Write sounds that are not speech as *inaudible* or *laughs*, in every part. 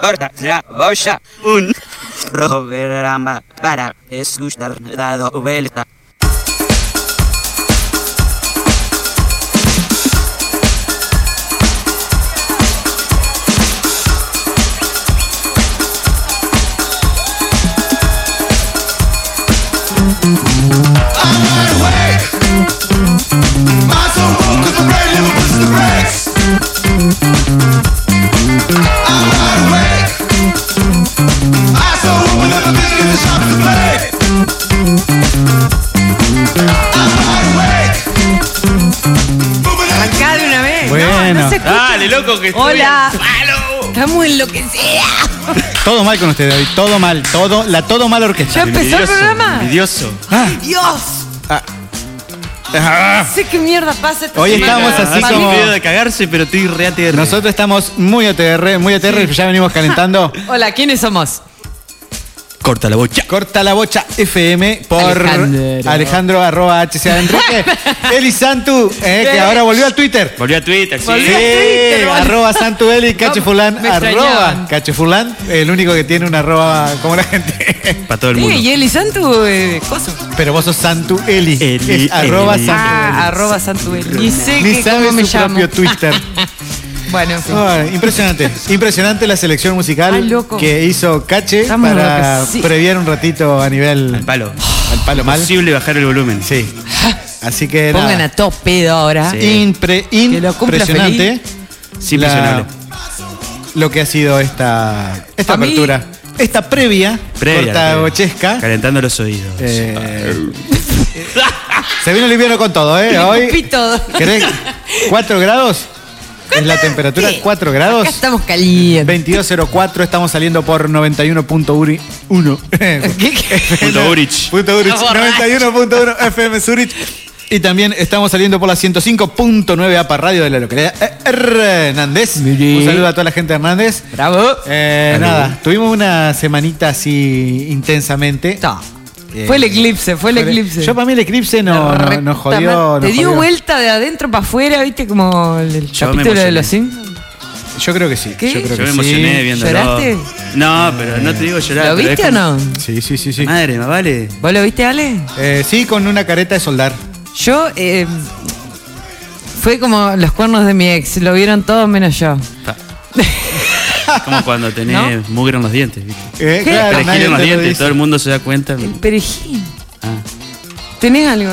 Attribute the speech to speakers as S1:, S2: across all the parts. S1: Ahora ya voy a un programa para escuchar dado vuelta.
S2: Arrancá de una vez. No, no
S3: Bueno.
S2: se escucha.
S4: Dale, loco, que estoy
S2: Hola.
S4: al palo.
S2: Está muy enloquecida.
S3: Todo mal con usted, David. Todo mal. Todo, la todo mal
S2: ¿Ya
S3: orquesta.
S2: empezó el
S4: Envidioso,
S2: programa?
S4: Envidioso.
S3: Ah,
S2: Dios.
S3: ah.
S2: No sé qué mierda pasa esta
S3: Hoy
S2: semana.
S3: estamos así
S2: Para mí-
S3: como-
S4: miedo de cagarse, pero estoy re ATR.
S3: Nosotros estamos muy OTR, muy OTR, ya venimos
S4: *laughs*
S3: calentando.
S2: Hola, ¿quiénes somos?
S4: Corta la bocha.
S3: Corta la bocha FM por
S2: Alejandro.
S3: Alejandro, arroba
S2: *laughs*
S3: HCA Enrique. Eli Santu, eh, que ahora volvió al Twitter.
S4: Volví a Twitter, sí.
S2: Volví
S3: Sí,
S2: a Twitter, boludo.
S3: arroba Santu Eli, Cache Fulán,
S2: me extrañaban.
S3: arroba Cache Fulán, el único que tiene una arroba como la gente.
S4: Para todo el
S2: Sí,
S4: mundo.
S2: y Eli Santu, eh, coso.
S3: Pero vos sos Santu Eli,
S4: Eli,
S3: es arroba
S4: Eli.
S3: Santu
S2: Ah, arroba Santu Eli. Ni sé
S3: Eli.
S2: que-
S3: Ni sabe
S2: cómo me
S3: su
S2: llamo. *laughs*
S3: propio Twitter.
S2: Bueno, en fin.
S3: Ah, impresionante, impresionante la selección musical
S2: Ay, loco.
S3: que hizo Cache
S2: Estamos
S3: para
S2: locos, sí.
S3: previar un ratito a nivel
S4: Al palo.
S3: al palo mal.
S4: Imposible bajar el volumen.
S3: Sí. Así que nada,
S2: Pongan a todo pedo ahora.
S4: Sí.
S3: impre-
S2: Que lo cumpla
S3: impresionante
S4: Sí,
S3: la-
S4: impresionable.
S3: lo que ha sido esta, esta
S2: A mí-
S3: apertura. Esta previa,
S4: Previa,
S3: corta
S4: previa.
S3: bochesca.
S4: Calentando los oídos.
S3: Eh, se vino liviano con todo,
S2: *laughs*
S3: ¿eh?
S2: Rompí
S3: Hoy.
S2: todo.
S3: ¿Querés? ¿4 grados? ¿Es la temperatura?
S2: Sí.
S3: ¿4 grados?
S2: Acá estamos calientes.
S3: 2204, estamos saliendo por
S4: *laughs*
S3: 91.1.
S2: ¿Qué- *laughs* qué?
S4: Punto Urich.
S3: Punto Urich,
S2: Está borracho.
S3: 91.1 FM Zurich. Y también estamos saliendo por la 105.9 APA Radio de la localidad eh, Hernández. Un saludo a toda la gente de Hernández.
S2: Bravo.
S3: Eh,
S4: Salud.
S3: nada, tuvimos una semanita así intensamente.
S2: Ta.
S3: Eh,
S2: Fue el eclipse, fue el
S3: Pero
S2: eclipse.
S3: Yo para mí el eclipse no,
S2: La
S3: no-
S2: recta
S3: nos jodió.
S2: madre. Te
S3: nos
S2: dio
S3: jodió.
S2: vuelta de adentro para afuera, viste, como el
S4: Yo me
S2: capítulo de
S4: emocioné.
S2: los Simpsons.
S3: Yo creo que sí.
S2: ¿Qué?
S3: Yo creo
S4: Yo
S3: que
S4: me
S3: sí.
S4: emocioné viéndolo.
S2: ¿Lloraste?
S4: No, pero no te digo llorar.
S2: ¿Lo
S4: pero es
S2: viste o
S4: como-
S2: no?
S3: Sí, sí, sí, sí.
S2: Ah.
S4: Madre, más vale.
S2: ¿Vos lo viste, Ale?
S3: Eh, sí, con una careta de soldar.
S2: Yo, eh, fue como los cuernos de mi ex, lo vieron todos menos yo.
S4: Pa. Como cuando tenés mugre en los dientes. ¿viste?
S3: Eh,
S2: ¿Qué?
S3: claro,
S4: Perejil
S3: nadie
S4: en los
S3: te lo
S4: dientes,
S3: dice.
S4: todo el mundo se da cuenta.
S2: El perejil.
S4: Ah,
S2: ¿Tenés algo?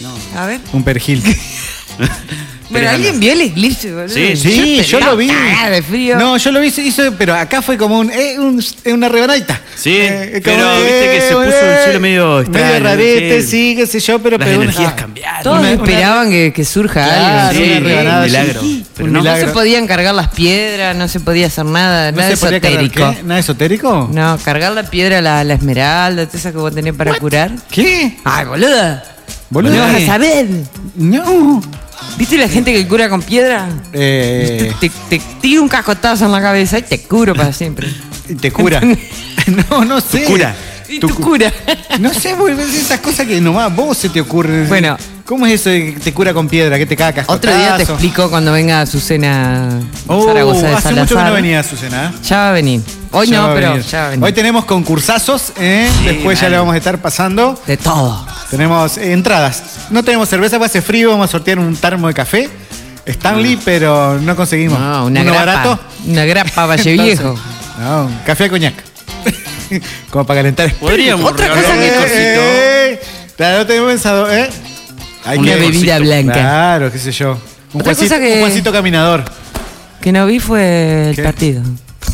S4: no.
S2: A ver.
S3: Un perejil.
S2: Bueno,
S4: Tenés
S2: ¿alguien vio el eclipse, boludo?
S4: Sí,
S3: Sí, yo lo vi.
S2: Ah, de frío.
S3: No, yo lo vi, se hizo, pero acá fue como un, eh, un- eh, una rebanadita.
S4: Sí,
S3: Eh,
S4: pero
S3: como,
S4: viste que se puso un cielo medio
S3: Medio
S4: extraño,
S3: rarete,
S4: ¿viste?
S3: sí, qué sé yo, pero...
S4: Las
S3: pero
S4: energías
S3: ah,
S4: cambiaron.
S2: Todos
S3: Una-
S2: esperaban que, que surja
S3: Claro,
S2: algo.
S4: Sí,
S3: una rebanada,
S4: un milagro.
S3: sí.
S4: Pero
S3: Un
S4: no.
S2: No se
S3: milagro.
S2: podían cargar las piedras, no se podía hacer nada,
S3: ¿No
S2: nada
S3: se podía cargar
S2: esotérico.
S3: qué? ¿Nada esotérico?
S2: No, cargar la piedra, la, la esmeralda, toda esa que vos tenés para curar.
S3: ¿Qué?
S2: Ay, boluda.
S3: Boluda.
S2: No vas a saber.
S3: eh, No.
S2: ¿Viste la gente que cura con piedra?
S3: Eh,
S2: Te, te tiro un cascotazo en la cabeza y te curo para siempre.
S3: te
S2: *laughs*
S3: *laughs* cura. No, no sé.
S4: cura.
S2: Y
S3: Tu
S2: tu
S3: cu- *laughs*
S2: cura.
S3: No sé, boludo, es esas cosas que nomás vos se te ocurren.
S2: Bueno.
S3: ¿Cómo es eso de que te cura con piedra, que te cagas?
S2: Otro día te explico cuando venga Azucena
S3: Oh,
S2: Zaragoza de
S3: hace
S2: Salazar.
S3: mucho que no venía Azucena. ¿eh?
S2: Ya va a venir. Hoy
S3: Ya
S2: no,
S3: va a
S2: pero
S3: venir.
S2: ya va a venir.
S3: Hoy tenemos concursazos, ¿eh? después ya
S4: dale.
S3: le vamos a estar pasando.
S2: De todo.
S3: Tenemos eh, entradas. No tenemos cerveza porque hace frío, vamos a sortear un tarmo de café. Stanley, pero no conseguimos.
S2: Mm. No, una
S3: Uno
S2: grapa.
S3: barato.
S2: Una grapa Valle Viejo.
S3: *laughs* Entonces, No, un café a coñac. *laughs* Como para calentar espíritu.
S4: Podríamos
S2: Otra
S4: regalar
S2: cosa
S4: un
S2: que-
S4: cosito.
S3: Eh, Claro, no tenemos pensado, ¿eh? Hay
S2: Una
S3: que-
S2: bebida blanca.
S3: Claro, qué sé yo. Un
S2: Otra
S3: Juancito,
S2: cosa que-
S3: un Juancito caminador.
S2: Que no vi fue el
S3: ¿Qué?
S2: partido.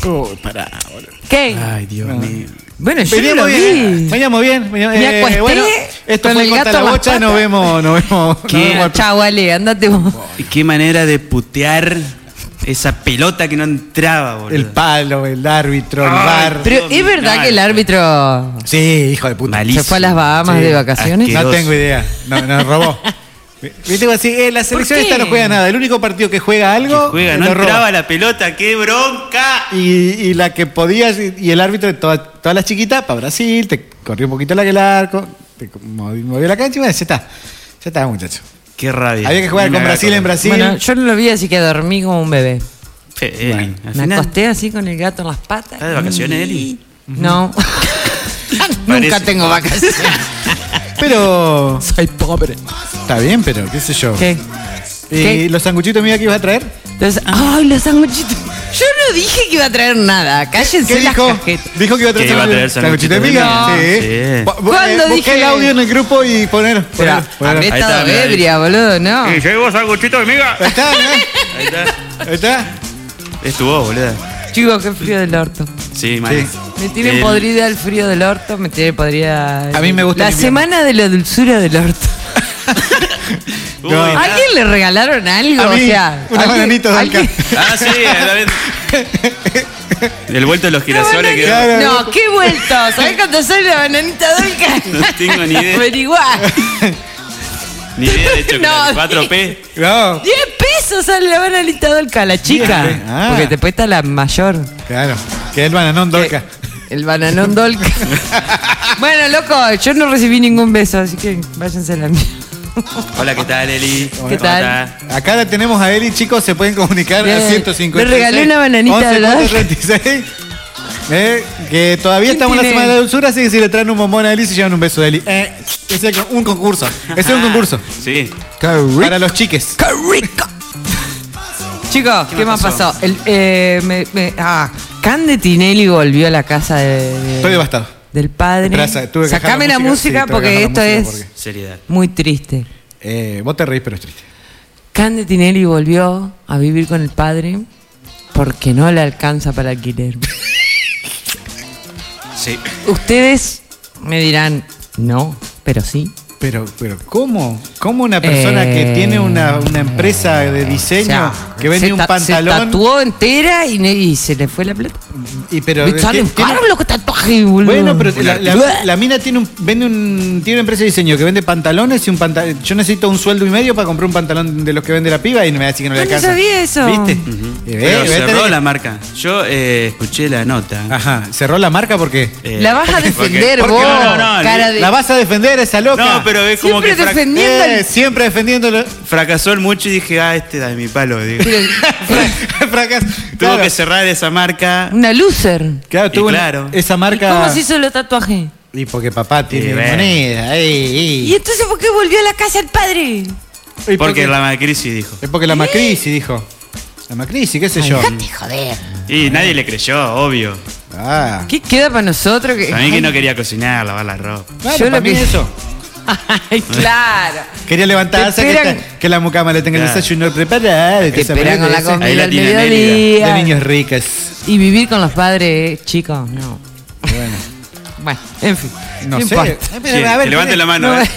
S3: Uy, pará, boludo.
S2: ¿Qué?
S4: Ay,
S3: Ah.
S4: Dios mío.
S2: bueno, yo no lo
S3: Veníamos
S2: vi.
S3: bien, veníamos bien. veníamos-
S2: Me
S3: eh,
S2: acosté
S3: bueno, esto
S2: con
S3: fue
S2: el
S3: Corta
S2: gato a
S3: la
S2: las
S3: bocha, nos
S2: patas.
S3: vemos, nos vemos, nos
S4: ¿Qué?
S3: vemos al-
S2: Chau, Ale, andate vos.
S4: Y qué manera de putear esa pelota que no entraba, boludo.
S3: el palo, el árbitro, el
S4: Ay,
S3: bar.
S4: pero-
S2: Pero es verdad
S4: Ay,
S2: que el árbitro
S3: Sí, hijo de puta.
S4: Malísimo.
S2: se fue a las Bahamas
S3: Sí, Ah,
S2: de vacaciones.
S4: asqueroso.
S3: No tengo idea. No, nos
S4: *laughs*
S3: robó. Viste como así, eh, la selección
S2: qué?
S3: esta no juega nada. El único partido que juega
S4: Que
S3: algo.
S4: juega,
S3: eh,
S4: no
S3: lo roba.
S4: entraba la pelota, qué bronca.
S3: Y, y la que podías, y y el árbitro de toda- todas las chiquitas, para Brasil, te corrió un poquito la que el arco, te movi- movió la cancha y bueno, ya está. Ya está, muchacho.
S4: Qué rabia.
S3: Había que jugar
S4: Una
S3: con Brasil
S4: gata.
S3: en Brasil.
S2: Bueno, yo no lo vi, así que dormí como un bebé.
S4: Fede, Eli, al
S2: Me
S4: final,
S2: acosté así con el gato en las patas. Mm.
S4: ¿Estás de vacaciones, Eli?
S2: No. *laughs* Nunca
S4: Parece.
S2: tengo vacaciones.
S3: *laughs* Pero.
S2: *laughs* Soy pobre.
S3: Está bien, pero qué sé yo.
S2: ¿Qué?
S3: ¿Y
S2: ¿Qué?
S3: los sanguchitos mía que ibas a traer?
S2: Entonces,
S3: Ah.
S2: ay, los sanguchitos. Yo no dije que iba a traer nada. Cállense
S3: ¿Qué
S2: las
S3: dijo?
S2: cajetas. Ah,
S3: Dijo que iba a traer,
S4: Que iba a traer
S3: sanguchito de miga.
S4: sanguchito de miga.
S3: Sí.
S4: Sí.
S3: Bu- bu-
S2: ¿Cuándo
S3: eh, busqué
S2: dije?
S3: el audio en el grupo y poner.
S2: Pero
S3: poner, poner.
S2: habré
S3: Ahí
S4: está,
S2: estado
S4: mira, ahí.
S2: ebria, boludo, ¿no?
S4: Y llegó sanguchito de miga.
S3: está, mirá.
S4: Ahí está.
S3: Ahí está.
S4: Es tu voz, boluda.
S2: Chicos, qué frío del orto.
S4: Sí, mal.
S3: Sí.
S2: Me tienen
S4: El-
S2: podrida el frío del orto, me tienen podrida.
S3: A mí me gusta
S2: La
S3: el invierno.
S2: semana de la dulzura del orto.
S3: No.
S4: Uy, nada.
S2: ¿A ¿Alguien le regalaron algo?
S3: Ah. A mí,
S2: o sea,
S3: unas
S2: ¿alguien-
S3: bananitas de
S2: alguien-
S3: alca-
S4: Ah, sí, a
S2: *laughs*
S4: la vez. El vuelto de los girasoles que
S3: Claro.
S2: No, qué vuelto. ¿Sabés cuánto sale la bananita dulce?
S4: *laughs* No tengo ni idea.
S2: Averiguá.
S4: ni idea
S2: *laughs*
S4: de chocolate.
S2: No,
S4: 4P.
S3: No.
S2: 10 pesos sale la bananita dolca, la chica.
S3: Bien, ah.
S2: Porque te cuesta la mayor.
S3: Claro. Que el bananón dolca.
S2: Que- El bananón
S3: *laughs*
S2: dolca. bueno, loco, yo no recibí ningún beso, así que váyanse a la mierda.
S4: Hola, ¿qué tal, Eli? ¿Cómo
S2: tal?
S4: estás?
S3: Acá la tenemos a Eli, chicos, se pueden comunicar
S2: Bien.
S3: al 150.
S2: Le regalé una bananita de la-
S3: Eh, que todavía
S2: ¿Quién
S3: estamos en la
S2: tiene?
S3: semana de la dulzura, así que si le traen un bombón a Eli, se llevan un beso de Eli. Eh, ese es un concurso. Ese es
S2: Ah.
S3: un concurso.
S4: Sí.
S3: Para los chiques.
S2: ¡Qué rico! Chicos, ¿qué, más pasó? El, eh, me- me- ah, Cande Tinelli volvió a la casa de- de-
S3: Estoy devastado.
S2: del padre.
S3: Espera, sa- tuve que bajar
S2: Sacame la música,
S3: sí, tuve que
S2: porque esto
S3: bajar la
S2: es
S3: música
S4: Seriedad.
S2: muy triste.
S3: porque, eh, vos te reís, pero es triste.
S2: Cande Tinelli volvió a vivir con el padre porque no le alcanza para
S3: *laughs*
S2: alquiler.
S4: Sí.
S2: Ustedes me dirán, no, pero sí.
S3: Pero, pero ¿cómo? ¿Cómo una persona
S2: Eh,
S3: que tiene una, una empresa de diseño
S2: O sea,
S3: que
S2: se
S3: vende un
S2: ta- Se
S3: pantalón
S2: tatuó entera y, ne- y se le fue la plata.
S3: y pero
S2: ¿Viste? Salen
S3: tiene- tiene-
S2: caros los tatuajes, boludo.
S3: Bueno, pero la, la- la mina tiene un, vende un tiene una empresa de diseño que vende pantalones y un pantalón. Yo necesito un sueldo y medio para comprar un pantalón de los que vende la piba y no me va a decir que no le
S2: Yo no
S3: alcanza.
S2: sabía eso.
S3: ¿Viste? Y ve,
S4: Pero
S3: ve,
S4: cerró
S3: tenés-
S4: la marca. Yo eh, escuché la nota.
S3: Ajá, cerró la marca porque
S4: Eh,
S2: La vas a
S4: porque-
S2: defender
S4: porque-
S2: vos,
S4: No, no, no,
S2: cara de- Eh,
S3: la vas a defender a esa loca.
S4: No, pero es como
S2: Siempre
S4: que frac-
S2: defendí-
S3: Eh, siempre defendiéndolo.
S4: fracasó el mucho y dije, ah, este da de mi palo. digo.
S2: Pero-
S3: *laughs* Fracas.
S4: Tuvo que cerrar esa marca.
S2: una loser.
S3: Claro,
S4: Y
S3: tuvo una-
S4: claro.
S3: esa marca.
S2: ¿Y cómo se hizo los tatuajes?
S3: Y porque papá tiene
S4: Y bueno.
S3: moneda. eh, ey,
S2: ¿Y
S3: ey.
S2: entonces por qué volvió a la casa el padre?
S3: Y
S4: Porque la Macrisi dijo.
S3: Es porque la Macrisi dijo. La Macrisi, qué sé yo.
S4: Y nadie le creyó, obvio.
S3: Ah.
S2: ¿Qué queda para nosotros? Que... *laughs*
S4: También que no quería cocinar, lavar la ropa.
S3: Claro,
S2: Yo lo
S3: para mí
S2: que-
S3: eso.
S2: Ay, claro.
S3: Quería levantarse,
S2: Te
S3: que,
S2: esperan-
S3: te- que la mucama le tenga el
S4: Claro.
S3: desayuno preparado.
S2: Te
S3: esa
S2: esperan con la
S3: boludez.
S4: Ahí
S2: comida
S4: la
S2: al
S4: tiene Nelly,
S2: mediodía.
S3: De niños ricas.
S2: Y vivir con los padres, eh, chicos, no.
S3: Bueno,
S2: Bueno, en fin.
S3: no sé.
S2: importa.
S3: Eh,
S4: Sí,
S3: a
S4: que
S3: ver,
S4: levante
S3: tiene-
S4: la mano.
S2: No,
S4: eh.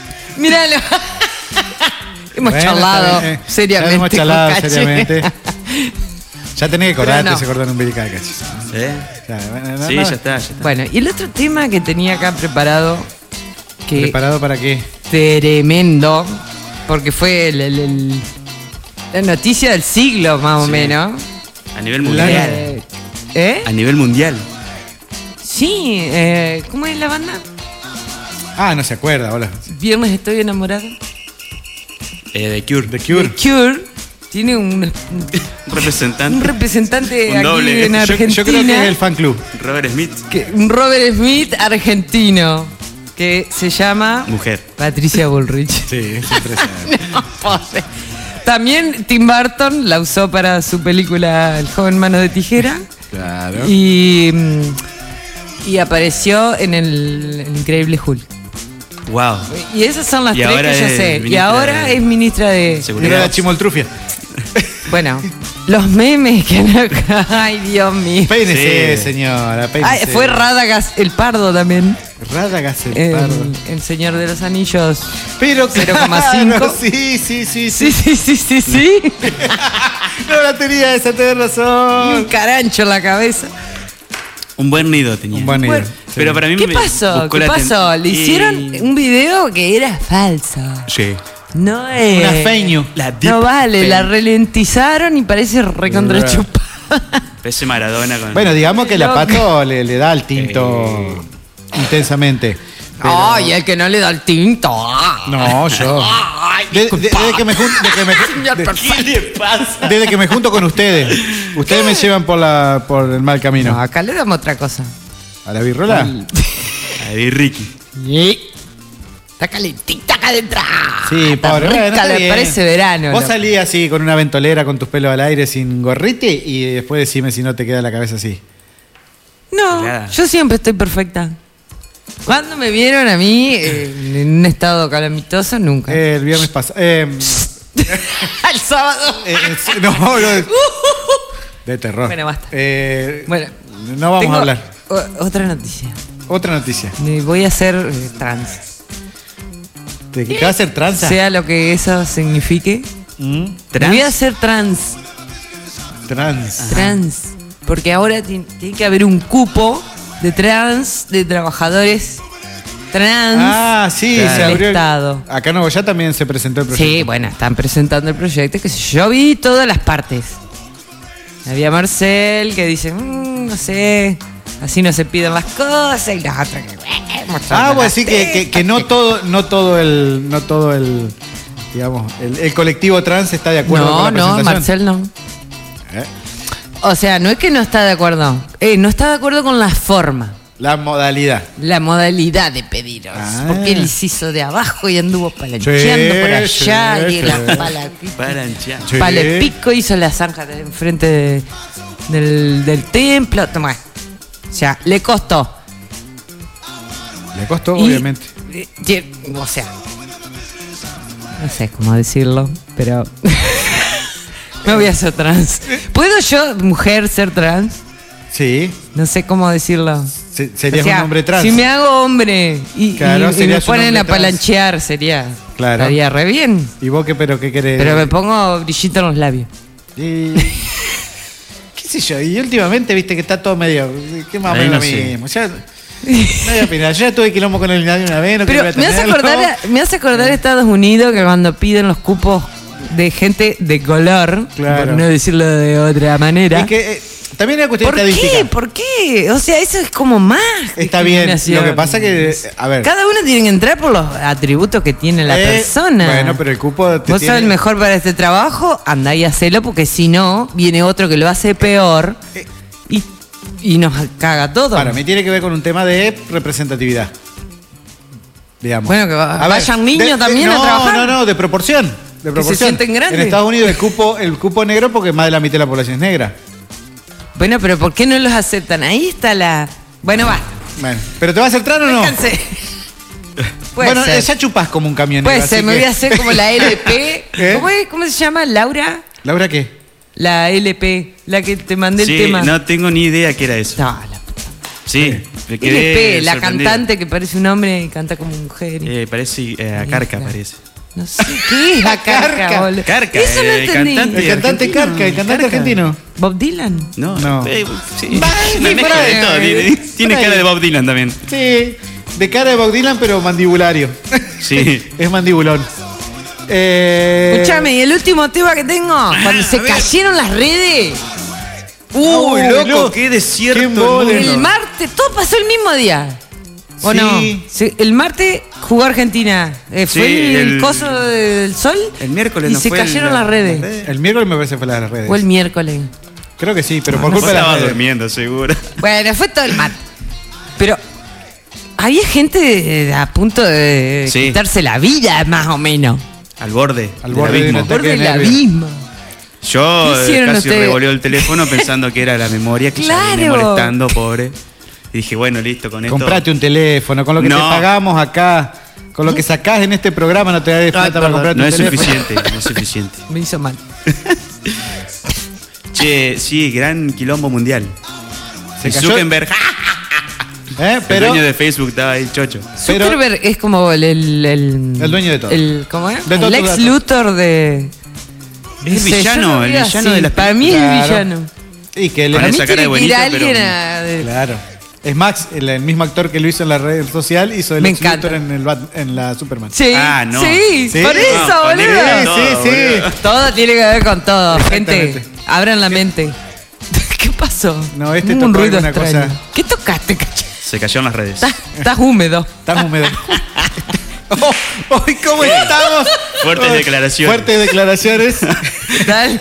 S2: *laughs* Míralo. hemos
S3: Bueno,
S2: charlado
S3: está bien, eh.
S2: seriamente.
S3: Hemos
S2: con
S3: charlado
S2: Cachi.
S3: seriamente. Ya tenés que acordarte
S2: Pero no.
S3: ese cordón umbilical, cachi.
S4: ¿Eh?
S3: Ya, bueno, no,
S4: Sí,
S3: no.
S4: ya está, ya está.
S2: *laughs* bueno, y el otro tema que tenía acá preparado, que
S3: ¿Preparado para qué?
S2: tremendo, porque fue el- el- el- la noticia del siglo, más o
S4: Sí.
S2: menos.
S4: A nivel
S3: La-
S4: mundial.
S2: Eh, ¿Eh?
S4: A nivel mundial.
S2: Sí, eh, ¿cómo es la banda?
S3: Ah, no se acuerda, hola.
S2: Viernes estoy enamorada.
S4: Eh, de Cure.
S3: The Cure.
S2: The Cure tiene un,
S4: Un
S2: un
S4: Representante.
S2: representante
S4: Un
S2: aquí
S4: doble.
S2: en
S4: Yo-
S3: Yo,
S2: Argentina.
S3: yo creo que es el fan club.
S4: Robert Smith.
S2: que- un Robert Smith argentino que se llama
S4: Mujer.
S2: Patricia Bullrich.
S3: Sí, es impresionante.
S2: *laughs* No, pobre. También Tim Burton la usó para su película El joven mano de tijera
S3: claro.
S2: y, mm, y apareció en el, el Increíble Hulk.
S4: Wow.
S2: Y esas son las
S4: Y
S2: tres
S4: ahora
S2: que yo
S4: es
S2: sé. Y
S4: ministra
S2: ahora
S4: de-
S2: es ministra de...
S3: Y era
S4: Seguridad.
S3: la chimoltrufia.
S2: Bueno, los memes que han acá. *laughs* Ay, Dios mío.
S3: Peínese,
S4: Sí.
S3: señora,
S2: Ay,
S3: peínese.
S2: fue Em, Radagas el Pardo también.
S3: Radagast el
S2: El,
S3: pardo.
S2: el Señor de los Anillos.
S3: Pero
S2: 0,5.
S3: claro, *laughs* sí, sí, sí, sí.
S2: Sí, sí, sí, sí, sí.
S3: No la tenía esa,
S2: Y
S3: tenés
S2: un
S3: razón.
S2: carancho en la cabeza.
S4: Un buen nido tenía.
S3: Un buen
S2: Bueno,
S3: nido.
S4: Pero para mí
S2: ¿Qué
S4: me
S2: pasó?
S4: buscó
S2: ¿Qué
S4: la
S2: pasó?
S4: aten-
S2: Le hicieron
S4: Y-
S2: un video que era falso.
S4: Sí.
S2: No es.
S3: Una feño.
S4: La
S2: No
S4: deep
S2: vale,
S4: fake.
S2: la ralentizaron y parece recontrachupada.
S3: *laughs*
S4: Ese Maradona con.
S3: Bueno, digamos que la
S2: Loco.
S3: pato le, le da al tinto Eh. intensamente. Pero-
S2: *laughs* Ay, el que no le da el tinto.
S3: No, yo. De- de- desde que me jun- de que me jun- de-
S4: ¿Qué le pasa?
S3: desde que me junto con ustedes. Ustedes me llevan por la por el mal
S2: No,
S3: camino.
S2: acá le damos otra cosa.
S3: ¿A la birrola?
S4: Ahí, Ricky.
S2: Está calentita acá adentro. Ah,
S3: Sí,
S2: Está
S3: pobre. bueno,
S2: rica,
S3: está
S2: le
S3: bien.
S2: parece verano.
S3: Vos
S2: lo-
S3: salís así con una ventolera con tus pelos al aire sin gorrite y después decime si no te queda la cabeza así.
S2: No,
S4: Nada.
S2: yo siempre estoy perfecta. Cuando me vieron a mí eh, en un estado calamitoso, nunca.
S3: Eh, el viernes pasado. Eh,
S2: *laughs* El sábado. Uh,
S3: eh, eh, *laughs* no, no, es- de terror.
S2: Bueno, basta.
S3: Eh,
S2: Bueno,
S3: no vamos
S2: tengo
S3: a hablar.
S2: o- otra noticia.
S3: Otra noticia.
S2: Me voy a hacer eh, trans.
S3: ¿Te ¿Qué va a hacer tranza?
S2: Sea lo que eso signifique.
S3: ¿Mm?
S2: Me voy a hacer trans.
S3: Trans.
S2: Trans. Porque ahora ti- tiene que haber un cupo de trans, de trabajadores trans.
S3: Ah, sí,
S2: Claro.
S3: se
S2: Del
S3: abrió. el-
S2: Estado.
S3: Acá en Boyá también se presentó el proyecto.
S2: Sí, bueno, están presentando el proyecto, que yo vi todas las partes. Había Marcel que dice, "Mm, no sé, así no se piden las cosas, y los otros que, "Eh, mostrando
S3: Ah,
S2: las
S3: pues sí que, que- que no
S2: tetas".
S3: todo, no todo el, no todo el, digamos, el, el colectivo trans está de acuerdo con
S2: No, no,
S3: la presentación.
S2: Marcel no.
S3: ¿Eh?
S2: O sea, no es que no está de acuerdo, eh, no está de acuerdo con la forma.
S3: La modalidad.
S2: La modalidad de pedidos.
S3: Ah.
S2: Porque él se hizo de abajo y anduvo palancheando
S3: Sí,
S2: por allá.
S3: sí,
S2: y
S3: sí.
S2: la pala,
S4: Para anchar.
S3: Sí.
S2: palo de pico, hizo la zanja de enfrente de- del, del templo. Tomá. O sea, le costó.
S3: Le costó,
S2: Y-
S3: obviamente.
S2: eh, y- o sea. No sé cómo decirlo, pero. *laughs* Me voy a hacer trans. ¿Puedo yo, mujer, ser trans?
S3: Sí.
S2: No sé cómo decirlo.
S3: se- serías
S2: O sea,
S3: un hombre trans.
S2: Si me hago hombre y,
S3: Claro,
S2: y- y
S3: serías
S2: me
S3: un
S2: ponen
S3: hombre
S2: a
S3: trans.
S2: palanchear, sería.
S3: Claro. Eh.
S2: Estaría re bien.
S3: ¿Y vos qué, pero qué querés?
S2: Pero me pongo brillito en los labios.
S3: Y- *laughs* ¿Qué sé yo? Y últimamente viste que está todo medio. ¿Qué más o
S4: Ahí
S3: menos
S4: no
S3: lo
S4: sé.
S3: mismo? Ya, no voy a opinar. Yo ya tuve quilombo con el nadie una vez. No
S2: Pero
S3: quería
S2: me hace,
S3: tenerlo.
S2: acordar, a- me hace acordar a Estados Unidos que cuando piden los cupos de gente de color,
S3: Claro.
S2: por no decirlo de otra manera.
S3: Es que eh, también era cuestión
S2: ¿Por
S3: estadística.
S2: qué? ¿Por qué? O sea, eso es como más.
S3: Está bien,
S2: discriminación.
S3: lo que pasa que, a ver.
S2: Cada uno tiene que entrar por los atributos que tiene la
S3: Eh,
S2: persona.
S3: Bueno, pero el cupo. te
S2: Vos
S3: tiene-
S2: sos el mejor para este trabajo, andá y hacelo, porque si no, viene otro que lo hace peor
S3: eh.
S2: y, y nos caga todo.
S3: Para mí tiene que ver con un tema de representatividad. Digamos.
S2: Bueno, que va-
S3: A ver,
S2: vayan niños también a
S3: no,
S2: trabajar.
S3: No, no, de proporción. De
S2: se
S3: proporción.
S2: sienten grandes.
S3: En Estados Unidos el cupo, el cupo negro porque más de la mitad de la población es negra.
S2: Bueno, pero ¿por qué no los aceptan? Ahí está la. Bueno, va.
S3: Bueno, ¿pero te vas a hacer trano o no? *laughs*
S2: Descanse. Puede
S3: bueno,
S2: ser.
S3: eh, ya chupás como un camionero.
S2: Puede
S3: así
S2: ser, me
S3: que- ¿Eh?
S2: voy a hacer como la LP.
S3: ¿Qué?
S2: ¿Cómo, es? ¿Cómo se llama? ¿Laura?
S3: *laughs* ¿Laura qué?
S2: La LP, la que te mandé
S4: Sí,
S2: el tema.
S4: no tengo ni idea qué era eso.
S2: No, la puta.
S4: Sí, me quedé
S2: LP, la
S4: sorprendido.
S2: cantante que parece un hombre y canta como mujer. y-
S4: Eh, parece eh, a Carca, parece.
S2: No sé qué es la carca,
S3: *laughs* Carca.
S2: boludo.
S4: Carca,
S2: Eso no
S4: eh,
S2: entendí.
S4: cantante.
S3: El
S4: Sí,
S3: cantante
S4: argentino.
S3: Carca, el cantante argentino.
S2: Bob Dylan.
S4: No,
S3: No.
S4: eh, sí.
S3: Bye,
S4: Una
S3: sí,
S4: mezcla
S3: por
S4: de
S3: ahí.
S4: todo, Tiene, tiene
S3: Por ahí.
S4: cara de Bob Dylan también.
S3: Sí, de cara de Bob Dylan, pero mandibulario. *laughs*
S4: Sí.
S3: es mandibulón. Eh,
S2: Escuchame, y el último tema que tengo, cuando se cayeron las redes,
S4: Ah, Uy,
S3: *laughs*
S4: loco,
S3: loco,
S4: qué desierto.
S3: qué embole.
S4: el
S2: el
S4: mundo.
S2: martes, todo pasó el mismo día. ¿O
S3: Sí.
S2: no? Sí, El martes jugó Argentina. Eh,
S4: Sí,
S2: fue el,
S4: el-
S2: coso del sol.
S4: El miércoles
S2: Y
S4: no
S2: se
S4: fue el-
S2: cayeron las redes.
S3: El miércoles me parece que fue la de las redes.
S2: O el miércoles.
S3: Creo que sí, pero por
S4: Vos
S3: culpa de las
S4: estabas
S3: redes.
S4: durmiendo, seguro.
S2: Bueno, fue todo el martes. Pero había gente eh, a punto de
S4: Sí.
S2: quitarse la vida, más o menos.
S4: Al borde.
S3: Al
S4: del
S3: borde de
S4: abismo.
S3: una-
S2: Por
S3: Ataque de
S2: el
S3: nervios.
S2: abismo.
S4: Yo
S2: ¿Qué
S4: eh,
S2: hicieron
S4: casi
S2: ustedes?
S4: revolvió
S2: *laughs*
S4: el teléfono pensando que era la memoria que ya venía
S2: Claro.
S4: molestando, pobre. Y dije, bueno, listo, con esto.
S3: Comprate un teléfono, con lo que
S4: No.
S3: te pagamos acá, con lo que sacás en este programa no te da
S4: Ah,
S3: plata para
S4: perdón,
S3: comprarte
S4: no
S3: un
S4: es
S3: teléfono.
S4: suficiente, no es suficiente.
S2: Me hizo mal.
S4: Che, sí, gran quilombo mundial.
S3: Se
S4: Y
S3: cayó-
S4: Zuckerberg, ¡ah!
S3: ¿Eh?
S4: el
S3: Pero
S4: dueño de Facebook estaba ahí chocho.
S3: Pero-
S2: Zuckerberg es como el. El,
S3: El dueño de todo.
S2: El, ¿Cómo es?
S3: De todo
S2: el
S3: tu
S2: ex
S3: dato.
S2: Luthor de.
S4: Es
S2: no sé,
S4: villano,
S2: yo lo
S4: el
S2: veo
S4: villano de las
S2: Para mí es
S3: Claro.
S2: villano.
S3: y que
S4: Con
S2: Para
S3: le...
S2: mí tiene
S4: esa cara de
S2: que ir
S4: bonito,
S2: alguien
S4: pero-
S2: a.
S3: Claro. Es Max, el, el mismo actor que lo hizo en la red social, hizo el
S2: Me
S3: Lex
S2: encanta.
S3: Luthor en, el Bat- en la Superman.
S2: Sí,
S4: Ah, no.
S2: sí,
S3: Sí.
S2: por eso,
S4: No, Ah, con
S2: boludo.
S4: el- todo, boludo.
S2: Todo tiene que ver con todo, gente.
S3: Exactamente.
S2: Abran la mente. *laughs* ¿Qué pasó?
S3: No, este
S2: Hubo un
S3: tocó
S2: ruido
S3: alguna
S2: extraño.
S3: cosa.
S2: ¿Qué tocaste, cacho? *laughs*
S4: Se cayó en las
S3: *laughs*
S4: redes.
S2: Estás, estás húmedo.
S3: Estás húmedo.
S2: Oh,
S3: Hoy, ¿cómo estamos?
S5: Fuertes
S3: Hoy,
S5: declaraciones.
S3: Oh, Fuertes
S2: *laughs*
S3: declaraciones.
S2: ¿Qué tal?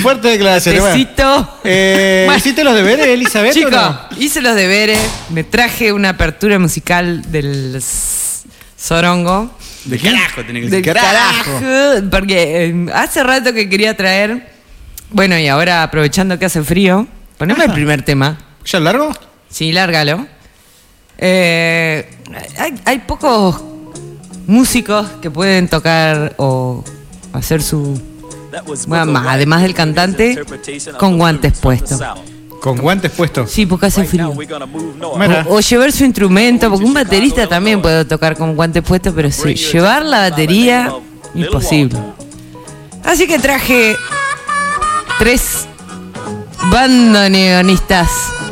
S3: fuertes declaraciones. bueno.
S2: Tecito.
S3: Eh,
S2: *laughs* Bueno.
S3: ¿Hiciste los deberes, Elizabeth? o
S2: Chico,
S3: no?
S2: hice los deberes, me traje una apertura musical del s- Zorongo.
S3: ¿De quién?
S4: Carajo, tenés que
S2: Del
S4: decir.
S3: carajo.
S2: carajo, Porque eh, hace rato que quería traer. Bueno, y ahora aprovechando que hace frío, poneme el primer tema.
S3: ¿Ya largo?
S2: Sí, lárgalo. Eh, hay, hay pocos músicos que pueden tocar o hacer su. Bueno, más, además del cantante, con guantes puestos.
S3: Con guantes puestos.
S2: Sí, Oh, porque hace frío.
S3: Mira.
S2: O, o llevar su instrumento, porque un baterista también puede tocar con guantes puestos, pero sí, llevar la batería, imposible. Así que traje tres bandoneonistas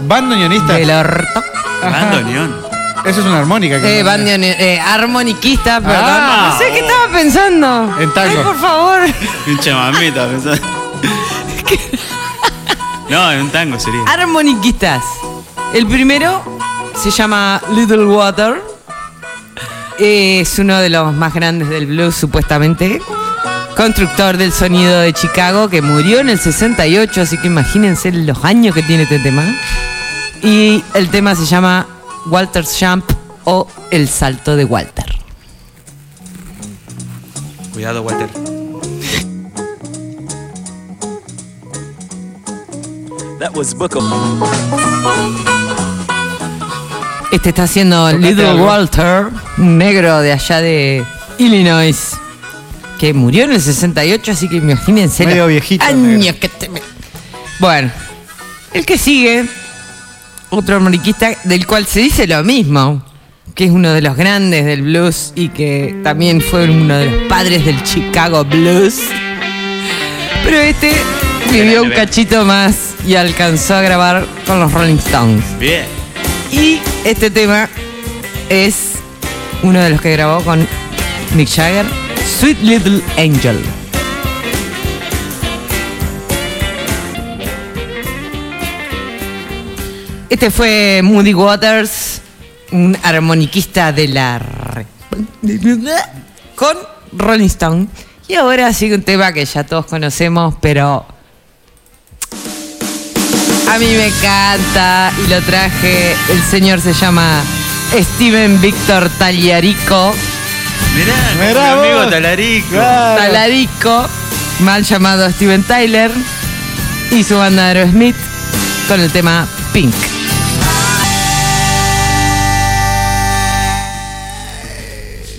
S3: Bandoneonista.
S2: del orto.
S4: Bandoneón.
S3: Eso es una armónica. que-
S2: Eh, bandoneon- eh, armoniquista, perdón.
S3: Ah.
S2: no sé qué estaba pensando.
S3: En tango.
S2: Ay, por favor.
S4: Pinche mamita, pensá. No, es un tango sería.
S2: Armoniquistas. El primero se llama Little Water. Es uno de los más grandes del blues, supuestamente. Constructor del sonido de Chicago, que murió en el 68, así que imagínense los años que tiene este tema. Y el tema se llama Walter's Jump o El Salto de Walter.
S4: Cuidado, Walter.
S2: Este está haciendo
S3: Tocate
S2: Little
S3: algo.
S2: Walter, un negro de allá de Illinois, que murió en el 68, así que imagínense
S3: Medio
S2: los
S3: viejito, el
S2: años
S3: negro.
S2: que te... me- Bueno, el que sigue, otro armoniquista del cual se dice lo mismo, que es uno de los grandes del blues y que también fue uno de los padres del Chicago Blues. Pero este vivió
S5: Excelente,
S2: un
S5: Ben.
S2: cachito más y alcanzó a grabar con los Rolling Stones.
S5: Bien.
S2: Y este tema es uno de los que grabó con Mick Jagger, Sweet Little Angel. Este fue Moody Waters, un armoniquista de la... re- con Rolling Stone. Y ahora sigue un tema que ya todos conocemos, pero a mí me encanta y lo traje. El señor se llama Steven Víctor Tagliarico.
S4: Mirá,
S3: Mirá
S4: mi
S3: vos.
S4: amigo Talarico.
S3: Claro.
S2: Talarico, mal llamado Steven Tyler. Y su banda Aerosmith con el tema Pink.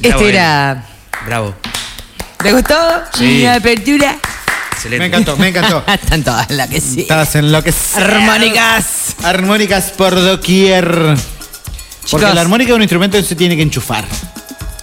S2: Este
S4: bueno.
S2: Este era.
S4: Bravo.
S2: ¿Te gustó?
S4: Sí.
S2: Mi apertura.
S4: Excelente.
S3: Me encantó, me encantó.
S2: *laughs* Están todas las que sí.
S3: Estás en lo que es
S2: Armónicas.
S3: armónicas por doquier. Porque
S2: Chicos.
S3: la armónica es un instrumento que se tiene que enchufar.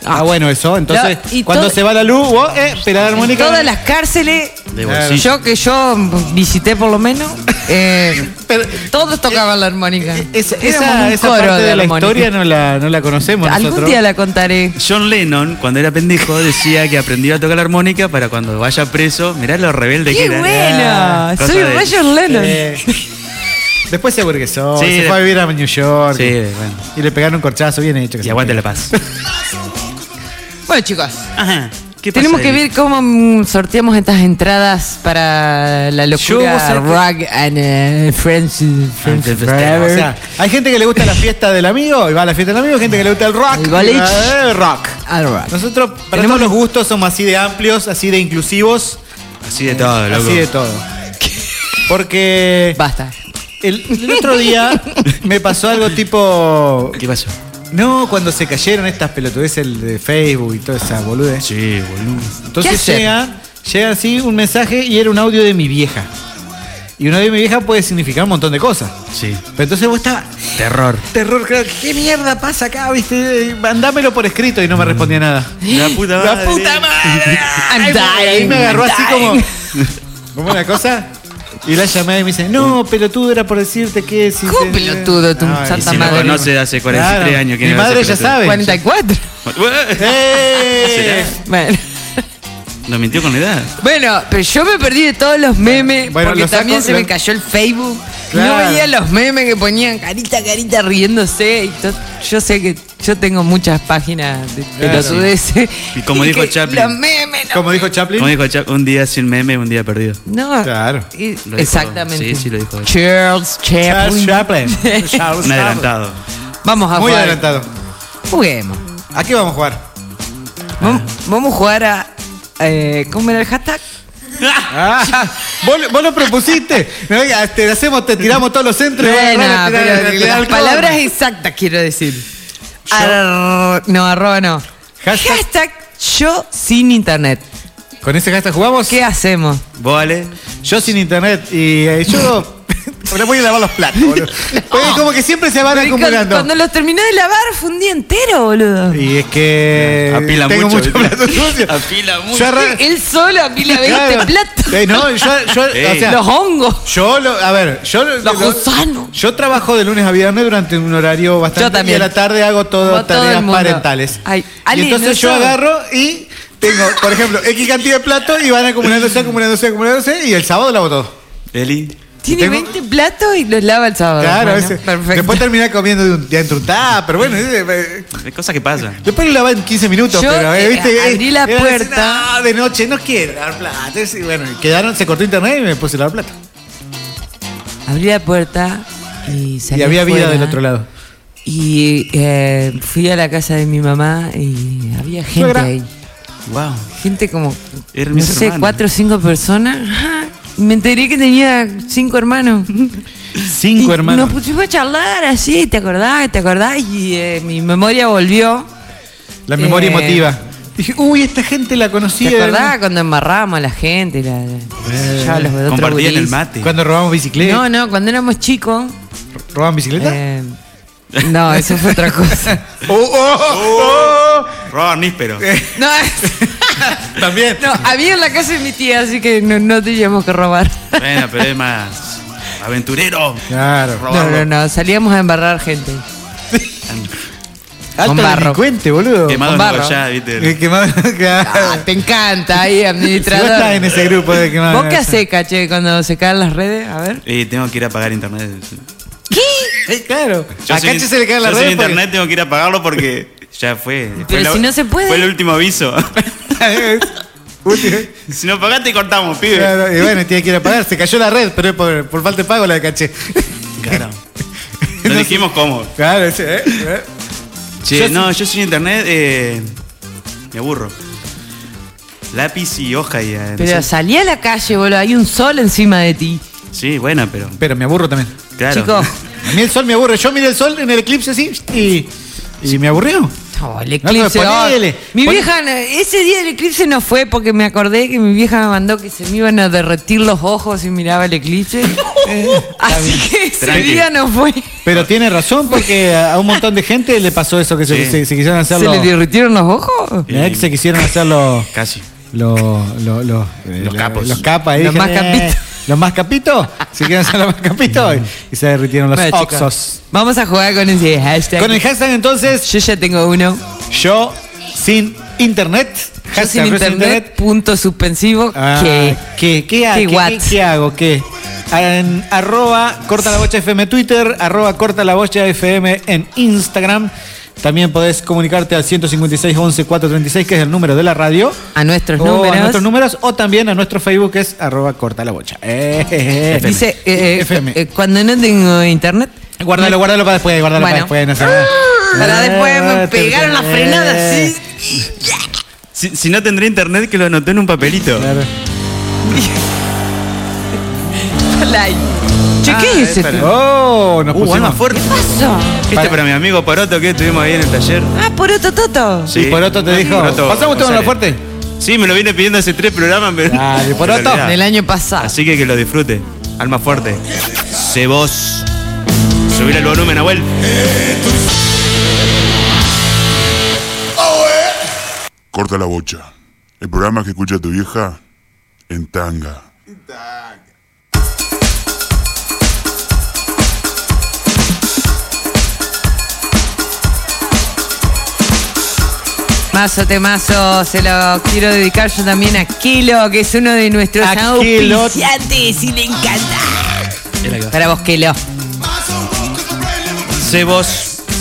S3: Ah, bueno, eso. Entonces,
S2: Lo- y
S3: cuando
S2: todo-
S3: se va la luz, vos, eh, pero la
S2: En
S3: armónica.
S2: todas las cárceles
S4: *laughs* De
S3: Claro.
S4: bolsillo.
S2: Yo que yo visité por lo menos,
S3: *laughs*
S2: eh,
S3: Pero-
S2: todos tocaban la armónica.
S3: Eh, Es-
S2: Éramos
S3: esa
S2: un
S3: esa
S2: coro
S3: parte de, la
S2: armónica.
S3: historia no la, no la conocemos
S2: Algún
S3: nosotros.
S2: día la contaré.
S4: John Lennon, cuando era pendejo, decía que aprendió a tocar la armónica para cuando vaya preso. Mirá lo rebelde que
S2: ¡Qué
S4: era. Ah,
S2: bueno!
S4: cosa
S2: Soy
S4: de-
S2: Roger Lennon.
S3: Eh, después se aburguesó,
S4: Sí,
S3: se
S4: de-
S3: fue a vivir a New York.
S4: Sí, bueno.
S3: Y le pegaron un corchazo, bien hecho. que
S4: Y
S3: se
S4: aguante
S3: fue.
S4: la paz.
S2: Bueno, chicos,
S4: Ajá. ¿Qué pasa
S2: tenemos que
S4: ahí?
S2: ver cómo mm, sorteamos estas entradas para la
S4: Yo, vos
S2: locura
S4: sabés
S2: Rock and eh, Friends, Friends
S4: Antes de
S2: Forever.
S3: O sea, hay gente que le gusta la fiesta del amigo y va a la fiesta del amigo, gente que le gusta el rock.
S2: El
S3: y va
S2: boliche.
S3: a- eh, rock.
S2: Al Ah, rock.
S3: Nosotros, para
S2: Tenemos-
S3: todos los gustos, somos así de amplios, así de inclusivos,
S4: Así de todo, loco.
S3: así de todo. Porque
S2: Basta.
S3: el, el otro día me pasó algo tipo.
S4: ¿Qué pasó?
S3: No, cuando se cayeron estas pelotudeces el de Facebook y toda esa boludez.
S4: Sí, boludo.
S3: Entonces
S2: hacer?
S3: llega, llega así un mensaje y era un audio de mi vieja. Y un audio de mi vieja puede significar un montón de cosas.
S4: Sí.
S3: Pero entonces vos estabas,
S4: Terror.
S3: terror, creo, ¿qué mierda pasa acá, viste? Mandámelo por escrito y no me respondía nada.
S4: La puta
S3: ¡La
S4: madre.
S3: puta madre!
S2: I'm
S3: Ay,
S2: dying,
S3: ahí me agarró
S2: I'm
S3: así como.
S2: dying.
S3: ¿Cómo una cosa? Y la llamé y me dice, no, pelotudo, era por decirte que si
S2: ¿Cómo pelotudo, tu
S3: Ay,
S2: santa
S4: Si no
S2: madre.
S4: conoce de hace 43
S3: Claro.
S4: años que
S3: Mi
S4: no
S3: madre
S4: hace
S3: ya sabe.
S2: ¿44?
S4: pelotudo.
S3: ¡Eh!
S2: Bueno.
S4: Lo mintió con la edad.
S2: Bueno, pero yo me perdí de todos los memes
S3: Bueno,
S2: porque
S3: los saco-
S2: también se
S3: los-
S2: me cayó el Facebook.
S3: Claro.
S2: No veía los memes que ponían carita, carita riéndose. Y to- yo sé que yo tengo muchas páginas de
S3: Claro.
S2: pelotudeces.
S4: Y como
S2: Y
S4: dijo
S2: que
S4: Chaplin.
S2: los memes, no.
S3: Como dijo Chaplin.
S4: Como dijo Chap, un día sin meme, un día perdido.
S2: No,
S3: Claro.
S2: y-
S4: dijo-
S2: exactamente.
S4: sí, sí, lo dijo él.
S2: Charles Chaplin.
S3: Charles Chaplin.
S2: *laughs*
S3: Charles
S4: Un adelantado.
S2: Vamos a
S3: Muy
S2: jugar.
S3: adelantado.
S2: Juguemos.
S3: ¿A qué vamos a jugar?
S4: Ah.
S2: Vam- Vamos a jugar a. eh, ¿Cómo era el hashtag?
S3: Ah, vos, lo- vos lo propusiste. No, oiga, te hacemos, te tiramos todos los centros. y vos
S2: Bueno,
S3: agarrás, le tirás-
S2: pero
S3: le tirás
S2: las
S3: al
S2: palabras
S3: cono.
S2: exactas quiero decir. Arr- no, arroba no.
S3: Hashtag-
S2: Hashtag yo sin internet.
S3: Con ese hashtag jugamos.
S2: ¿Qué hacemos?
S4: ¿Vos, Ale?
S3: Yo sin internet y eh,
S2: *laughs*
S3: yo *laughs* le voy a lavar los platos. boludo. Porque como que siempre se van
S2: Pero y cu-
S3: acumulando.
S2: Cuando los terminé de lavar fue un día entero, boludo.
S3: Y es que
S4: Apila
S3: tengo
S4: mucho,
S3: muchos
S4: ¿viste?
S3: platos sucios.
S4: Apila mucho.
S3: Yo arran-
S2: *laughs* Él solo apila 20
S3: Claro.
S2: platos.
S3: Eh, no, yo,
S4: *laughs*
S3: yo, o
S4: Eh.
S3: sea,
S2: Los hongos.
S3: yo lo- a ver, yo lo-
S2: Los
S3: lo-
S2: gusanos.
S3: Yo trabajo de lunes a viernes durante un horario bastante
S2: Yo también.
S3: y a la tarde hago todo
S2: Como todo el
S3: tareas
S2: mundo.
S3: parentales.
S2: Ay,
S3: y
S2: Ale,
S3: entonces
S2: no
S3: yo
S2: sabe.
S3: agarro y tengo, por ejemplo, X cantidad de platos y van acumulándose, acumulándose, acumulándose y el sábado lo hago todo.
S4: Eli.
S2: Tiene
S3: tengo-
S2: 20 platos y los lava el sábado.
S3: Claro,
S2: Bueno,
S3: ese-
S2: perfecto.
S3: después terminar comiendo de un, dentro de un tupper, bueno, ese- eh,
S4: Hay cosas que pasan.
S3: después lo lavan en 15 minutos,
S2: Yo,
S3: pero eh,
S2: eh,
S3: viste, eh,
S2: abrí la
S3: era así,
S2: puerta.
S3: "No, de noche no quiero lavar platos y bueno, quedaron, se cortó internet y me puse a lavar platos.
S2: Abrí la puerta y salí
S3: Y había vida
S2: afuera.
S3: del otro lado.
S2: Y eh, fui a la casa de mi mamá y había gente
S3: Suegra.
S2: ahí.
S4: Wow.
S2: Gente como,
S4: Eran
S2: no
S4: mis
S2: sé,
S4: hermanos.
S2: cuatro o cinco personas. Ajá. Y me enteré que tenía cinco hermanos.
S3: Cinco
S2: Y
S3: *laughs* hermanos.
S2: Nos pusimos a charlar así, ¿te acordás? ¿Te acordás? Y eh, mi memoria volvió.
S3: La memoria
S2: Eh,
S3: emotiva. Dije, uy, esta gente la conocía.
S2: ¿Te acordás cuando embarrábamos a la gente? La, yo a los de otro
S4: Compartían el
S2: gurís?
S4: mate.
S3: Cuando robamos bicicleta.
S2: No, no, cuando éramos chicos.
S3: ¿Robaban bicicleta?
S2: eh, no, eso fue otra cosa.
S3: *laughs* Oh, oh,
S4: Roban níspero.
S2: No,
S3: oh. También.
S2: *laughs* no, había en la casa de mi tía, así que no, no teníamos que robar.
S4: Bueno, pero es más aventurero.
S3: Claro.
S2: No, no, no, salíamos a embarrar gente.
S3: Alto
S2: Con barro.
S3: delincuente, boludo.
S4: Quemado en
S2: barro.
S4: Nogoyá, ¿viste?
S3: Eh, quemado. *laughs*
S2: Ah,
S3: claro.
S2: te encanta
S3: *laughs*
S2: ahí,
S3: Si vos estás en
S2: administrador.
S3: ese grupo de eh, quemado.
S2: ¿Vos qué hacés, caché, cuando se caen las redes? A ver.
S4: Y Eh, tengo que ir a pagar internet.
S3: Eh, claro.
S4: Yo
S3: a
S4: sin-
S3: Cache se le cae la
S4: yo
S3: red.
S4: sin internet tengo que ir a
S3: *laughs*
S4: pagarlo porque ya fue. Fue la-
S2: si no se puede.
S4: Fue el último aviso. *laughs*
S3: Útil.
S4: si no pagaste, cortamos, pibe.
S3: Claro, y bueno, tiene que ir a pagar. Se cayó la red, pero es por, por falta de pago la de Cache.
S4: Claro. No dijimos cómo.
S3: Claro, ese, eh, eh.
S4: Che,
S3: Yo
S4: no, yo sin internet eh, me aburro. Lápiz y hoja y... eh, no
S2: Pero
S4: sé.
S2: salí a la calle, boludo, hay un sol encima de ti.
S4: Sí, buena, pero...
S3: Pero me aburro también.
S4: Claro.
S2: Chicos,
S3: A mí el sol me aburre. Yo miré el sol en el eclipse así y, y me aburrió.
S2: no, el
S3: pero
S2: eclipse.
S3: ponele,
S2: oh, mi
S3: pon-
S2: vieja, no, ese día del eclipse no fue porque me acordé que mi vieja me mandó que se me iban a derretir los ojos si miraba el
S3: *laughs*
S2: eclipse. Así que ese
S4: Tranqui.
S2: día no fue.
S3: Pero tiene razón porque a a un montón de gente le pasó eso que se,
S4: Sí.
S3: se- se quisieron hacer
S2: ¿Se
S3: los
S2: le derritieron los ojos?
S4: Sí.
S3: la ex se quisieron hacer los
S4: Casi.
S3: los los- los- eh,
S4: Los
S3: la-
S4: capos.
S3: los capas ahí
S2: Los
S3: dije,
S2: más
S3: "Eh,
S2: capitos".
S3: los más capitos se quisieron hacer los más capitos y, y se derritieron los
S2: Bueno, chicos,
S3: oxos.
S2: Vamos a jugar con ese hashtag.
S3: Con el hashtag entonces
S2: Yo ya tengo uno.
S3: yo sin internet
S2: Yo sin
S3: yo
S2: internet, punto suspensivo.
S3: Ah,
S2: que
S3: ¿Qué? ¿Qué, ha-
S2: qué
S3: qué- qué-
S2: what?
S3: qué hago? ¿Qué? En arroba corta la bocha FM Twitter, arroba corta la bocha FM en Instagram. También podés comunicarte al 156 11 436, que es el número de la radio.
S2: a nuestros
S3: o
S2: números.
S3: Oh, a nuestros números, o también a nuestro Facebook, que es arroba corta la bocha. Eh, eh, eh.
S2: Dice, eh, eh,
S3: FM.
S2: eh, cuando no tengo internet.
S3: Guárdalo, guárdalo para después, guárdalo
S2: Bueno. Ah,
S3: para después. no sé.
S2: Para después me
S3: Ah,
S2: pegaron las
S3: eh,
S2: frenadas, sí.
S4: Si, si no tendré internet, que lo anoté en un papelito.
S3: Claro.
S2: Like. Che, ¿qué
S4: Ah,
S2: es este
S4: esta
S2: esto?
S4: era.
S3: Oh, nos
S4: Uh, alma
S3: pusimos.
S4: fuerte.
S2: Eso.
S4: Este
S3: Para-
S4: para mi amigo Poroto que estuvimos ahí en el taller. Ah,
S2: Ah, por otro toto.
S3: Sí, Poroto te dijo, pasamos todo en lo
S4: González.
S3: fuerte.
S4: Sí, me lo viene pidiendo hace tres programas, pero. *laughs*
S3: Dale, Poroto.
S4: se lo olvidaba.
S2: Del año pasado.
S4: Así que que lo disfrute. Alma fuerte. Se vos. Subir el volumen, Abuel.
S5: Corta la bocha. El programa que escucha tu vieja en tanga.
S2: Mazo temazo, se lo quiero dedicar yo también a Kelo, que es uno de nuestros
S3: A Kelo.
S2: auspiciantes y le encanta. Para vos, Kelo.
S4: Se vos.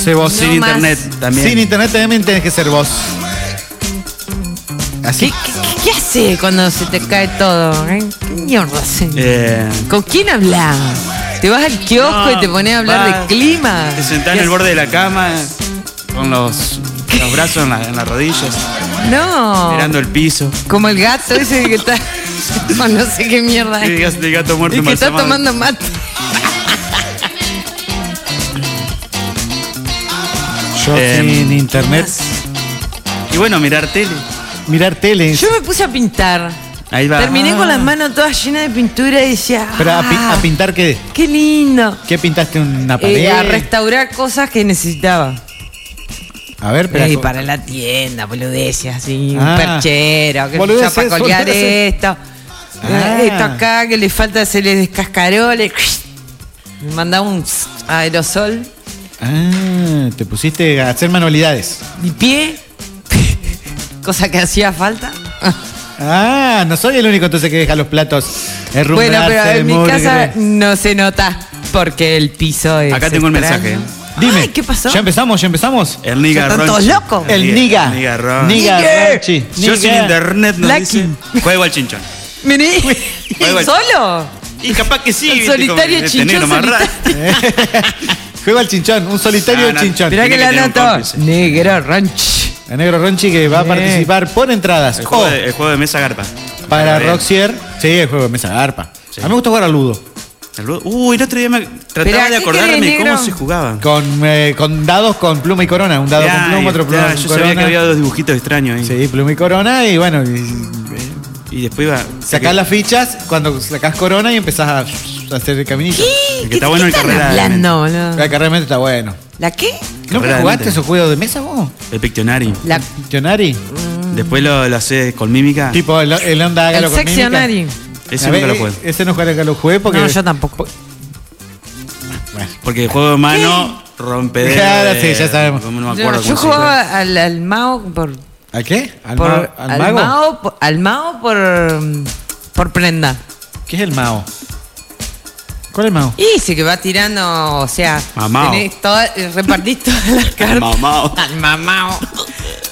S3: Sé vos.
S2: No
S4: Sin
S2: más.
S4: internet también.
S3: Sin internet también tenés que ser vos.
S2: ¿Qué,
S3: Así.
S2: qué- qué hace cuando se te cae todo? eh? ¿Qué mierda hace?
S4: Eh,
S2: ¿Con quién hablás? ¿Te vas al kiosco
S4: no,
S2: y te pones a hablar
S4: vas,
S2: de clima?
S4: Te sentás en el borde de la cama con los, los brazos en, la- en las rodillas,
S2: No.
S4: mirando el piso.
S2: Como el gato ese que está. *laughs* No, no sé qué mierda
S4: Y
S2: es.
S4: digas, el gato muerto
S2: Y que está
S4: embalsamado.
S2: tomando mate.
S3: Yo
S4: Em,
S3: sin internet.
S4: Y bueno, mirar tele.
S3: Mirar tele.
S2: Yo me puse a pintar.
S4: Ahí va.
S2: Terminé
S4: Ah.
S2: con las manos todas llenas de pintura y decía.
S3: Pero a, pi-
S2: "Ah,
S3: a pintar qué?
S2: ¡Qué lindo!
S3: ¿Qué pintaste una pared?
S2: Eh, a restaurar cosas que necesitaba.
S3: A ver, pero.
S2: Ey, para la tienda, boludeces, así,
S3: Ah.
S2: un perchero, que
S3: Boludeces,
S2: para colgar
S3: boludeces.
S2: esto.
S3: Ah.
S2: Esto acá que le falta hacerle descascaroles. Me mandaba un aerosol.
S3: Ah, te pusiste a hacer manualidades.
S2: Mi pie, *laughs* cosa que hacía falta.
S3: Ah, no soy el único entonces que deja los platos herrumbrarse
S2: bueno, pero
S3: de
S2: en mi
S3: mugre,
S2: casa
S3: que-
S2: no se nota porque el piso es.
S4: Acá tengo un
S2: extraño.
S4: mensaje.
S3: Dime,
S2: Ay, ¿qué pasó?
S3: ¿Ya empezamos? ¿Ya empezamos?
S4: El Niga
S2: Son
S4: Ronchi.
S2: todos locos.
S3: El Niga.
S4: Niga Ronchi.
S3: Niga
S2: Niga.
S3: Ronchi.
S4: Yo sin
S3: Niga.
S4: internet no
S2: Lucky.
S4: dice. Juego al chinchón.
S3: *laughs*
S2: Vení,
S4: Ahí va.
S2: solo.
S4: Y capaz que sí.
S2: El
S4: viste, como
S2: solitario
S4: este
S2: chinchón
S4: negro más raro.
S2: solitario.
S3: Juega al chinchón, un solitario
S4: Ah, no.
S3: chinchón.
S2: Mirá
S4: Tiene
S2: que
S4: que
S2: la
S4: tener un
S2: nota.
S4: cómplice.
S2: Negro ranch.
S3: El negro Ronchi que va a
S2: Sí.
S3: participar por entradas.
S4: El
S3: o
S4: juego, de, el juego de mesa garpa.
S3: para
S4: Bien.
S3: Roxier. Sí, el juego de mesa garpa.
S4: Sí.
S3: A mí me gusta jugar al Ludo.
S4: Saludo. Uy, el otro día me
S2: Pero,
S4: trataba
S2: ¿qué
S4: de acordarme
S2: querés, negro?
S4: cómo se jugaba.
S3: Con, eh, con dados con pluma y corona. Un dado
S4: Ya,
S3: con pluma, otro
S4: ya,
S3: pluma con
S4: yo
S3: corona.
S4: sabía que había dos dibujitos extraños ahí.
S3: Sí, pluma y corona. Y bueno, y-
S4: Y después iba.
S3: sacás las fichas. Cuando sacás corona y empezás a- a hacer el caminito.
S4: que está bueno el
S2: están
S4: carrera de
S2: hablando, boludo?
S3: La que realmente está bueno.
S2: ¿La qué?
S3: ¿Nunca
S4: Realmente.
S3: jugaste esos juegos de mesa vos?
S4: El Pictionary.
S2: La,
S3: Pictionary.
S4: Mm. Después lo, lo haces con mímica.
S3: Tipo, el, el onda hágalo
S2: el
S3: con mímica.
S2: seccionario.
S4: Ah. Ese
S3: A ver,
S4: nunca lo
S3: eh,
S4: juego.
S3: Ese no juega que lo jugué porque.
S2: No, yo tampoco.
S4: Porque el juego de mano rompe de-
S3: Claro, sí, ya sabemos.
S4: como no me
S2: Yo,
S4: acuerdo
S2: yo
S4: cómo se llama.
S2: jugaba al, al Mao por.
S3: ¿A qué? ¿Al,
S2: por-
S3: ma- al
S2: al
S3: mago?
S2: Mao por- al Mao por. mm, por prenda.
S3: ¿Qué es el mao? ¿Cuál es el mao?
S2: Y sí que va tirando, o sea.
S4: Mamao.
S2: tenés toda- eh, repartís todas las cartas.
S4: Mamao.
S2: Al mamao.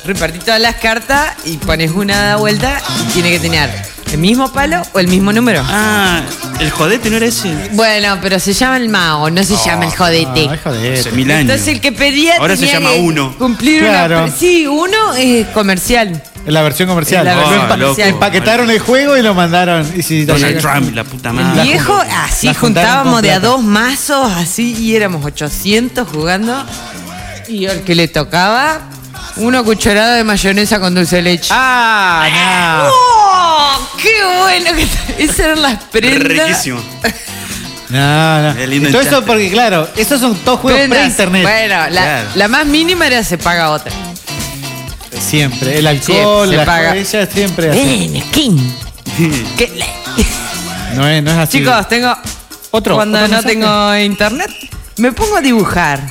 S2: Repartís todas las cartas y pones una da vuelta y tiene que tener el mismo palo o el mismo número.
S4: Ah, el jodete no era ese.
S2: Bueno, pero se llama el Mao, no se llama el jodete.
S3: Ah, joder.
S4: Hace mil años.
S2: Entonces el que pedía
S4: Ahora se
S2: tenía
S4: llama
S2: que
S4: uno.
S2: Cumplir
S3: Claro.
S2: una. Sí, uno es comercial.
S3: Es la versión comercial.
S2: Es la
S3: Lo
S4: Ah,
S2: versión
S3: empa-
S2: comercial.
S3: Empaquetaron el juego y lo mandaron. Y si
S4: Donald Trump, la puta
S2: El
S3: La
S4: madre.
S2: viejo,
S3: junta-
S2: así
S3: la juntaron
S2: juntábamos
S3: con
S2: de a
S3: plata.
S2: dos mazos, así, y éramos 800 jugando. Y el que le tocaba, una cucharada de mayonesa con dulce de leche.
S3: Ah,
S2: ¡Oh! ¡Qué bueno! que t- *laughs* Esas eran las prendas.
S4: Riquísimo.
S2: *laughs*
S3: no. No, no.
S4: Qué lindo
S3: Todo eso
S4: enchante.
S3: porque, claro, esos son todos juegos
S2: Prendas.
S3: pre-internet.
S2: Bueno, la,
S4: Claro.
S2: la más mínima era se paga otra.
S3: Siempre. El
S2: Siempre
S3: alcohol,
S2: se
S3: las
S2: paga. Eh.
S3: joyas, siempre. así.
S2: Ven, skin. ¿Qué le-
S3: No es, no es así.
S2: Chicos, tengo.
S3: Otro,
S2: Cuando
S3: otro
S2: no
S3: mensaje.
S2: tengo internet, me pongo a dibujar.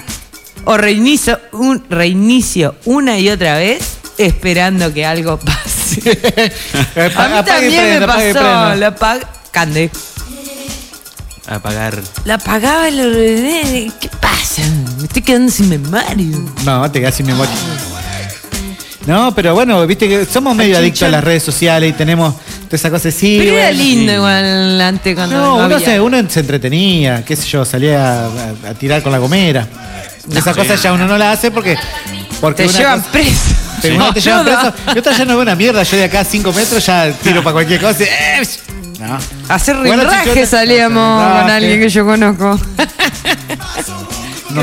S2: O reinicio, un, reinicio una y otra vez, esperando que algo
S3: *laughs*
S2: pase. a mí
S3: Apague
S2: también
S3: prenda,
S2: me
S3: apague
S2: pasó.
S3: prenda.
S2: La apag- Cande.
S4: Apagar.
S2: La apagaba y lo ordené. ¿Qué pasa? Me estoy quedando sin memoria.
S3: No, te quedas sin memoria. No, pero bueno, viste que somos medio adictos a las redes sociales y tenemos toda esa cosa. Sí,
S2: Pero era
S3: bueno.
S2: lindo igual antes cuando
S3: No,
S2: no,
S3: uno,
S2: había.
S3: se, uno se entretenía, qué sé yo, salía a, a tirar con la gomera. Esas cosas ya uno no las hace porque. porque
S2: Te
S3: una
S2: llevan
S3: cosa-
S2: preso.
S3: te- una te llevan
S2: Boludo.
S3: preso. Y otra ya no veo una mierda. Yo de acá a 5 metros ya tiro para cualquier cosa. y- eh, No.
S2: Hacer
S3: Bueno,
S2: rinraje
S3: chichones,
S2: salíamos
S3: hacer
S2: con
S3: rinraje.
S2: alguien que yo conozco.
S3: No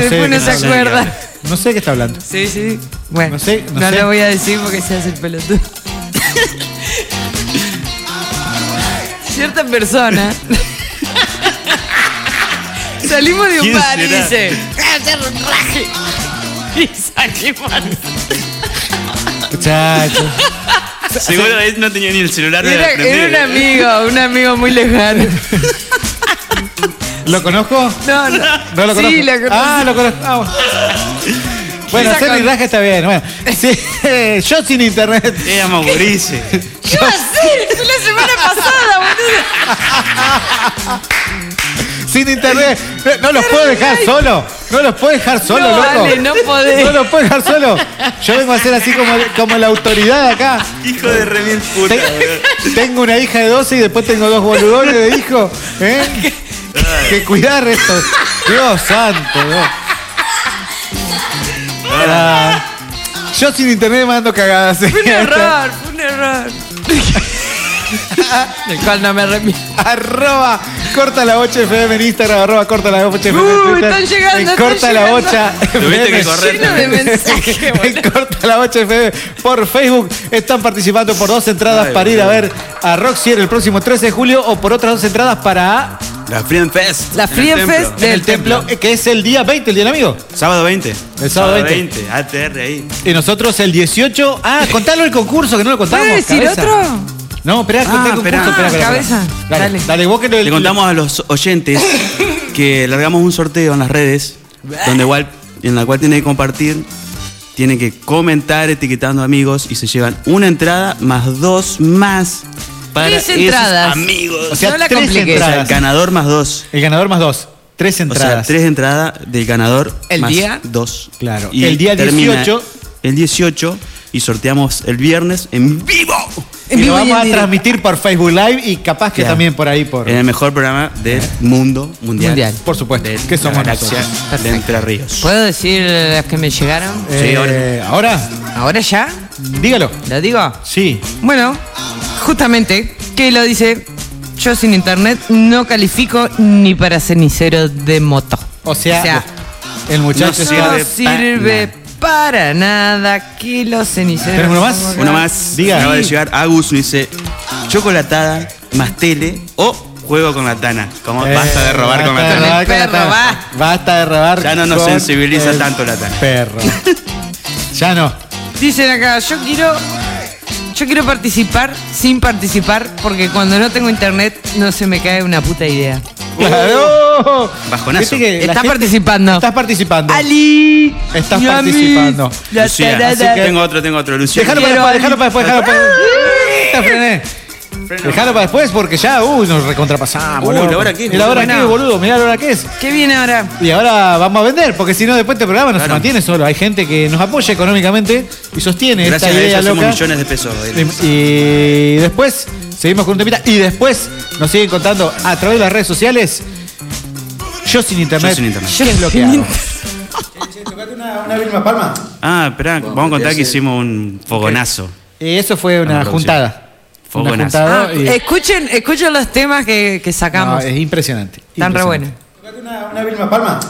S2: *laughs* que después
S3: sé de
S2: no
S3: qué
S2: se
S4: está
S2: acuerda.
S4: hablando.
S3: No sé de qué está hablando.
S2: Sí, sí. Bueno, no,
S3: No sé, no sé.
S2: lo voy a decir porque se hace el pelotudo. *laughs* Cierta persona. *laughs* Salimos de un
S4: ¿Quién
S2: bar y
S4: será?
S2: dice. "Ah, hacer rinraje". Y salimos.
S3: Muchachos.
S4: Seguro él no tenía ni el celular de
S2: Era, era un amigo, un amigo muy lejano.
S3: ¿Lo conozco?
S2: No, no.
S3: *laughs* No lo conozco.
S2: Sí, lo conozco.
S3: Ah, lo conozco. Ah, bueno. bueno,
S2: Esa
S3: hacer
S2: con-
S3: rinraje está bien. Bueno, sí, *laughs* yo sin internet.
S4: Éramos gurises.
S2: *laughs* ¿Qué va a hacer? Fue la semana pasada, boludo.
S3: Sin internet. No los puedo dejar solo. No los puedo dejar solo,
S2: No,
S3: loco.
S2: Ale, no podés.
S3: No los puedo dejar solo. Yo vengo a ser así como, como la autoridad acá.
S4: Hijo de remil puta,
S3: Te- tengo una hija de 12 y después tengo dos boludones de hijo. ¿eh? Que cuidar esto. Dios santo. Dios. Ah, yo sin internet mando cagadas. ¿eh?
S2: Fue *laughs* un error, fue un error. *laughs* Del cual no me arrepiento.
S3: *laughs* Arroba corta la bocha FM en Instagram, arroba corta la bocha FM en
S2: Uh,
S3: Twitter.
S2: están llegando,
S3: En
S2: están
S3: corta la
S2: llegando.
S3: bocha
S4: Tuviste que
S3: FM.
S4: correr.
S2: Lleno de mensajes, boludo.
S3: *laughs* En corta la bocha FM por Facebook. Están participando por dos entradas
S4: Ay,
S3: para ir a
S4: boludo.
S3: ver a Roxier el próximo 13 de julio o por otras dos entradas para
S4: La Freedom Fest.
S2: La
S4: En el
S2: Freedom
S4: templo.
S2: Fest
S3: en
S2: del
S3: el templo, eh, que es el día 20, el día del amigo.
S4: Sábado 20.
S3: sábado 20.
S4: ATR ahí.
S3: Y nosotros el 18. Ah, contalo el concurso que no lo contamos.
S2: ¿Puedes decir
S3: cabeza.
S2: otro?
S3: No, espera, contá el
S4: Ah,
S3: concurso. esperá,
S4: esperá.
S3: esperá,
S2: Ah,
S3: esperá.
S2: cabeza.
S3: Dale,
S2: Dale.
S3: dale, vos que lo
S4: Le contamos a los oyentes que largamos un sorteo en las redes, donde igual, en la cual tienen que compartir, tienen que comentar etiquetando amigos y se llevan una entrada más dos más para
S2: Tres
S4: esos
S2: entradas.
S4: amigos.
S3: O sea,
S2: no la
S3: tres
S2: compliques.
S4: O sea,
S3: entradas.
S4: ganador más dos.
S3: El ganador más dos. Tres entradas.
S4: O sea, tres entradas del ganador
S2: ¿El
S4: más
S2: día?
S4: dos.
S3: Claro. El día
S4: termina
S3: 18.
S4: El 18 y sorteamos el viernes en vivo.
S3: Y lo vamos a transmitir por Facebook Live y capaz que
S4: Ya.
S3: también por ahí por.
S4: En el mejor programa del mundo mundial.
S2: Mundial.
S3: Por supuesto.
S4: De
S3: ¿Qué somos
S4: la galaxia
S3: nosotros?
S4: de Entre Ríos.
S2: ¿Puedo decir las que me llegaron?
S3: Eh, ahora.
S2: ¿Ahora ya?
S3: dígalo.
S2: ¿Lo digo?
S3: Sí.
S2: Bueno, justamente, que lo dice, yo sin internet no califico ni para cenicero de moto.
S3: O sea, el muchacho
S4: no
S3: está-
S2: no
S4: sirve pa'
S2: sirve para nada que los ceniceros...
S3: ¿Tenés uno más?
S2: son-
S4: Uno más.
S3: Diga.
S4: Acaba de
S3: Sí.
S4: llegar Agus y dice: Chocolatada, más tele o juego con la tana. Como
S3: Eh,
S4: basta de robar con la
S3: basta de robar con
S4: tana.
S3: la
S2: Con el perro,
S3: tana. Basta de robar.
S4: Ya no nos
S3: con
S4: sensibiliza
S3: el
S4: tanto Uh, la tana. *laughs*
S3: Perro. ya no.
S2: Dicen acá, yo quiero... Yo quiero participar sin participar porque cuando no tengo internet no se me cae una puta idea.
S3: Claro.
S4: Bajonazo.
S3: Viste que la
S2: Estás
S3: gente-
S2: participando.
S3: Estás participando.
S2: Ali.
S3: Estás
S2: Yami,
S3: participando.
S2: la
S4: Lucía,
S2: tarada.
S4: así que- Tengo otro, tengo otro. Lucía.
S3: Dejalo para
S2: Quiero
S3: después, dejalo para después, dejalo para después. Te frené. Dejalo para después porque ya, uh, nos recontrapasamos.
S4: Uh,
S3: loco.
S4: la hora que es,
S3: Y la hora
S2: boludo.
S3: que es, boludo, mirá la hora que es.
S2: ¿Qué viene ahora?
S3: Y ahora vamos a vender, porque si no después este programa no se
S4: Claro.
S3: mantiene solo. Hay gente que nos apoya económicamente y sostiene
S4: Gracias
S3: esta
S4: a
S3: idea
S4: ellos hacemos
S3: loca.
S4: millones de pesos. Belén.
S3: Y, y después seguimos con un temita. Y después nos siguen contando a través de las redes sociales. Yo sin internet.
S4: Yo sin internet.
S3: ¿Qué es lo que hago? una misma palma.
S4: Ah, espera, vamos a contar que hicimos un fogonazo.
S3: eso fue una
S4: Ah, producción.
S3: juntada. Una
S4: Fogonazo.
S3: juntada
S2: Ah,
S3: y-
S2: escuchen, escuchen los temas que, que
S3: No,
S2: sacamos.
S3: es impresionante.
S2: Están re buenos.
S3: Una, una Vilma Palma.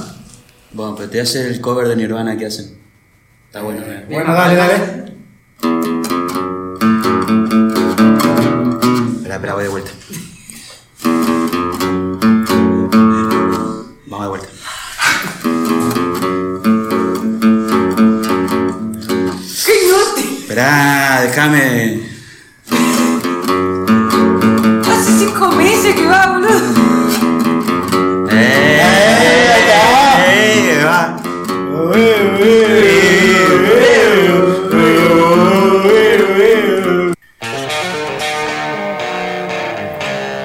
S6: Bueno, pero te hace el cover de Nirvana que hacen. Está bueno, ¿eh?
S3: Bueno, dale, dale.
S6: Espera, espera, voy de vuelta. Vamos de vuelta. ¡Qué note! Esperá, déjame.
S7: Hace cinco meses que va, boludo.
S6: ¡Eh, va!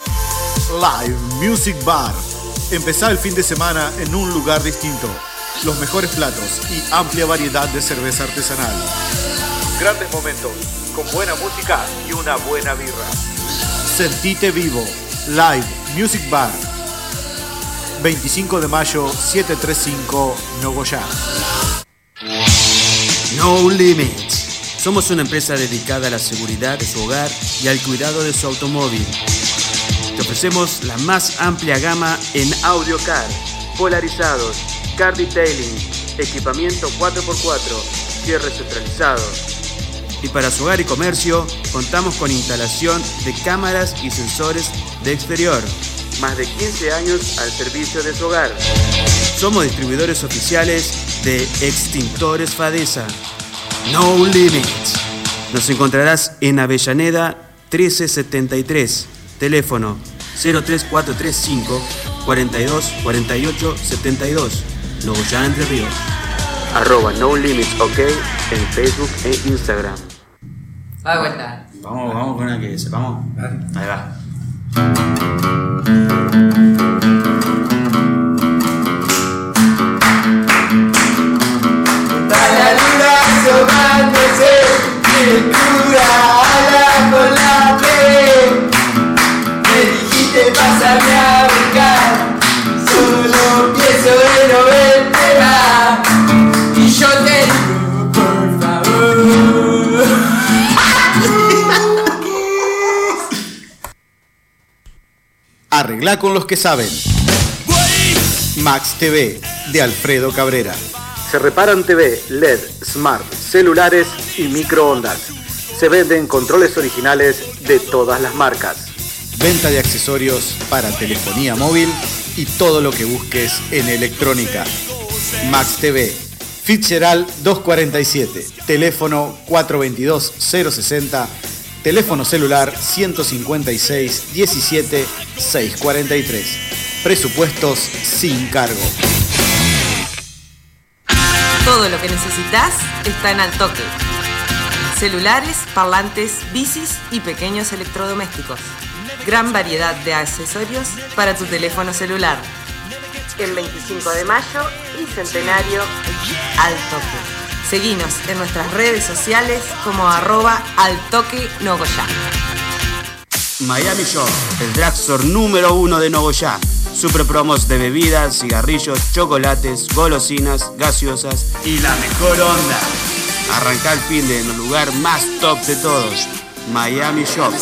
S8: Live Music Bar. Empezá el fin de semana en un lugar distinto. Los mejores platos y amplia variedad de cerveza artesanal. Grandes momentos, con buena música y una buena birra. Sentite vivo. Live Music Bar. 25 de mayo, 735 Nogoyá.
S6: No Limits. Somos una empresa dedicada a la seguridad de su hogar y al cuidado de su automóvil. Te ofrecemos la más amplia gama en audio car, polarizados, car detailing, equipamiento 4x4, cierre centralizado. Y para su hogar y comercio, contamos con instalación de cámaras y sensores de exterior. Más de 15 años al servicio de su hogar. Somos distribuidores oficiales de Extintores Fadesa. No Limits. Nos encontrarás en Avellaneda 1373. Teléfono 03435 42 48 72. Nogoyá Entre Ríos. Arroba No Limits OK en Facebook e Instagram.
S2: Va de vuelta.
S4: Vamos, vamos con una que sepamos. Ahí va.
S8: Arregla con los que saben. Max TV, de Alfredo Cabrera.
S6: Se reparan TV, LED, smart, celulares y microondas. Se venden controles originales de todas las marcas.
S8: Venta de accesorios para telefonía móvil y todo lo que busques en electrónica. Max TV, Fitzgerald 247, teléfono 422-060, teléfono celular 156-17-643. Presupuestos sin cargo.
S9: Todo lo que necesitas está en Al Toque. Celulares, parlantes, bicis y pequeños electrodomésticos. Gran variedad de accesorios para tu teléfono celular. El 25 de mayo y centenario Al Toque. Seguinos en nuestras redes sociales como arroba Al Toque Nogoyá.
S6: Miami Shop, el drugstore número uno de Nogoyá. Super promos de bebidas, cigarrillos, chocolates, golosinas, gaseosas y la mejor onda. Arranca el fin de en el lugar más top de todos. Miami Shop,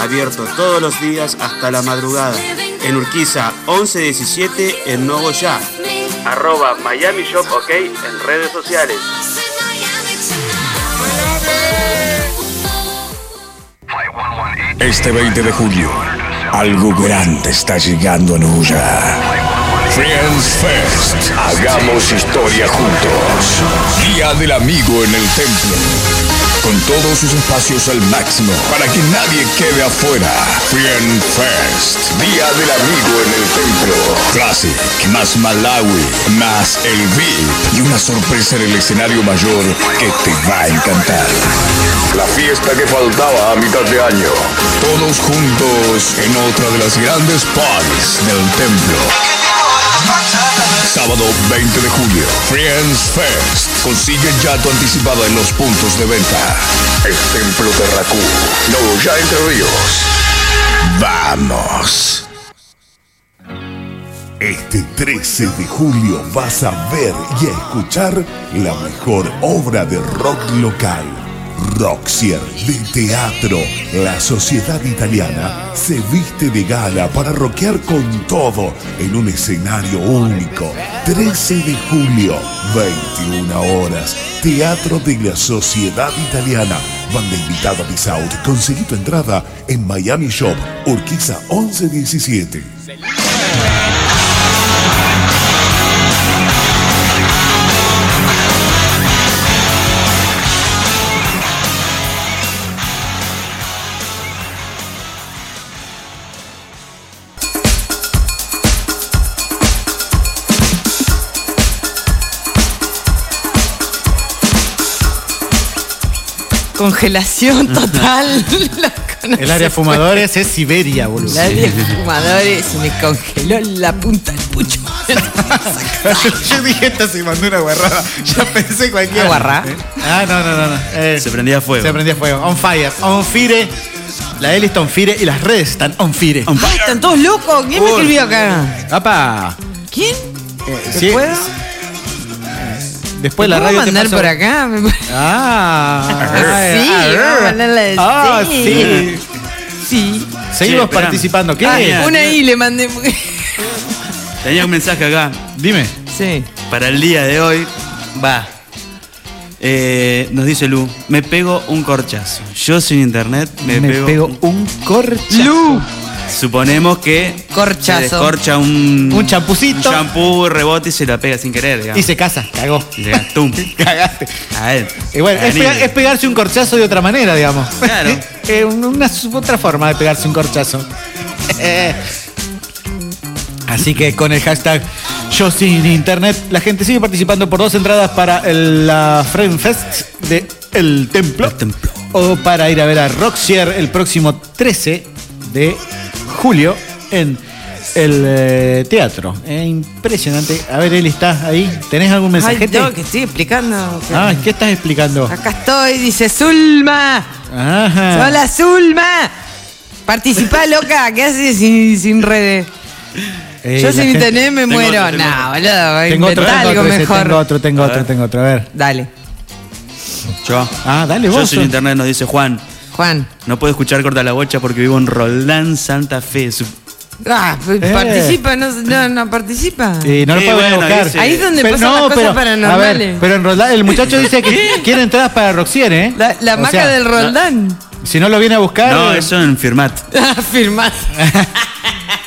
S6: abierto todos los días hasta la madrugada. En Urquiza 1117 en Nogoyá. Arroba Miami Shop OK en redes sociales.
S10: Este 20 de julio, algo grande está llegando a Nuya. Friends Fest. Hagamos historia juntos. Día del amigo en el templo. Con todos sus espacios al máximo para que nadie quede afuera. Friend Fest. Día del amigo en el templo. Classic, más Malawi, más el VIP. Y una sorpresa en el escenario mayor que te va a encantar. La fiesta que faltaba a mitad de año. Todos juntos en otra de las grandes parties del templo. Sábado 20 de julio, Friends Fest. Consigue ya tu anticipada en los puntos de venta. El Templo de Racú, Nogoyá Entre Ríos. ¡Vamos!
S5: Este 13 de julio vas a ver y a escuchar la mejor obra de rock local. Roxier de teatro. La sociedad italiana se viste de gala para rockear con todo en un escenario único. 13 de julio, 21 horas. Teatro de la Sociedad Italiana. Banda invitada Miss Out. Conseguí tu entrada en Miami Shop, Urquiza 1117.
S3: *laughs*
S2: Congelación total. *laughs* La conocí.
S3: El área fumadores es Siberia, boludo.
S2: El área fumadores se me congeló la punta del
S3: *laughs*
S2: pucho.
S3: Yo dije esta se mandó una guarrada. *laughs* Ya pensé cualquier.
S2: ¿Una guarrá?
S3: Ah, no, no, no. no. Eh,
S4: Se prendía fuego.
S3: se prendía fuego. On fire. On fire. La L está on fire y las redes están on fire.
S2: Ah, están todos locos. ¿Quién me escribió acá?
S3: ¡Apa!
S2: ¿Quién?
S3: Eh,
S2: ¿Te
S3: sí, Eh,
S2: puedo?
S3: Después
S2: ¿Te
S3: la
S2: puedo
S3: radio te
S2: mandar
S3: pasa-
S2: por acá? *laughs* Me-
S3: Ah,
S2: Sí,
S3: ah,
S2: vamos a mandarla de-
S3: ah,
S2: sí.
S3: sí.
S2: Sí.
S3: Seguimos
S4: espérame.
S3: participando. ¿Qué?
S2: Ah,
S4: Genial.
S2: una I le mandé. porque-
S4: Tenía un mensaje acá.
S3: Dime.
S2: Sí.
S4: Para el día de hoy, va. Eh, nos dice Lu, me pego un corchazo. Yo sin internet me, pego.
S3: un corchazo.
S4: Suponemos que.
S2: Corchazo.
S4: Se descorcha un.
S3: Un champucito.
S4: Un champú, rebote y se la pega sin querer, digamos.
S3: Y se casa. Cagó. *laughs*
S4: Y le das, tum.
S3: Cagaste.
S4: A él.
S3: Y bueno, es,
S4: Anime.
S3: pega- es pegarse un corchazo de otra manera, digamos. *laughs*
S4: Claro.
S3: Eh, un- una su- otra forma de pegarse un corchazo. *laughs* Así que con el hashtag Yo sin internet, la gente sigue participando por dos entradas para el, la Friend Fest de El Templo.
S4: El Templo.
S3: O para ir a ver a Roxier el próximo 13 de julio en el eh, teatro. Eh, impresionante. A ver, Eli, ¿estás ahí? ¿Tenés algún
S2: Ay,
S3: mensajete?
S2: no, que estoy explicando.
S3: Ah, ¿qué estás explicando?
S2: Acá estoy, dice Zulma.
S3: Ajá.
S2: ¡Hola, Zulma! Participá, loca. ¿Qué haces sin, sin redes?
S3: Eh,
S2: Yo
S3: la
S2: sin
S3: gente-
S2: internet me
S4: Tengo
S2: muero.
S4: otro, tengo
S2: no,
S4: otro.
S2: boludo.
S3: Tengo otro,
S2: Inventá
S3: tengo
S2: algo
S3: otro, ese,
S2: mejor.
S3: tengo otro, tengo otro, tengo otro. A ver.
S2: Dale.
S4: Yo.
S3: Ah, dale
S4: Yo
S3: vos.
S4: sin internet nos dice Juan.
S2: Juan.
S4: No puedo escuchar corta la bocha porque vivo en Roldán, Santa Fe. Su-
S2: Ah, p-
S3: Eh.
S2: participa, no, no, no participa.
S3: Sí, no lo
S4: Sí,
S3: puedo
S4: bueno,
S3: buscar.
S4: dice-
S2: Ahí es donde pasan las cosas
S3: A
S2: paranormales.
S3: ver, pero en Roldán,
S2: *laughs*
S3: el muchacho dice que quiere entradas para Roxier, ¿eh?
S2: La, la
S3: O
S2: maca
S3: sea,
S2: del Roldán.
S3: Si no lo viene a buscar.
S4: No,
S3: eh,
S4: eso en Firmat.
S2: *laughs* Firmás.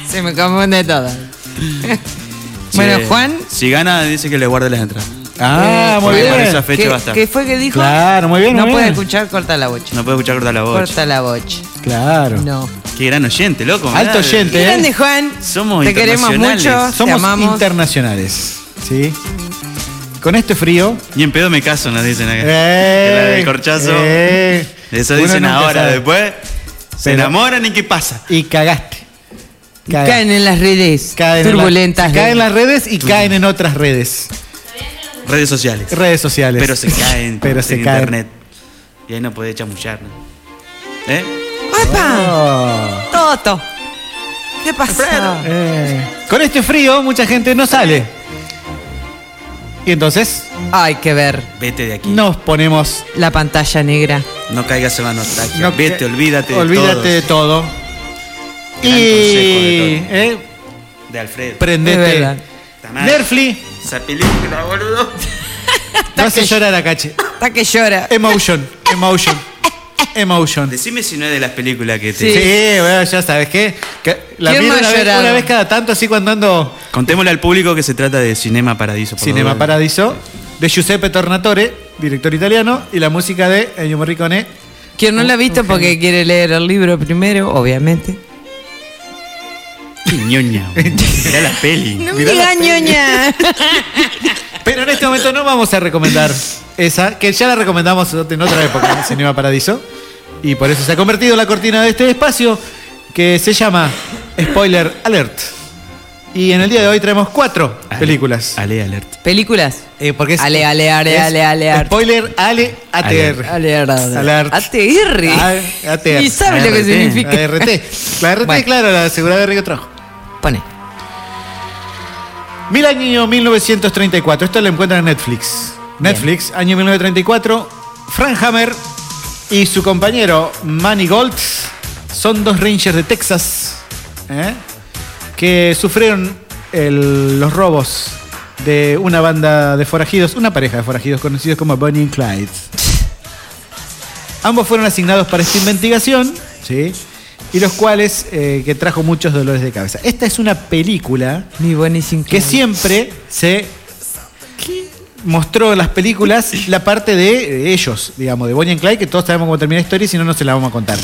S2: Se me confunde
S3: *laughs*
S2: todo.
S4: Sí.
S2: bueno, Juan.
S4: Si gana, dice que le guarde las entradas.
S3: Ah,
S2: eh,
S3: muy
S4: porque
S3: bien.
S4: para esa fecha
S2: ¿Qué-
S4: va a estar.
S2: ¿Qué fue que dijo?
S3: Claro, muy bien,
S2: No
S3: muy
S2: puede
S3: bien.
S2: escuchar, corta la bocha.
S4: No puedo escuchar corta la bocha.
S2: Corta la bocha.
S3: Claro.
S2: No.
S4: Qué gran oyente, loco.
S3: Alto
S4: mirá.
S3: oyente.
S2: Qué
S3: ¿Eh?
S2: grande, Juan.
S4: Somos
S2: Te queremos
S4: internacionales.
S2: mucho. te
S3: Somos
S2: amamos.
S3: internacionales. ¿Sí? Con este frío.
S4: Y en pedo me caso, nos dicen acá.
S3: Eh,
S4: *laughs* Que la del corchazo.
S3: eh,
S4: Eso
S3: uno
S4: dicen
S3: nunca
S4: ahora.
S3: sabe.
S4: Después se
S3: Pero-
S4: enamoran y qué pasa.
S3: Y cagaste. Cagaste.
S2: Caen en las redes
S3: Caen en la-
S2: turbulentas. de-
S3: caen en las redes y caen en otras redes.
S4: Redes sociales.
S3: Redes sociales.
S4: Pero se caen.
S3: *laughs* Pero
S4: en
S3: se caen.
S4: internet. Y ahí no podés chamullar. ¿no? ¿Eh?
S2: ¡Apa!
S3: Oh.
S2: Toto. ¿Qué pasó?
S3: Eh, con este frío mucha gente no sale. Y entonces
S2: Hay que ver
S4: Vete de aquí.
S3: nos ponemos...
S2: la pantalla negra.
S4: No caigas en la nostalgia.
S3: no-
S4: Vete, olvídate,
S3: Olvídate
S4: de
S3: de
S4: todo.
S3: todo. Y...
S4: Gran consejo
S3: eh,
S4: De Alfredo.
S2: Es
S3: prendete.
S2: verdad.
S4: Tamar.
S3: Nerfli,
S4: Esa película, boludo.
S3: no hace llorar a Cache.
S2: Está que llora.
S3: Eh, Emotion, emotion, emotion. Sí,
S4: Decime si no es de las películas que te.
S2: Sí.
S3: bueno, ya sabes qué. Que la
S2: ¿Quién
S3: miro
S2: no ha
S3: una vez,
S2: llorado?
S3: una vez cada tanto así cuando ando
S4: Contémosle al público que se trata de Cinema Paradiso. por
S3: Cinema
S4: favor.
S3: Paradiso de Giuseppe Tornatore, director italiano, y la música de Ennio Morricone.
S2: Quien no la ha visto porque quiere leer el libro primero, obviamente.
S4: Qué ñoña.
S3: *laughs*
S4: boludo. Mirá la peli.
S2: No me digas ñoña.
S3: Pero en este momento no vamos a
S4: *laughs*
S3: recomendar esa, que ya la recomendamos en otra época, Cinema Paradiso. Y por eso se ha convertido en la cortina de este espacio, que se llama Spoiler Alert. Y en el día de hoy traemos cuatro
S4: Ale-
S3: películas.
S4: Ale Alert.
S2: *laughs* Películas.
S3: Eh, porque es-
S2: Ale, ale, ale,
S3: es
S2: ale, ale, ale.
S3: Spoiler Ale ATR.
S2: Alert.
S3: Alert.
S2: ATR.
S3: A- ATR.
S2: Y sabe lo que
S4: ART.
S2: significa.
S3: La RT. La RT,
S2: Bueno.
S3: claro, la aseguradora de Río Trabajo.
S2: Pone.
S3: Mil año 1934. Esto lo encuentran en Netflix. Netflix, año 1934. Frank Hammer y su compañero Manny Gold son dos Rangers de Texas ¿eh? que sufrieron el- los robos de una banda de forajidos, una pareja de forajidos conocidos como Bonnie y Clyde. Ambos fueron asignados para esta investigación, ¿sí? y los cuales eh, que trajo muchos dolores de cabeza. Esta es una película
S2: Mi buenísimo.
S3: que siempre se mostró en las películas la parte de ellos, digamos, de Bonnie and Clyde, que todos sabemos cómo termina la historia y si no, no se la vamos a contar.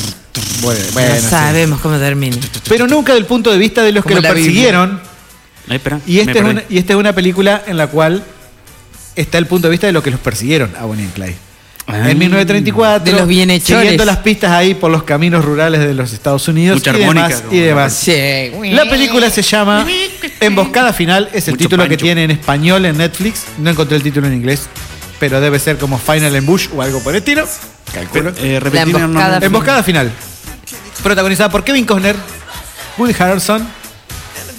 S3: Bueno, bueno,
S2: No
S3: sí.
S2: sabemos cómo termina.
S3: Pero nunca del punto de vista de los que
S2: Como
S3: lo
S2: la Biblia.
S3: persiguieron.
S4: Ay, espera.
S3: Y
S4: me
S3: esta, es
S4: perdí.
S3: una, y esta es una película en la cual está el punto de vista de los que los persiguieron a Bonnie and Clyde.
S4: Ah.
S3: en 1934,
S2: De los bienhechores.
S3: siguiendo las pistas ahí por los caminos rurales de los Estados Unidos
S4: Mucha
S3: y
S4: armónica,
S3: demás,
S4: como
S3: y
S4: la
S3: demás.
S2: Sí.
S3: La película se llama Emboscada Final, es el
S4: Mucho
S3: título que
S4: pancho.
S3: tiene en español en Netflix. No encontré el título en inglés, pero debe ser como Final Ambush o algo por el estilo. Calculo.
S4: Eh, repetime,
S2: La emboscada
S4: Hernán.
S2: final.
S3: Emboscada Final. Protagonizada por Kevin Costner, Woody Harrelson,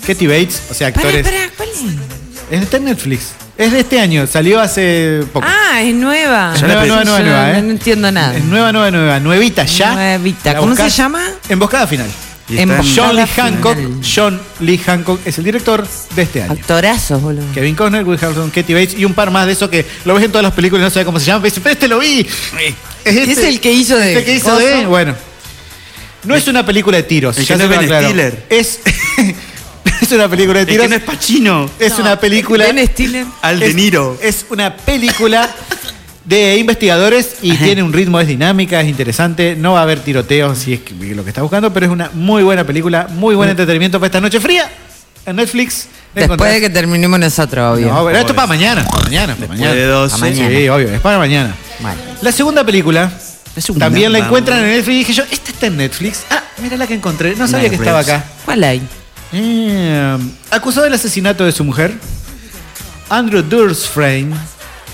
S3: Katie Bates, o sea, actores.
S2: Pará, pará, ¿cuál es?
S3: Es- Está en Netflix. Es de este año, salió hace poco.
S2: Ah, es nueva.
S3: Es nueva, nueva, nueva,
S2: Yo
S3: nueva,
S2: no-
S3: ¿eh?
S2: No entiendo nada.
S3: Es nueva, nueva, nueva. Nuevita ya.
S2: Nuevita.
S3: La
S2: ¿Cómo se
S3: buscás-
S2: llama?
S3: Emboscada final.
S4: Y está en-
S3: John
S2: Final.
S3: Lee Hancock. John Lee Hancock es el director de este año.
S2: Actorazos, boludo.
S3: Kevin Costner, Will Harrison, Katie Bates y un par más de esos que lo ves en todas las películas y no sabes cómo se llama. Pero dices, "Pero este lo vi.
S4: Eh,
S3: Es,
S2: Es el que hizo de-
S3: Es el que hizo de.
S2: Coso.
S3: Bueno. No es una película de tiros.
S4: El
S3: ya
S4: que
S3: se
S4: no es
S3: lo
S4: Ben
S3: aclaro.
S4: Stiller.
S3: Es, *laughs* es una película de
S4: Es
S3: tiros.
S4: que no es Pachino.
S3: Es una película.
S2: Ben Stiller.
S4: Al De
S3: es-
S4: Niro.
S3: Es, una película de investigadores y tiene un ritmo, es dinámica, es interesante. No va a haber tiroteos si es que- lo que está buscando, pero es una muy buena película, muy
S4: Mm.
S3: buen entretenimiento para esta noche fría en Netflix. La
S2: Después
S3: encontrás.
S2: de que terminemos nosotros, obvio.
S3: No, pero esto es para mañana. Para mañana, para mañana.
S4: de 12.
S3: Para mañana. Sí, obvio, es para mañana.
S2: Mal.
S3: La segunda película.
S4: segunda,
S3: también la
S4: vamos.
S3: encuentran en Netflix y dije yo, esta está en Netflix. Ah, mira la que encontré. No sabía que
S4: Netflix.
S3: estaba acá.
S2: ¿Cuál hay?
S3: Eh, acusado del asesinato de su mujer, Andrew Dusfrain,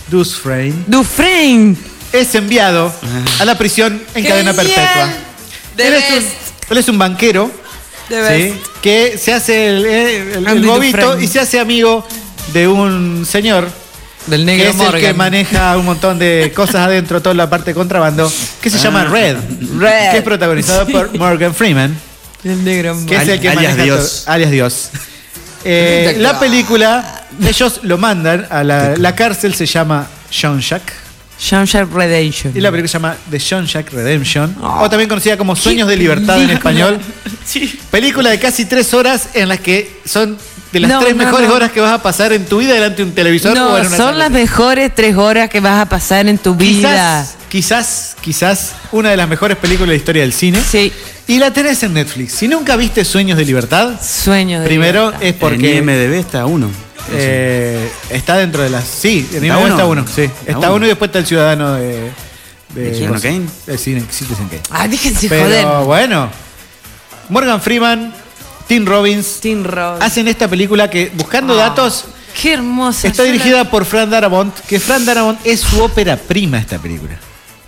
S3: Dusfrain
S2: Dufresne.
S3: es enviado a la prisión en cadena perpetua.
S9: The
S3: Él es,
S9: best.
S3: un, él es un banquero
S9: The
S3: ¿sí? que se hace el, el- el
S2: Andrew
S3: bobito
S2: Dufresne.
S3: y se hace amigo de un señor
S2: Del
S3: que
S2: negro
S3: es el
S2: Morgan.
S3: que maneja un montón
S2: *laughs*
S3: de cosas adentro, toda la parte de contrabando, que se llama Red,
S2: Ah. Red.
S3: que es protagonizado por Morgan Freeman.
S2: El negro
S3: que es
S2: Morgan.
S3: el que
S4: Alias
S3: maneja
S4: Dios.
S3: todo- alias Dios. Eh,
S2: Espectacular.
S3: la película, ellos lo mandan a la, la cárcel, se llama John Shack.
S2: Jean-Jacques Redemption.
S3: Y la película se llama The John Shack Redemption, o también conocida como Sueños de Libertad en *laughs* español. Película de casi tres horas en las que son de las
S2: No,
S3: tres
S2: no,
S3: mejores
S2: no.
S3: horas que vas a pasar en tu vida delante de un televisor o
S2: No,
S3: en una
S2: son
S3: sala.
S2: las mejores tres horas que vas a pasar en tu vida.
S3: Quizás, quizás, quizás una de las mejores películas de la historia del cine.
S2: Sí,
S3: Y la tenés en Netflix. Si nunca viste Sueños de Libertad,
S2: sueño de
S3: primero
S2: libertad.
S3: es porque...
S4: En IMDB está uno.
S3: Eh, está dentro de las. Sí, en
S4: ¿Está
S3: IMDb
S4: uno?
S3: está uno. Sí, está,
S4: uno.
S3: uno. y después está el ciudadano de.
S4: ¿De Ciudadano Kane?
S3: Eh, sí, de Citizen Kane.
S2: Ah, déjense
S3: Pero
S2: joder.
S3: bueno. Morgan Freeman, Tim Robbins
S2: Tim Robbins.
S3: hacen esta película que, buscando Ah,
S2: Ah.
S3: datos,
S2: Qué hermosa.
S3: está
S2: Yo la-
S3: dirigida por Fran Darabont, que Fran Darabont es su ópera prima esta película.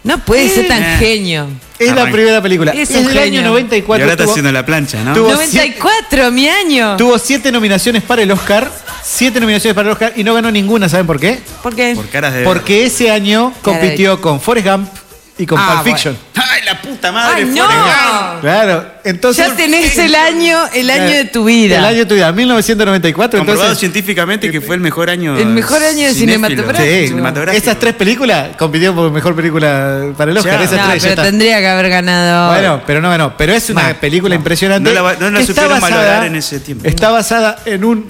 S2: No puede ser tan
S4: Eh.
S2: genio.
S3: Es la
S4: Arranca.
S3: primera película.
S2: Es
S3: Es,
S2: un
S3: del año
S2: genio.
S4: Y ahora
S3: 94.
S4: está
S3: tuvo-
S4: haciendo la plancha, ¿no?
S3: tuvo-
S2: 94, mi año.
S3: Tuvo siete nominaciones para el Oscar. Siete nominaciones para el Oscar y no ganó ninguna, ¿saben por qué?
S2: ¿Por qué?
S4: Por caras Ah, de.
S3: Porque ese año
S2: Cara de-
S3: compitió con Forrest Gump y con
S2: Ah,
S3: Pulp Fiction.
S4: ¡Ay, la puta madre!
S2: ¡Ay, no!
S4: Forrest Gump!
S3: Claro, entonces.
S2: Ya tenés el año, el año de tu vida.
S3: Eh, El año de tu vida, 1994.
S4: Comprobado
S3: Entonces,
S4: científicamente que fue el mejor año.
S2: El mejor año de
S4: cinéfilo.
S2: cinematográfico.
S4: Sí,
S3: Sí,
S4: cinematográfico.
S3: esas tres películas compitieron por mejor película para el Oscar.
S4: Ya.
S3: Esas
S2: No,
S3: tres, ya
S2: pero
S3: está.
S2: tendría que haber ganado.
S3: Bueno, pero no ganó. Pero es una
S2: Ah, Bueno,
S3: película impresionante.
S4: No la va- no la
S3: que está
S4: supieron valorar en ese tiempo.
S3: Está basada en un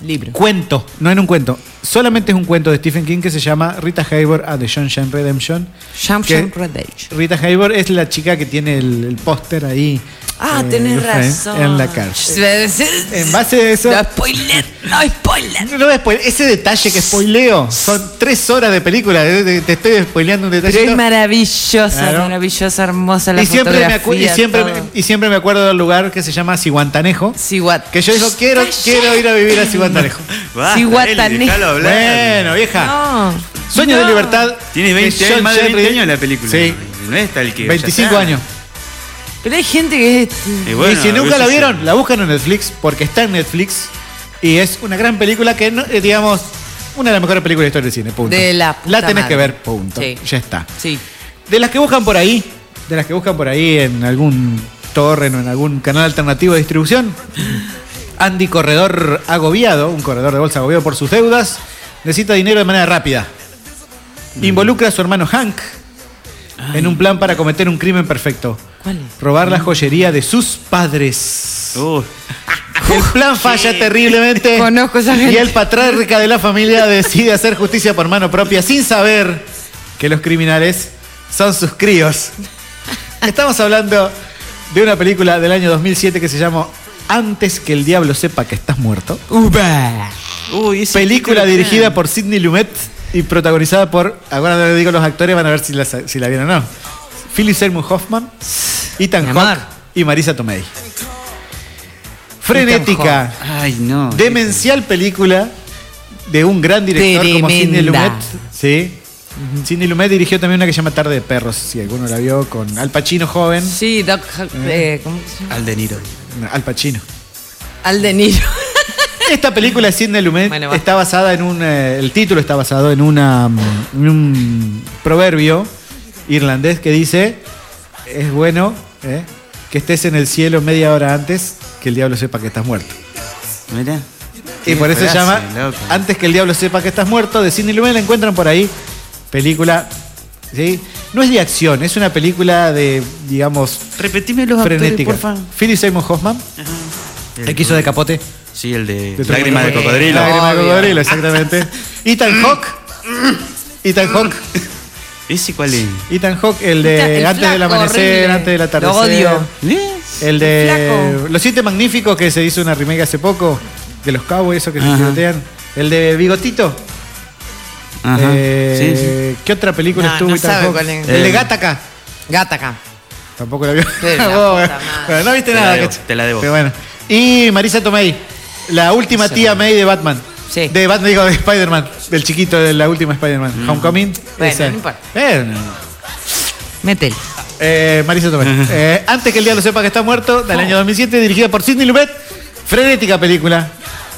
S2: libro.
S3: cuento, no en un cuento. Solamente es un cuento de Stephen King que se llama Rita Hayworth a The Sunshine Redemption.
S2: Jean-Jacques
S3: que-
S2: Redemption.
S3: Rita Hayworth es la chica que tiene el, el póster ahí.
S2: Ah,
S3: eh,
S2: tenés
S3: frame,
S2: razón.
S3: En la cárcel. En
S2: En
S3: base a eso-
S2: No spoiler, no spoiler.
S3: No, después, ese detalle que spoileo. Son tres horas de película. eh, Te, te estoy spoileando un
S2: Pero es
S3: detalle.
S2: maravillosa,
S3: Claro.
S2: maravillosa, hermosa la
S3: Y siempre, me acu- y,
S2: fotografía,
S3: siempre
S2: todo.
S3: me, y siempre me acuerdo del lugar que se llama Ciguantanejo.
S2: Sí, what-
S3: Que yo digo, quiero, quiero ir a vivir a
S4: *laughs*
S3: Ciguantanejo.
S4: Basta,
S2: Sí,
S4: Eli,
S2: Guatané.
S4: déjalo hablar.
S3: Bueno, vieja.
S2: No.
S3: Sueño de
S2: No.
S3: libertad.
S4: Tiene
S3: de
S4: 20 años,
S3: John
S4: más de 20
S3: Shepard.
S4: años la película.
S3: Sí.
S4: No es tal que.
S3: 25 años.
S2: Pero hay gente que es. este.
S4: Y, bueno,
S3: y si nunca
S4: hubiese
S3: la
S4: sido.
S3: vieron, la buscan en Netflix porque está en Netflix y es una gran película que, no- eh, digamos, una de las mejores películas de la historia del cine. Punto.
S2: De la puta
S3: tenés
S2: madre.
S3: que ver, punto.
S2: Sí.
S3: Ya está.
S2: Sí.
S3: De las que buscan por ahí, de las que buscan por ahí en algún torrent o en algún canal alternativo de distribución, Andy Corredor agobiado, un corredor de bolsa agobiado por sus deudas, necesita dinero de manera rápida.
S2: Mm.
S3: Involucra a su hermano Hank en un plan para cometer un crimen perfecto.
S2: ¿Cuál es? Mm.
S3: Robar la joyería de sus padres.
S4: Uh,
S3: *laughs* El plan falla terriblemente.
S2: Conozco esa gente.
S3: Y el patriarca de la familia decide hacer justicia por mano propia sin saber que los criminales son sus críos. Estamos hablando de una película del año 2007 que se llama Antes que el diablo sepa que estás muerto.
S2: Uber.
S4: uy, ese
S3: Película
S4: título,
S3: dirigida por Sidney Lumet y protagonizada por, ahora no le digo los actores, van a ver si la, si la vieron o no. Philip Seymour Hoffman,
S2: Mi
S3: Ethan
S2: amor.
S3: Hawke y Marisa Tomei. Frenética,
S4: claro. Ay, no.
S3: demencial película de un gran director como
S2: Tremenda.
S3: Sidney Lumet, ¿sí? Sidney Lumet dirigió también una que se llama Tarde de Perros, si alguno la vio, con Al Pacino joven.
S2: Sí, Doc. eh, ¿cómo se llama?
S4: Al De Niro.
S3: Al
S2: *laughs*
S3: Pacino.
S2: Al De Niro. *laughs*
S3: Esta película de Sidney Lumet
S2: Bueno, va.
S3: está basada en un. eh, el título está basado en, una, mm, en un proverbio irlandés que dice: Es bueno eh, que estés en el cielo media hora antes que el diablo sepa que estás muerto.
S4: Mira.
S3: Y por eso se llama Antes que el diablo sepa que estás muerto de Sidney Lumet. La encuentran por ahí. Película. ¿sí? No es de acción, es una película de, digamos,
S4: Repetime los
S3: frenética.
S4: actores, porfa.
S3: Philip Seymour Hoffman,
S4: El-
S3: el que hizo de capote.
S4: Sí, el de,
S3: De
S4: Lágrima de
S3: Turbulento.
S4: Cocodrilo.
S3: Lágrima de
S2: Obvio. *laughs*
S3: cocodrilo, exactamente. Ethan Hawke. Ethan Hawke.
S4: ¿Ese cuál
S3: Eh,
S4: es?
S3: Ethan Hawke, el de
S2: El
S3: Antes del
S2: flaco
S3: amanecer,
S2: horrible.
S3: antes del
S2: Lo
S3: atardecer.
S2: odio.
S4: ¿Eh?
S3: El de
S2: flaco.
S3: Los Siete Magníficos, que se hizo una remake hace poco. De los cowboys, esos que se
S4: Ajá.
S3: tirotean. El de Bigotito.
S4: Ajá.
S3: Eh,
S4: Sí, sí.
S3: ¿Qué otra película
S2: No,
S3: estuvo
S2: no
S3: Ethan
S2: sabe
S3: Hawke?
S2: cuál es.
S3: El de
S4: Eh.
S3: Gataca.
S2: Gata acá.
S3: Tampoco la vio.
S2: Pero la
S3: *laughs* Vos,
S2: puta madre.
S3: bueno, no viste
S4: Te la
S3: nada.
S4: debo,
S3: cacho.
S4: te la debo.
S3: Pero bueno. Y Marisa Tomei, la última tía May de Batman.
S2: Sí.
S3: De Batman, digo, de Spider-Man. Del chiquito, de la última
S4: Mm.
S3: Spider-Man. Homecoming.
S2: Bueno, no importa.
S3: Eh, no, no.
S2: Métele.
S3: Eh, Marisa Tomei. Eh, antes que el diablo sepa que está muerto, del año 2007, dirigida por Sidney Lumet. Frenética película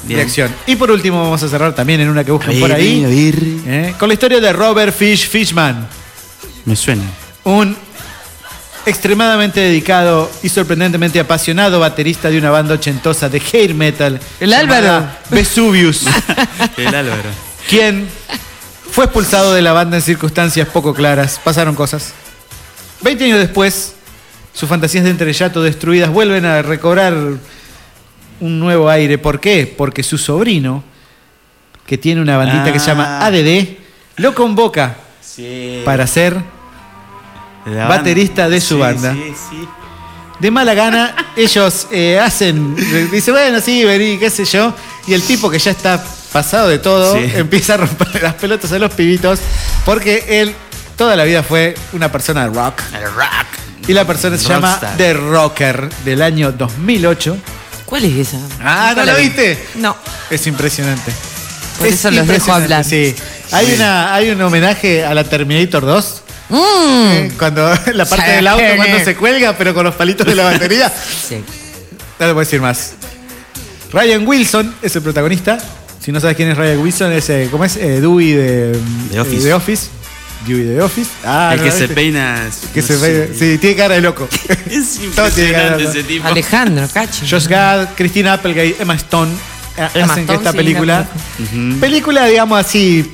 S4: Bien.
S3: de acción. Y por último, vamos a cerrar también en una que buscan
S4: A
S3: por
S4: ver,
S3: ahí.
S4: a ver.
S3: eh, con la historia de Robert Fish Fishman.
S4: Me suena.
S3: un extremadamente dedicado y sorprendentemente apasionado baterista de una banda ochentosa de hair metal.
S2: El
S3: llamada
S2: Álvaro.
S3: Vesuvius,
S4: El Álvaro.
S3: quien fue expulsado de la banda en circunstancias poco claras. Pasaron cosas. Veinte años después, sus fantasías de entrellato destruidas vuelven a recobrar un nuevo aire. ¿Por qué? Porque su sobrino, que tiene una bandita que se llama
S4: Ah.
S3: ADD, lo convoca
S4: Sí.
S3: para ser baterista de su banda.
S4: Sí, sí.
S3: De mala gana, ellos eh, hacen. Dice, bueno, sí, vení, qué sé yo. Y el tipo que ya está pasado de todo
S4: Sí.
S3: empieza a romper *laughs* las pelotas a los pibitos. Porque él toda la vida fue una persona de rock.
S4: El rock.
S3: Y la persona se llama
S4: Rockstar.
S3: The Rocker del año 2008.
S2: ¿Cuál es esa?
S3: Ah, ¿no
S2: Nunca la
S3: la
S2: vi.
S3: viste?
S2: No.
S3: Es impresionante.
S2: Por eso los dejo
S3: impresionante,
S2: hablar.
S3: Sí. Hay, una, hay un homenaje a la Terminator 2.
S2: Mm.
S3: eh, Cuando *laughs* la parte
S2: Sí.
S3: del auto cuando se cuelga, pero con los palitos de la batería.
S2: Sí.
S3: No le puedo decir más. Ryan Wilson es el protagonista. Si no sabes quién es Ryan Wilson, es, eh, ¿cómo es? Eh, Dewey de
S4: The Office.
S3: eh, The Office. Dewey de Office. Ah,
S4: el
S3: no,
S4: que
S3: no,
S4: se
S3: ¿viste?
S4: peina.
S3: Que
S4: no
S3: se
S4: sé.
S3: ve- Sí, tiene cara de loco.
S4: *laughs* Es
S3: Todo tiene cara de
S4: impresionante
S3: loco.
S4: ese tipo.
S2: Mm. Alejandro, cacho.
S3: Josh Gad, Christina Applegate, Emma Stone eh,
S2: Emma
S3: hacen que
S2: Stone,
S3: esta
S2: sí,
S3: película. Película, digamos así,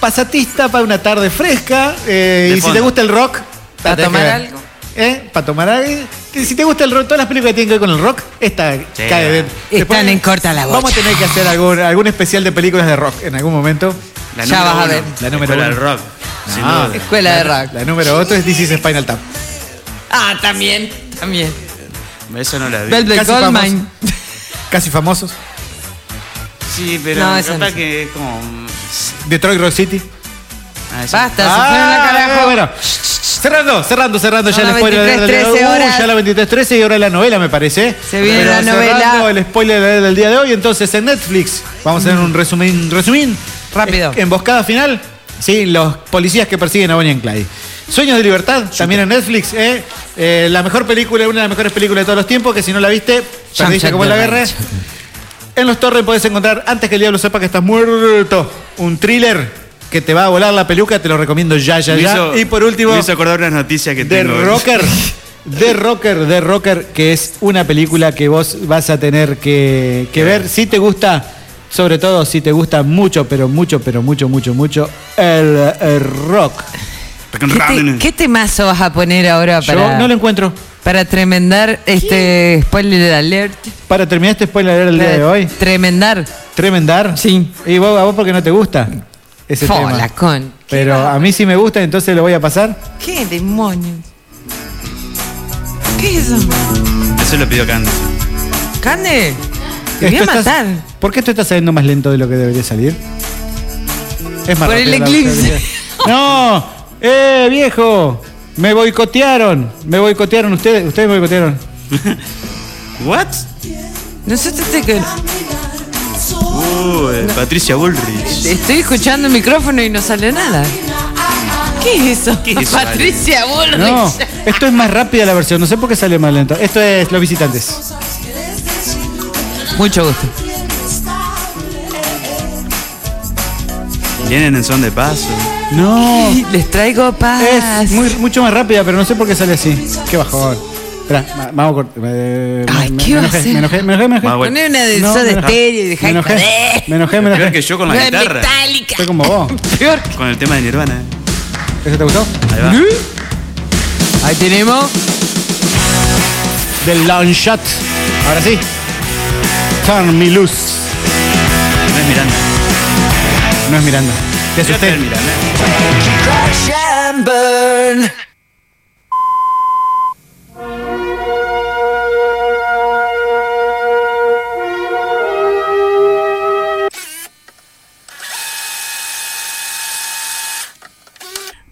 S3: pasatista para una tarde fresca. eh, y
S4: De
S3: si
S4: fondo.
S3: te gusta el rock,
S2: Para
S3: la tenés que
S2: tomar
S3: ver.
S2: algo.
S3: ¿Eh? Para tomar algo. Que Si te gusta el rock, todas las películas que tienen que ver con el rock, esta
S4: Sí.
S3: cae de- Después
S2: en corta la
S3: Vamos a
S2: bocha.
S3: tener que hacer algún, algún especial de películas de rock en algún momento.
S4: La
S2: Ya
S4: número
S2: vas a
S4: uno.
S2: ver.
S3: La número
S4: Escuela
S3: uno.
S4: del rock. sin
S3: No.
S4: duda.
S2: Escuela de rock.
S3: La número 8 es This is Spinal Tap.
S2: Ah, también. También.
S4: Eso no la vi.
S2: Velvet
S3: Casi
S2: Goldmine.
S3: Casi famosos.
S4: Sí, pero
S2: No, esa
S4: capaz
S2: no sé.
S4: que es como.
S3: Detroit Rock City.
S4: Ah, esa-
S2: Basta, se fueron la carajo.
S3: bueno. Cerrando, cerrando, cerrando ya
S2: Son
S3: el
S2: las
S3: spoiler
S2: 23:13
S3: del día de hoy.
S2: horas.
S3: ya la 23.13 y ahora la novela, me parece.
S2: Se viene
S3: Pero
S2: la novela.
S3: cerrando el spoiler del día de hoy, entonces en Netflix. Vamos a hacer un resumen, resumen.
S2: Mm. Rápido.
S3: Eh, Emboscada final. Sí, los policías que persiguen a Bonnie and Clyde. Sueños de libertad, también en Netflix. eh. Eh, la mejor película, una de las mejores películas de todos los tiempos, que si no la viste, perdiste
S2: Sunset
S3: como en la
S2: Night.
S3: guerra. En Los Torres podés encontrar Antes que el diablo sepa que estás muerto. Un thriller que te va a volar la peluca, te lo recomiendo ya, ya,
S4: Me
S3: ya.
S4: hizo-
S3: y por último,
S4: Me hizo acordar unas noticias que
S3: The
S4: tengo. *laughs*
S3: Rocker. The Rocker, The Rocker, que es una película que vos vas a tener que, que ver. Si te gusta, sobre todo si te gusta mucho, pero mucho, pero mucho, mucho, mucho, el, el rock.
S2: ¿Qué, te- qué temazo vas a poner ahora para,
S3: Yo no lo encuentro.
S2: para tremendar este spoiler alert?
S3: Para terminar este spoiler del día de
S2: Para
S3: hoy,
S2: Tremendar.
S3: tremendar.
S2: Sí.
S3: Y vos, a vos porque no te gusta ese
S2: Fo,
S3: tema.
S2: la con.
S3: Pero a mí sí me gusta, entonces lo voy a pasar.
S2: ¿Qué demonio? ¿Qué es eso?
S4: Eso lo pidió Candy.
S2: Cande, te voy a
S3: Esto está-
S2: matar.
S3: ¿Por qué esto está saliendo más lento de lo que debería salir? Es más
S2: Por el
S3: rápido, la
S2: eclipse.
S3: verdad. ¡No! ¡Eh, viejo! Me boicotearon. Me boicotearon ustedes. Ustedes
S2: *laughs*
S3: me boicotearon.
S4: ¿What?
S2: Nosotros te, que-
S4: Uh, Patricia Bullrich.
S2: estoy escuchando el micrófono y no sale nada. ¿Qué es eso?
S4: ¿Qué es eso,
S2: Patricia Bullrich.
S3: No, esto es más rápida la versión, no sé por qué sale más lento. Esto es Los Visitantes.
S2: Mucho gusto.
S4: Vienen en son de paso.
S3: No,
S2: Les traigo paz.
S3: es muy- mucho más rápida, pero no sé por qué sale así. Qué bajón. Espera, ma- vamos a cortar. eh,
S2: Ay,
S3: me-
S2: ¿qué
S3: me
S2: va a
S3: enojé,
S2: hacer?
S3: Me enojé, me enojé, me enojé.
S4: Más bueno.
S2: Poné una de
S3: No,
S2: Soda
S3: me-
S2: Stereo y
S3: Me
S2: dejá de
S3: enojé,
S2: joder.
S3: me enojé, me
S4: Peor que
S3: enojé.
S4: yo con la
S2: Una de
S4: guitarra.
S2: Metallica.
S3: Estoy como vos.
S2: Peor que-
S4: Con el tema de Nirvana. eh.
S3: ¿Eso te gustó?
S4: Ahí va.
S2: Ahí tenemos.
S3: Del Long Shot. Ahora sí. Turn me loose.
S4: No es Miranda.
S3: No es Miranda. Te asusté.
S4: Miranda.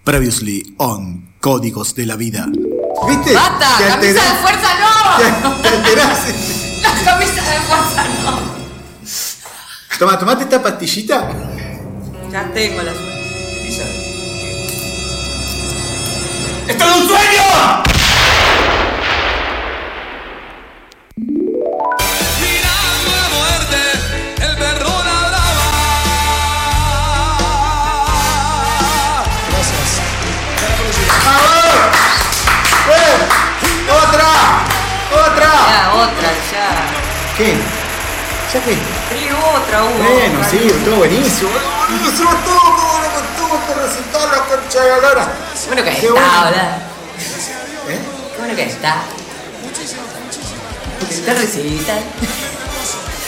S8: Previously on Códigos de la Vida. ¿Viste?
S7: ¡Basta!
S8: Te
S7: ¡Camisa de
S8: alterás.
S7: fuerza no!
S8: *laughs* Te alterás.
S7: *laughs* ¡La camisa de fuerza no!
S8: Toma, tomate esta pastillita.
S9: Ya tengo la suerte.
S6: ¡Esto es un sueño!
S8: ¡Otra! ¡Otra!
S9: Ya, otra, ya.
S8: ¿Qué? ¿Ya qué?
S9: Tres, otra, uno.
S8: Bueno, sí, estuvo buenísimo. Boludo, se va todo, boludo, tuvo que resultar la concha de la lora.
S9: Bueno que
S8: Qué
S9: está,
S8: bueno.
S9: ¿verdad?
S1: ¿Eh?
S9: Qué bueno que está. Que Está recibida.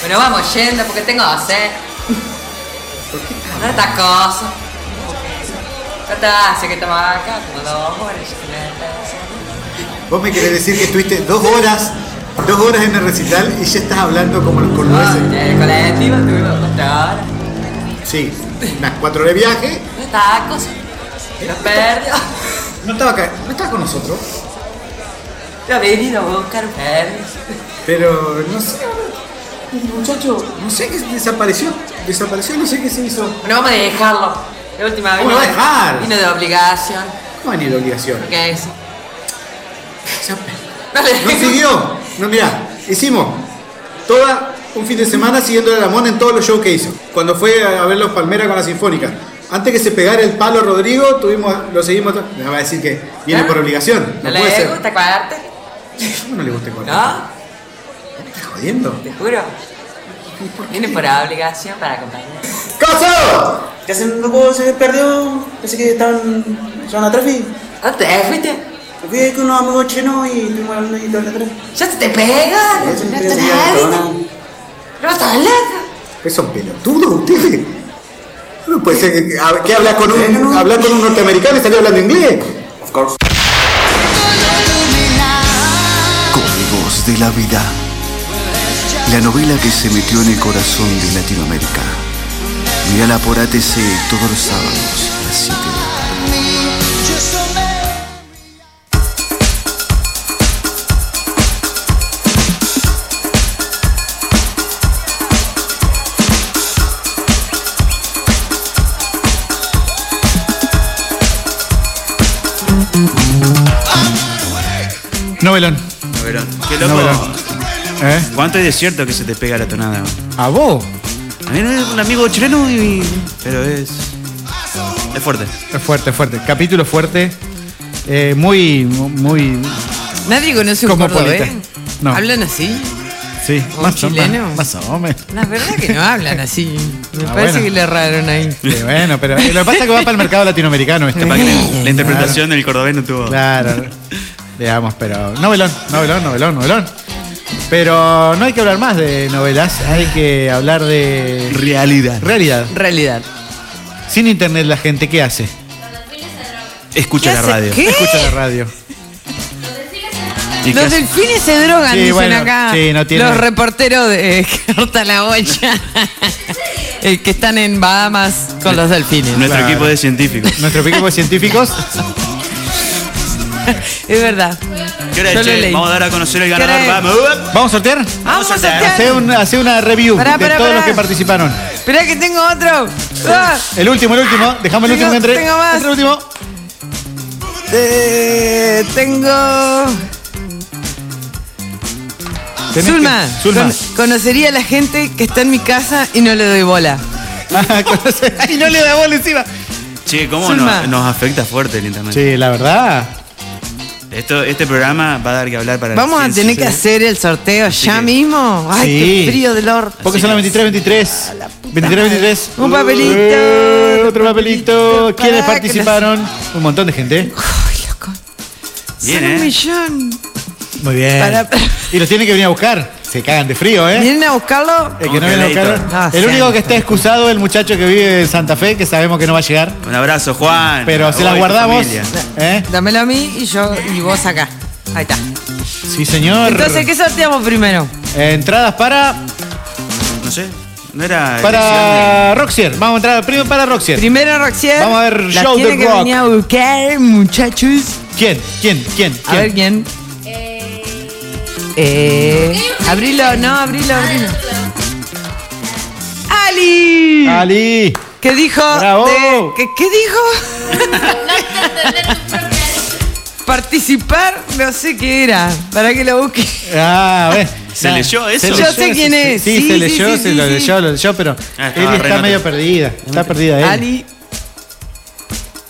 S9: Bueno, vamos yendo porque tengo hacer. Tanta cosa. Tanta hace que estamos acá como dos horas. ya está.
S8: Vos me querés decir que estuviste dos horas, dos horas en el recital y ya estás hablando como los
S9: Ah,
S8: cordobeses.
S9: ya, Con la activa tuvimos cuatro horas.
S8: Sí, unas cuatro horas de viaje.
S9: Tacos. Lo perdió.
S8: No estaba acá, no estaba con nosotros,
S9: Lo venido a buscar perros.
S8: pero no sé. El muchacho, no sé qué desapareció. Desapareció, no sé qué se hizo.
S9: Bueno, vamos a dejarlo. La última vez.
S8: ¿Cómo lo va a
S9: vino-
S8: dejar?
S9: Vino de obligación.
S8: No va ni la obligación.
S9: Porque es.
S8: Se-
S9: No le
S8: No siguió. No, mirá, hicimos toda un fin de semana siguiendo a Ramón en todos los shows que hizo. Cuando fue a a ver los Palmera con la Sinfónica. Antes que se pegara el palo a Rodrigo, tuvimos, lo seguimos. Me va a decir que viene
S9: ¿Ah?
S8: por obligación. No
S9: ¿No le
S8: puede ser.
S9: gusta cuadrarte?
S8: ¿Cómo no le gusta el cuarto?
S9: ¿No?
S8: ¿Estás jodiendo?
S9: Te juro. Viene por obligación para acompañar.
S8: ¡Caso!
S1: Ya se me puedo, se perdió. Pensé que estaban. Son la trafi.
S9: ¿No Ah, te fuiste?
S1: Me fui con unos amigos chinos y estuvimos hablando y todo el atrás.
S9: ¡Ya se te pegan! ¡No te hablan! ¡No estás loca!
S8: ¿Qué son pelotudos ustedes? No puede ser que, a- que hablas con un, hablas con un norteamericano y salís hablando inglés.
S6: Of course.
S11: Códigos de la vida. La novela que se metió en el corazón de Latinoamérica. Mírala por ATC todos los sábados a las 7 de la tarde.
S3: Novelón.
S4: A ver, qué loco.
S3: Novelón. ¿Eh?
S4: ¿Cuánto es de cierto que se te pega la tonada?
S3: ¿A vos?
S4: A mí no es un amigo chileno y. Pero es. Es fuerte.
S3: Es fuerte, es fuerte. Capítulo fuerte. Eh, muy, mu- muy.
S2: Nadie conoce un cordobés.
S3: Cosmopolita. No.
S2: ¿Hablan así?
S3: Sí,
S2: ¿Un
S3: más o
S2: chileno?
S3: menos. Más o menos.
S2: No, es verdad que no hablan así. Me
S3: Ah,
S2: parece
S3: bueno.
S2: que le erraron ahí.
S3: Sí, bueno, pero eh, lo que pasa es que va para el mercado latinoamericano. Este.
S4: Capaz que la, la interpretación del cordobés no tuvo.
S3: Claro. Veamos, pero. Novelón, novelón, novelón, novelón. Pero no hay que hablar más de novelas, hay que hablar de
S4: Realidad.
S3: realidad.
S2: Realidad.
S3: Sin internet la gente, ¿qué hace?
S4: Escucha la radio.
S2: ¿Qué?
S3: Escucha la radio.
S4: ¿Y qué
S2: Los
S4: hace?
S2: delfines se drogan,
S3: Sí,
S2: dicen
S3: bueno,
S2: acá.
S3: sí, no tiene-
S2: Los reporteros de *laughs* Corta la Bocha. *laughs* El que están en Bahamas con los delfines.
S4: Nuestro
S3: Claro.
S4: equipo de
S2: *laughs*
S4: científicos.
S3: Nuestro equipo de científicos.
S2: Es verdad.
S4: ¿Qué hora
S2: Yo
S4: es,
S2: lo
S4: che?
S2: leí.
S4: Vamos a dar a conocer el
S2: ¿Qué
S4: ganador.
S2: hora es?
S4: Vamos.
S3: ¿Vamos a sortear?
S2: Vamos a
S3: Hace,
S2: sortear.
S3: un- hace una review
S2: Pará,
S3: de
S2: pará,
S3: todos
S2: pará.
S3: los que participaron.
S2: Esperá que tengo otro. Ah,
S3: El último, el último. Dejame el
S2: Tengo-
S3: último que entre.
S2: tengo más.
S3: Entre el último. *laughs*
S2: Eh, tengo.
S3: Tenés
S2: Zulma,
S3: que- Zulma.
S2: con- conocería a la gente que está en mi casa y no le doy bola.
S3: Ah, y no le da bola encima.
S4: Che, ¿cómo
S2: Zulma.
S4: nos, nos afecta fuerte el internet?
S3: Sí, la verdad.
S4: Esto, este programa va a dar que hablar para
S2: Vamos a tener que hacer el sorteo ya mismo. Ay,
S3: Sí.
S2: qué frío del orto.
S3: Porque son las 23, 23. 23, 23.
S2: Un papelito,
S3: Eh, otro papelito. ¿Quiénes
S2: para que
S3: participaron? Un montón de gente.
S2: Son un millón.
S3: Muy bien.
S2: Para-
S3: Y los tienen que venir a buscar. Se cagan de frío, ¿eh?
S2: ¿Vienen a buscarlo?
S3: El que no viene a buscar-
S2: Ah,
S3: el único
S2: sean-
S3: que está excusado es el muchacho que vive en Santa Fe, que sabemos que no va a llegar.
S4: Un abrazo, Juan.
S3: Pero
S4: A
S3: se
S4: vos
S3: las
S4: y tu
S3: guardamos. ¿eh?
S4: familia.
S2: Dámelo a mí y yo y vos acá. Ahí está.
S3: Sí, señor.
S2: Entonces, ¿qué sorteamos primero?
S3: Entradas para.
S4: No sé. No era.
S3: Para Roxier. Vamos a entrar primero para Roxier.
S2: Primero, Roxier.
S3: Vamos a ver
S2: La
S3: Show
S2: tiene
S3: the
S2: que
S3: Rock.
S2: venir a buscar, muchachos.
S3: ¿Quién? ¿Quién? ¿Quién?
S2: A ver quién. Eh, abrilo, no, abrilo, abrilo. ¡Ali!
S3: Ali.
S2: ¿Qué dijo?
S3: Bravo.
S2: de- ¿qué, qué dijo? Participar, no sé qué era. Para que lo busque.
S3: Ah, a ver.
S4: ¿Se
S3: Nah,
S4: leyó
S3: se
S4: eso?
S3: leyó,
S2: Yo sé quién
S3: se-
S2: es.
S3: Sí,
S2: Sí,
S3: se
S2: sí,
S3: leyó,
S2: sí,
S3: se
S2: sí,
S3: lo
S2: sí.
S3: leyó, lo leyó, pero
S4: Ah, estaba
S3: Eli está
S4: Renata.
S3: medio perdida. Está perdida él.
S2: Ali.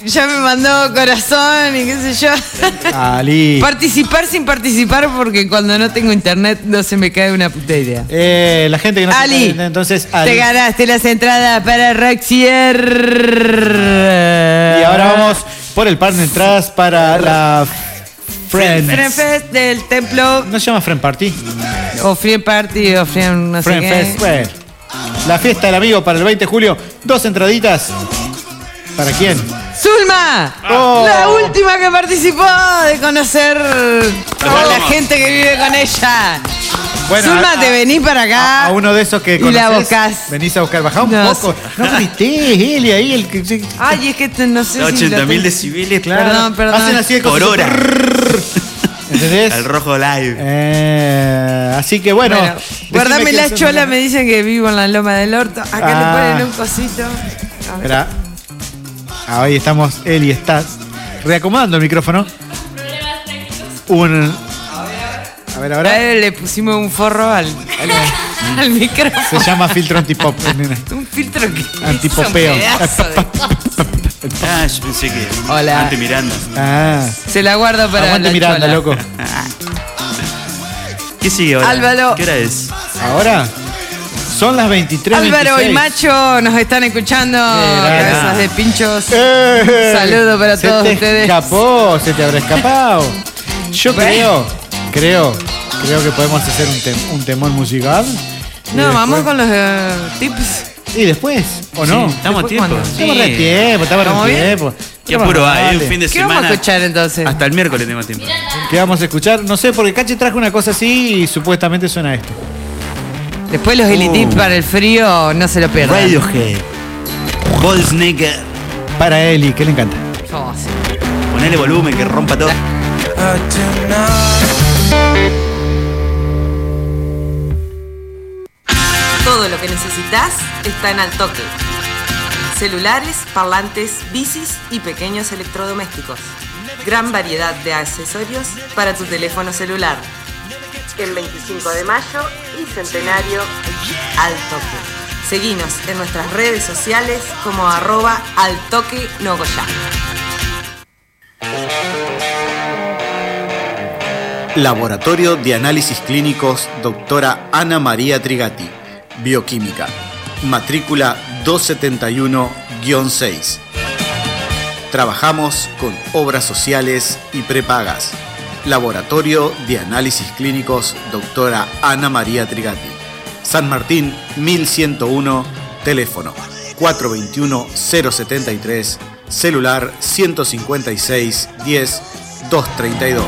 S2: Ya me mandó corazón y qué sé yo.
S3: Ali.
S2: Participar sin participar porque cuando no tengo internet no se me cae una puta idea.
S3: Eh, la gente que no se
S2: Ali.
S3: entiende, entonces Ali.
S2: Te ganaste las entradas para Roxier.
S3: Y ahora vamos por el par de entradas para la Friends.
S2: Frenfest del templo
S3: ¿No se llama Friend Party?
S2: o Friend Party o Friend no
S3: Friend
S2: sé
S3: Fest.
S2: qué.
S3: bueno. La fiesta del amigo para el 20 de julio. Dos entraditas. ¿Para quién?
S2: ¡Zulma!
S3: Oh.
S2: La última que participó de conocer a la gente que vive con ella.
S3: Bueno,
S2: Zulma,
S3: a-
S2: te venís para acá.
S3: A uno de esos que
S2: Ah, Y la
S3: conoces,
S2: buscás.
S3: Venís a buscar. Bajá un
S2: No.
S3: poco. No grités, Eli, ahí el que...
S2: Ay, es que te- no sé si. lo
S4: 80 mil
S2: tengo.
S4: decibeles
S3: Claro.
S2: Perdón, perdón.
S3: Hacen así de
S4: por
S3: cosas-
S4: hora.
S3: ¿Entendés?
S4: *laughs* Al rojo live.
S3: Eh, así que bueno.
S2: Bueno,
S3: decime
S2: guardame
S3: qué
S2: la
S3: hacemos.
S2: chola, me dicen que vivo en la loma del orto. Acá
S3: Ah.
S2: le ponen un cosito. A ver.
S3: Espera. Ah, Ahí estamos, Eli, estás reacomodando el micrófono. Un. A ver, ahora. Mm.
S2: Ahora le pusimos un forro al, al, al
S3: Se
S2: micrófono.
S3: llama
S2: *laughs*
S3: filtro antipop, nena.
S2: Un filtro que. hizo
S3: Antipopeo.
S2: un pedazo de-
S4: Ah, yo pensé que.
S2: Hola.
S4: Ante Miranda.
S3: *laughs* Ah,
S2: Se la guardo para.
S3: aguante
S2: la
S3: Miranda,
S2: chola.
S3: loco.
S4: ¿Qué sigue ahora?
S2: Álvaro.
S4: ¿Qué hora es?
S3: Ahora son las 23.
S2: Álvaro y
S3: 26.
S2: Macho nos están escuchando.
S3: grande.
S2: Cabezas de pinchos.
S3: ¡Eh!
S2: Saludo para
S3: se
S2: todos
S3: te
S2: ustedes.
S3: Escapó, se te habrá escapado. Yo creo, creo, creo que podemos hacer un, tem- un temón musical. Y
S2: No, vamos
S3: después-
S2: con los eh, tips.
S3: Y después, ¿o no?
S4: Sí, estamos a
S2: ¿Después
S4: tiempo.
S2: cuándo?
S4: Sí.
S3: Estamos re tiempo, estamos
S2: ¿Estamos
S3: re
S2: bien?
S3: tiempo.
S4: Qué apuro hay, un fin de
S2: ¿Qué vamos
S4: semana.
S2: a escuchar entonces?
S4: Hasta el miércoles tengo tiempo.
S3: ¿Qué vamos a escuchar? No sé, porque Cache trajo una cosa así y supuestamente suena esto.
S2: Después los Elitips
S3: Uh.
S2: para el frío, no se lo pierdan.
S4: Radiohead. Balls Naked.
S3: Para Eli, que le encanta.
S2: Oh, sí.
S4: Ponele volumen que rompa todo.
S9: Todo lo que necesitas está en Altoque. Celulares, parlantes, bicis y pequeños electrodomésticos. Gran variedad de accesorios para tu teléfono celular. En 25 de mayo y centenario Altoque. Seguinos en nuestras redes sociales como arroba Altoque Nogoyá.
S8: Laboratorio de Análisis Clínicos, doctora Ana María Trigati, Bioquímica, matrícula 271-6. Trabajamos con obras sociales y prepagas. Laboratorio de Análisis Clínicos, doctora Ana María Trigati, San Martín 1101, teléfono 421-073, celular 156 10 232.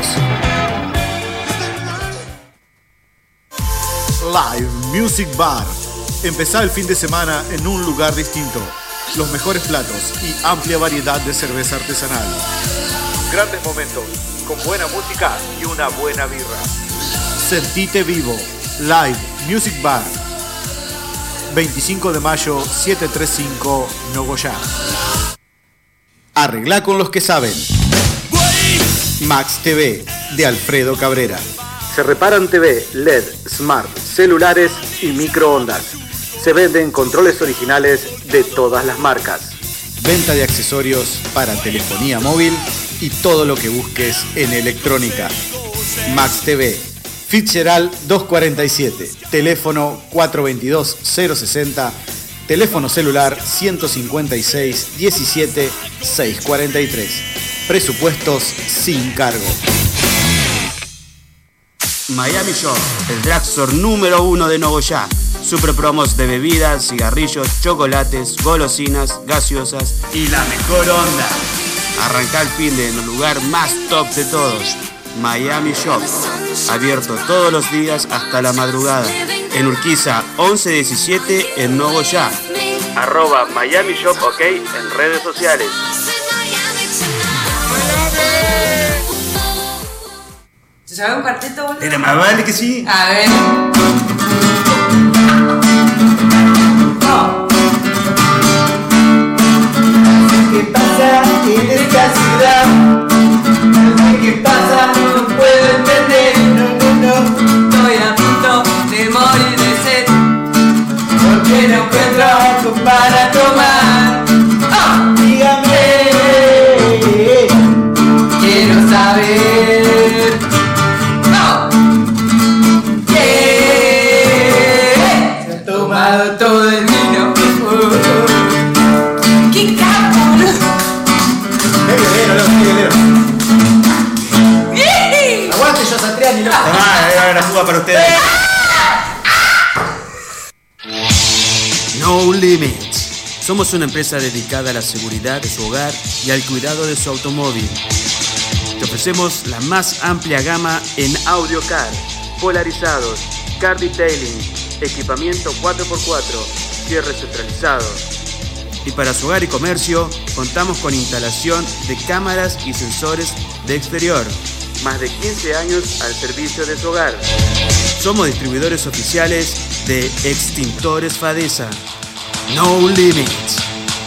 S8: Live Music Bar. Empezá el fin de semana en un lugar distinto. Los mejores platos y amplia variedad de cerveza artesanal. Grandes momentos, con buena música y una buena birra. Sentite vivo. Live Music Bar. 25 de mayo, 735, Nogoyá. Arregla con los que saben. Max TV de Alfredo Cabrera. Se reparan TV,
S6: E
S8: LED, smart, celulares y microondas. Se venden controles originales de todas las marcas. Venta de accesorios para telefonía móvil y todo lo que busques en electrónica. Max TV, Fitzgerald 247, teléfono 422-060, teléfono celular 156-17-643. Presupuestos sin cargo.
S4: Miami Shop, el drugstore número uno de Nogoyá. Super promos de bebidas, cigarrillos, chocolates, golosinas, gaseosas y la mejor onda. Arranca el fin de en el lugar más top de todos. Miami Shop, abierto todos los días hasta la madrugada. En Urquiza 1117 en Nogoyá. Arroba Miami Shop OK en redes sociales.
S12: ¿Se sabe un cuarteto, boludo?
S4: Pero más vale que sí.
S12: A ver.
S2: ¿Qué pasa en esta ciudad? No sé qué pasa, no puedo entender. No, no, no. Estoy a punto de morir de sed. Porque no encuentro algo para tomar. ¡Ah! Dígame. Quiero saber. ¡Ah! ¿Qué? Se ha tomado todo el vino. ¡Qué *laughs*
S9: Aguante, yo Satriani, loco.
S4: Tomá, ahí va una fuga para ustedes. No Limits. Somos una empresa dedicada a la seguridad de su hogar y al cuidado de su automóvil. Te ofrecemos la más amplia gama en audio car, polarizados, car detailing, equipamiento 4x4, cierre centralizado. Y para su hogar y comercio, contamos con instalación de cámaras y sensores de exterior. Más de 15 años al servicio de su hogar. Somos distribuidores oficiales de Extintores Fadesa. No Limits.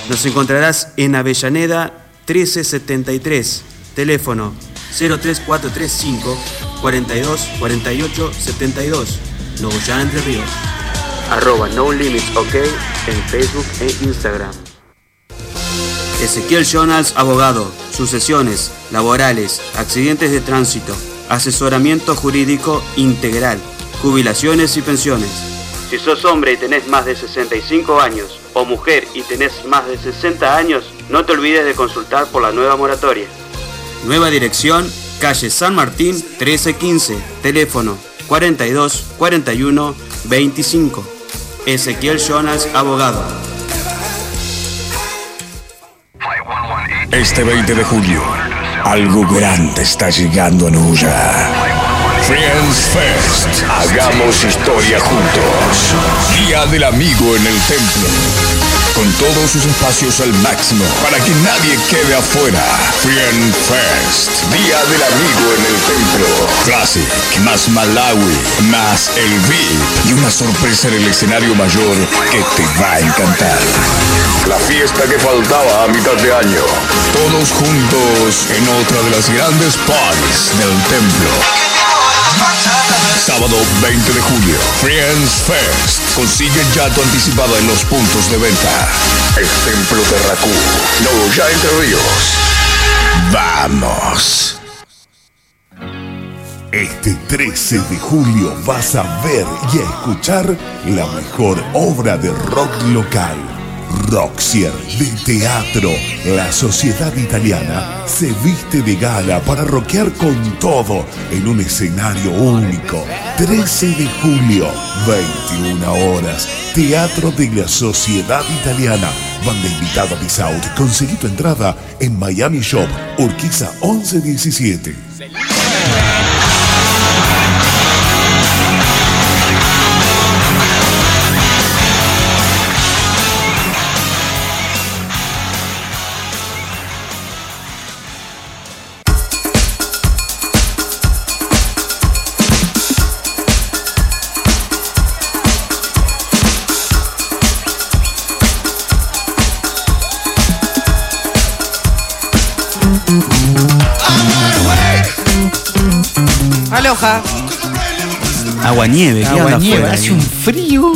S4: Nos encontrarás en Avellaneda 1373. Teléfono 03435 42 48 72. Nogoyá Entre Ríos. Arroba No Limits OK en Facebook e Instagram. Ezequiel Jonas, abogado, sucesiones, laborales, accidentes de tránsito, asesoramiento jurídico integral, jubilaciones y pensiones. Si sos hombre y tenés más de 65 años, o mujer y tenés más de 60 años, no te olvides de consultar por la nueva moratoria. Nueva dirección, calle San Martín 1315, teléfono 42 41 25. Ezequiel Jonas, abogado.
S10: Este 20 de julio, algo grande está llegando a Nuya. Friends Fest, hagamos historia juntos. Día del amigo en el templo. Con todos sus espacios al máximo para que nadie quede afuera. Friend Fest, Día del Amigo en el Templo. Classic, más Malawi, más el VIP y una sorpresa en el escenario mayor que te va a encantar. La fiesta que faltaba a mitad de año. Todos juntos en otra de las grandes parties del templo. Sábado 20 de julio, Friends Fest. Consigue ya tu anticipada en los puntos de venta. El Templo de Racú, no, ya Entre Ríos. ¡Vamos!
S13: Este 13 de julio vas a ver y a escuchar la mejor obra de rock local. Roxier de teatro. La sociedad italiana se viste de gala para rockear con todo en un escenario único. 13 de julio, 21 horas. Teatro de la Sociedad Italiana. Banda invitada Miss Out. Conseguí tu entrada en Miami Shop, Urquiza 1117.
S2: I'm on a way. Aloja.
S4: Aguanieve, ¿qué anda
S3: Aguanieve,
S4: afuera
S3: hace
S4: ahí?
S3: un frío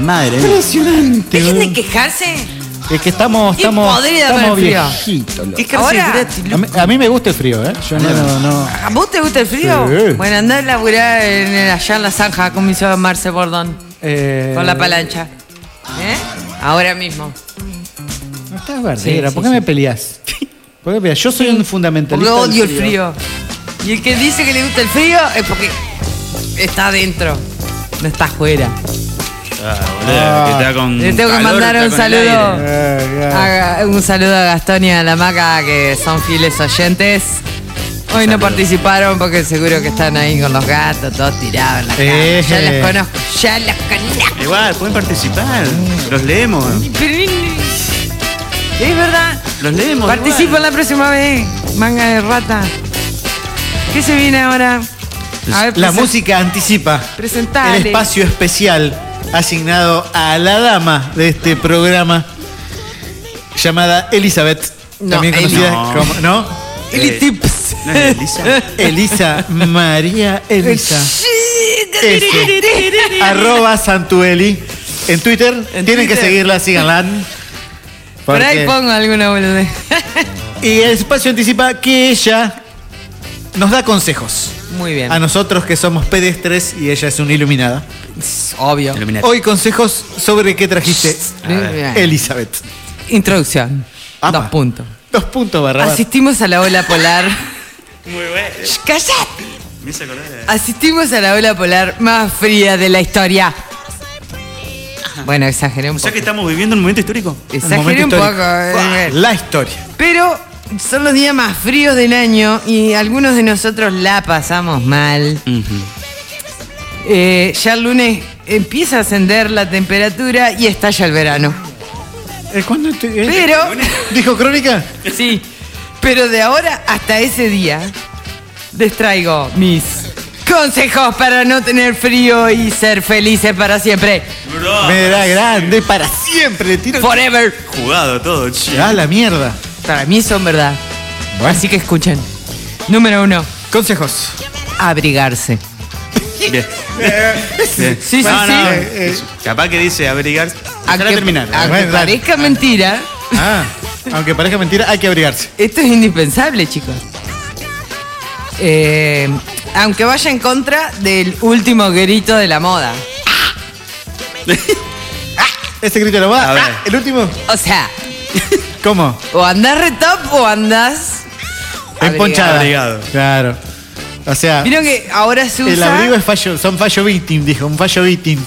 S4: Madre mía.
S3: impresionante.
S9: Dejen
S3: boludo.
S9: de quejarse.
S3: Es que estamos,
S9: Qué
S3: estamos,
S9: podrida con
S3: estamos
S9: el frío.
S3: viejitos. loco.
S9: Quejarse Ahora- gratis,
S3: a, mí, a mí me gusta el frío, ¿eh? Yo no, no, no.
S9: ¿A vos te gusta el frío?
S3: Sí.
S2: Bueno, andá a laburar en, en- allá en la zanja con mi soga Marce Bordón.
S3: Eh,
S2: Con la palancha. ¿Eh? Ahora mismo.
S3: No estás verdadera. ¿Por qué
S2: *laughs*
S3: me peleás? ¿Por qué peleás? Yo soy un fundamentalista.
S2: Porque
S3: del
S2: odio el frío. Y el que dice que le gusta el frío es porque está adentro. No está afuera.
S4: Ah, boludo, que está con
S2: Le tengo que
S4: calor,
S2: mandar
S4: está
S2: un
S4: con el
S2: saludo.
S4: aire.
S3: Eh,
S2: a- un saludo a Gastón y a la Maca que son fieles oyentes. Hoy no participaron porque seguro que están ahí con los gatos, todos tirados en la cama.
S4: Eh.
S2: Ya los conozco, ya los conozco.
S4: Igual, pueden participar. Los leemos.
S2: Pero ni- Es verdad.
S4: Los leemos.
S2: Participa la próxima vez, manga de rata. ¿Qué se viene ahora? A ver, pues,
S3: La
S2: presen-
S3: música anticipa
S2: Presentale.
S3: el espacio especial asignado a la dama de este programa llamada Elizabeth,
S2: No,
S3: también
S2: Eli.
S3: conocida
S2: No.
S3: como ¿no?
S2: *laughs* Eli Eh, Tips. ¿no es Elisa? *laughs*
S3: Elisa María Elisa.
S2: Ese.
S3: arroba Santueli en Twitter. Tienen que
S2: Twitter.
S3: seguirla, síganla.
S2: Por ahí
S3: porque-
S2: pongo alguna boludez. *laughs*
S3: Y el espacio anticipa que ella nos da consejos.
S2: Muy bien.
S3: A nosotros que somos pedestres y ella es una iluminada.
S2: Obvio.
S3: Hoy consejos sobre qué trajiste,
S2: A ver.
S3: Elizabeth.
S2: Introducción. Dos puntos.
S3: Dos puntos, barra.
S2: Asistimos a la ola polar. Shh, ¡Cállate!
S4: Me hice acordar de-
S2: Asistimos a la ola polar más fría de la historia. Bueno, exageré un
S4: O sea
S2: poco.
S4: que estamos viviendo un momento histórico.
S2: Exageré un poco. eh.
S3: La historia.
S2: Pero son los días más fríos del año y algunos de nosotros la pasamos mal. Eh, ya el lunes empieza a ascender la temperatura y estalla el verano. Eh,
S3: ¿Cuándo te,
S2: Pero.
S3: ¿Dijo crónica?
S2: Sí. Pero de ahora hasta ese día les traigo mis consejos para no tener frío y ser felices para siempre.
S3: Me da grande para siempre. Tiro
S2: Forever.
S4: Jugado todo, che.
S3: Ah, la mierda.
S2: Para mí son verdad. Así que escuchen. Número uno.
S3: Consejos.
S2: Abrigarse.
S4: Bien.
S2: Sí, sí,
S4: No, no,
S2: sí.
S4: eh, Capaz que dice abrigarse.
S2: Aunque,
S4: Déjala terminar.
S2: aunque
S4: Bueno, dale.
S2: parezca mentira,
S3: Ah, aunque parezca mentira, hay que abrigarse.
S2: esto es indispensable, chicos. Eh, aunque vaya en contra del último grito de la moda.
S3: Ese Este grito de la moda.
S2: ver.
S3: Ah, el último.
S2: O sea,
S3: ¿Cómo?
S2: o andás retop o andás.
S3: Emponchada.
S2: abrigado.
S3: Claro. O sea,
S2: Vieron que ahora se
S3: Ah. el
S2: usa.
S3: abrigo es fallo, son fallo victim, dijo, un fallo victim.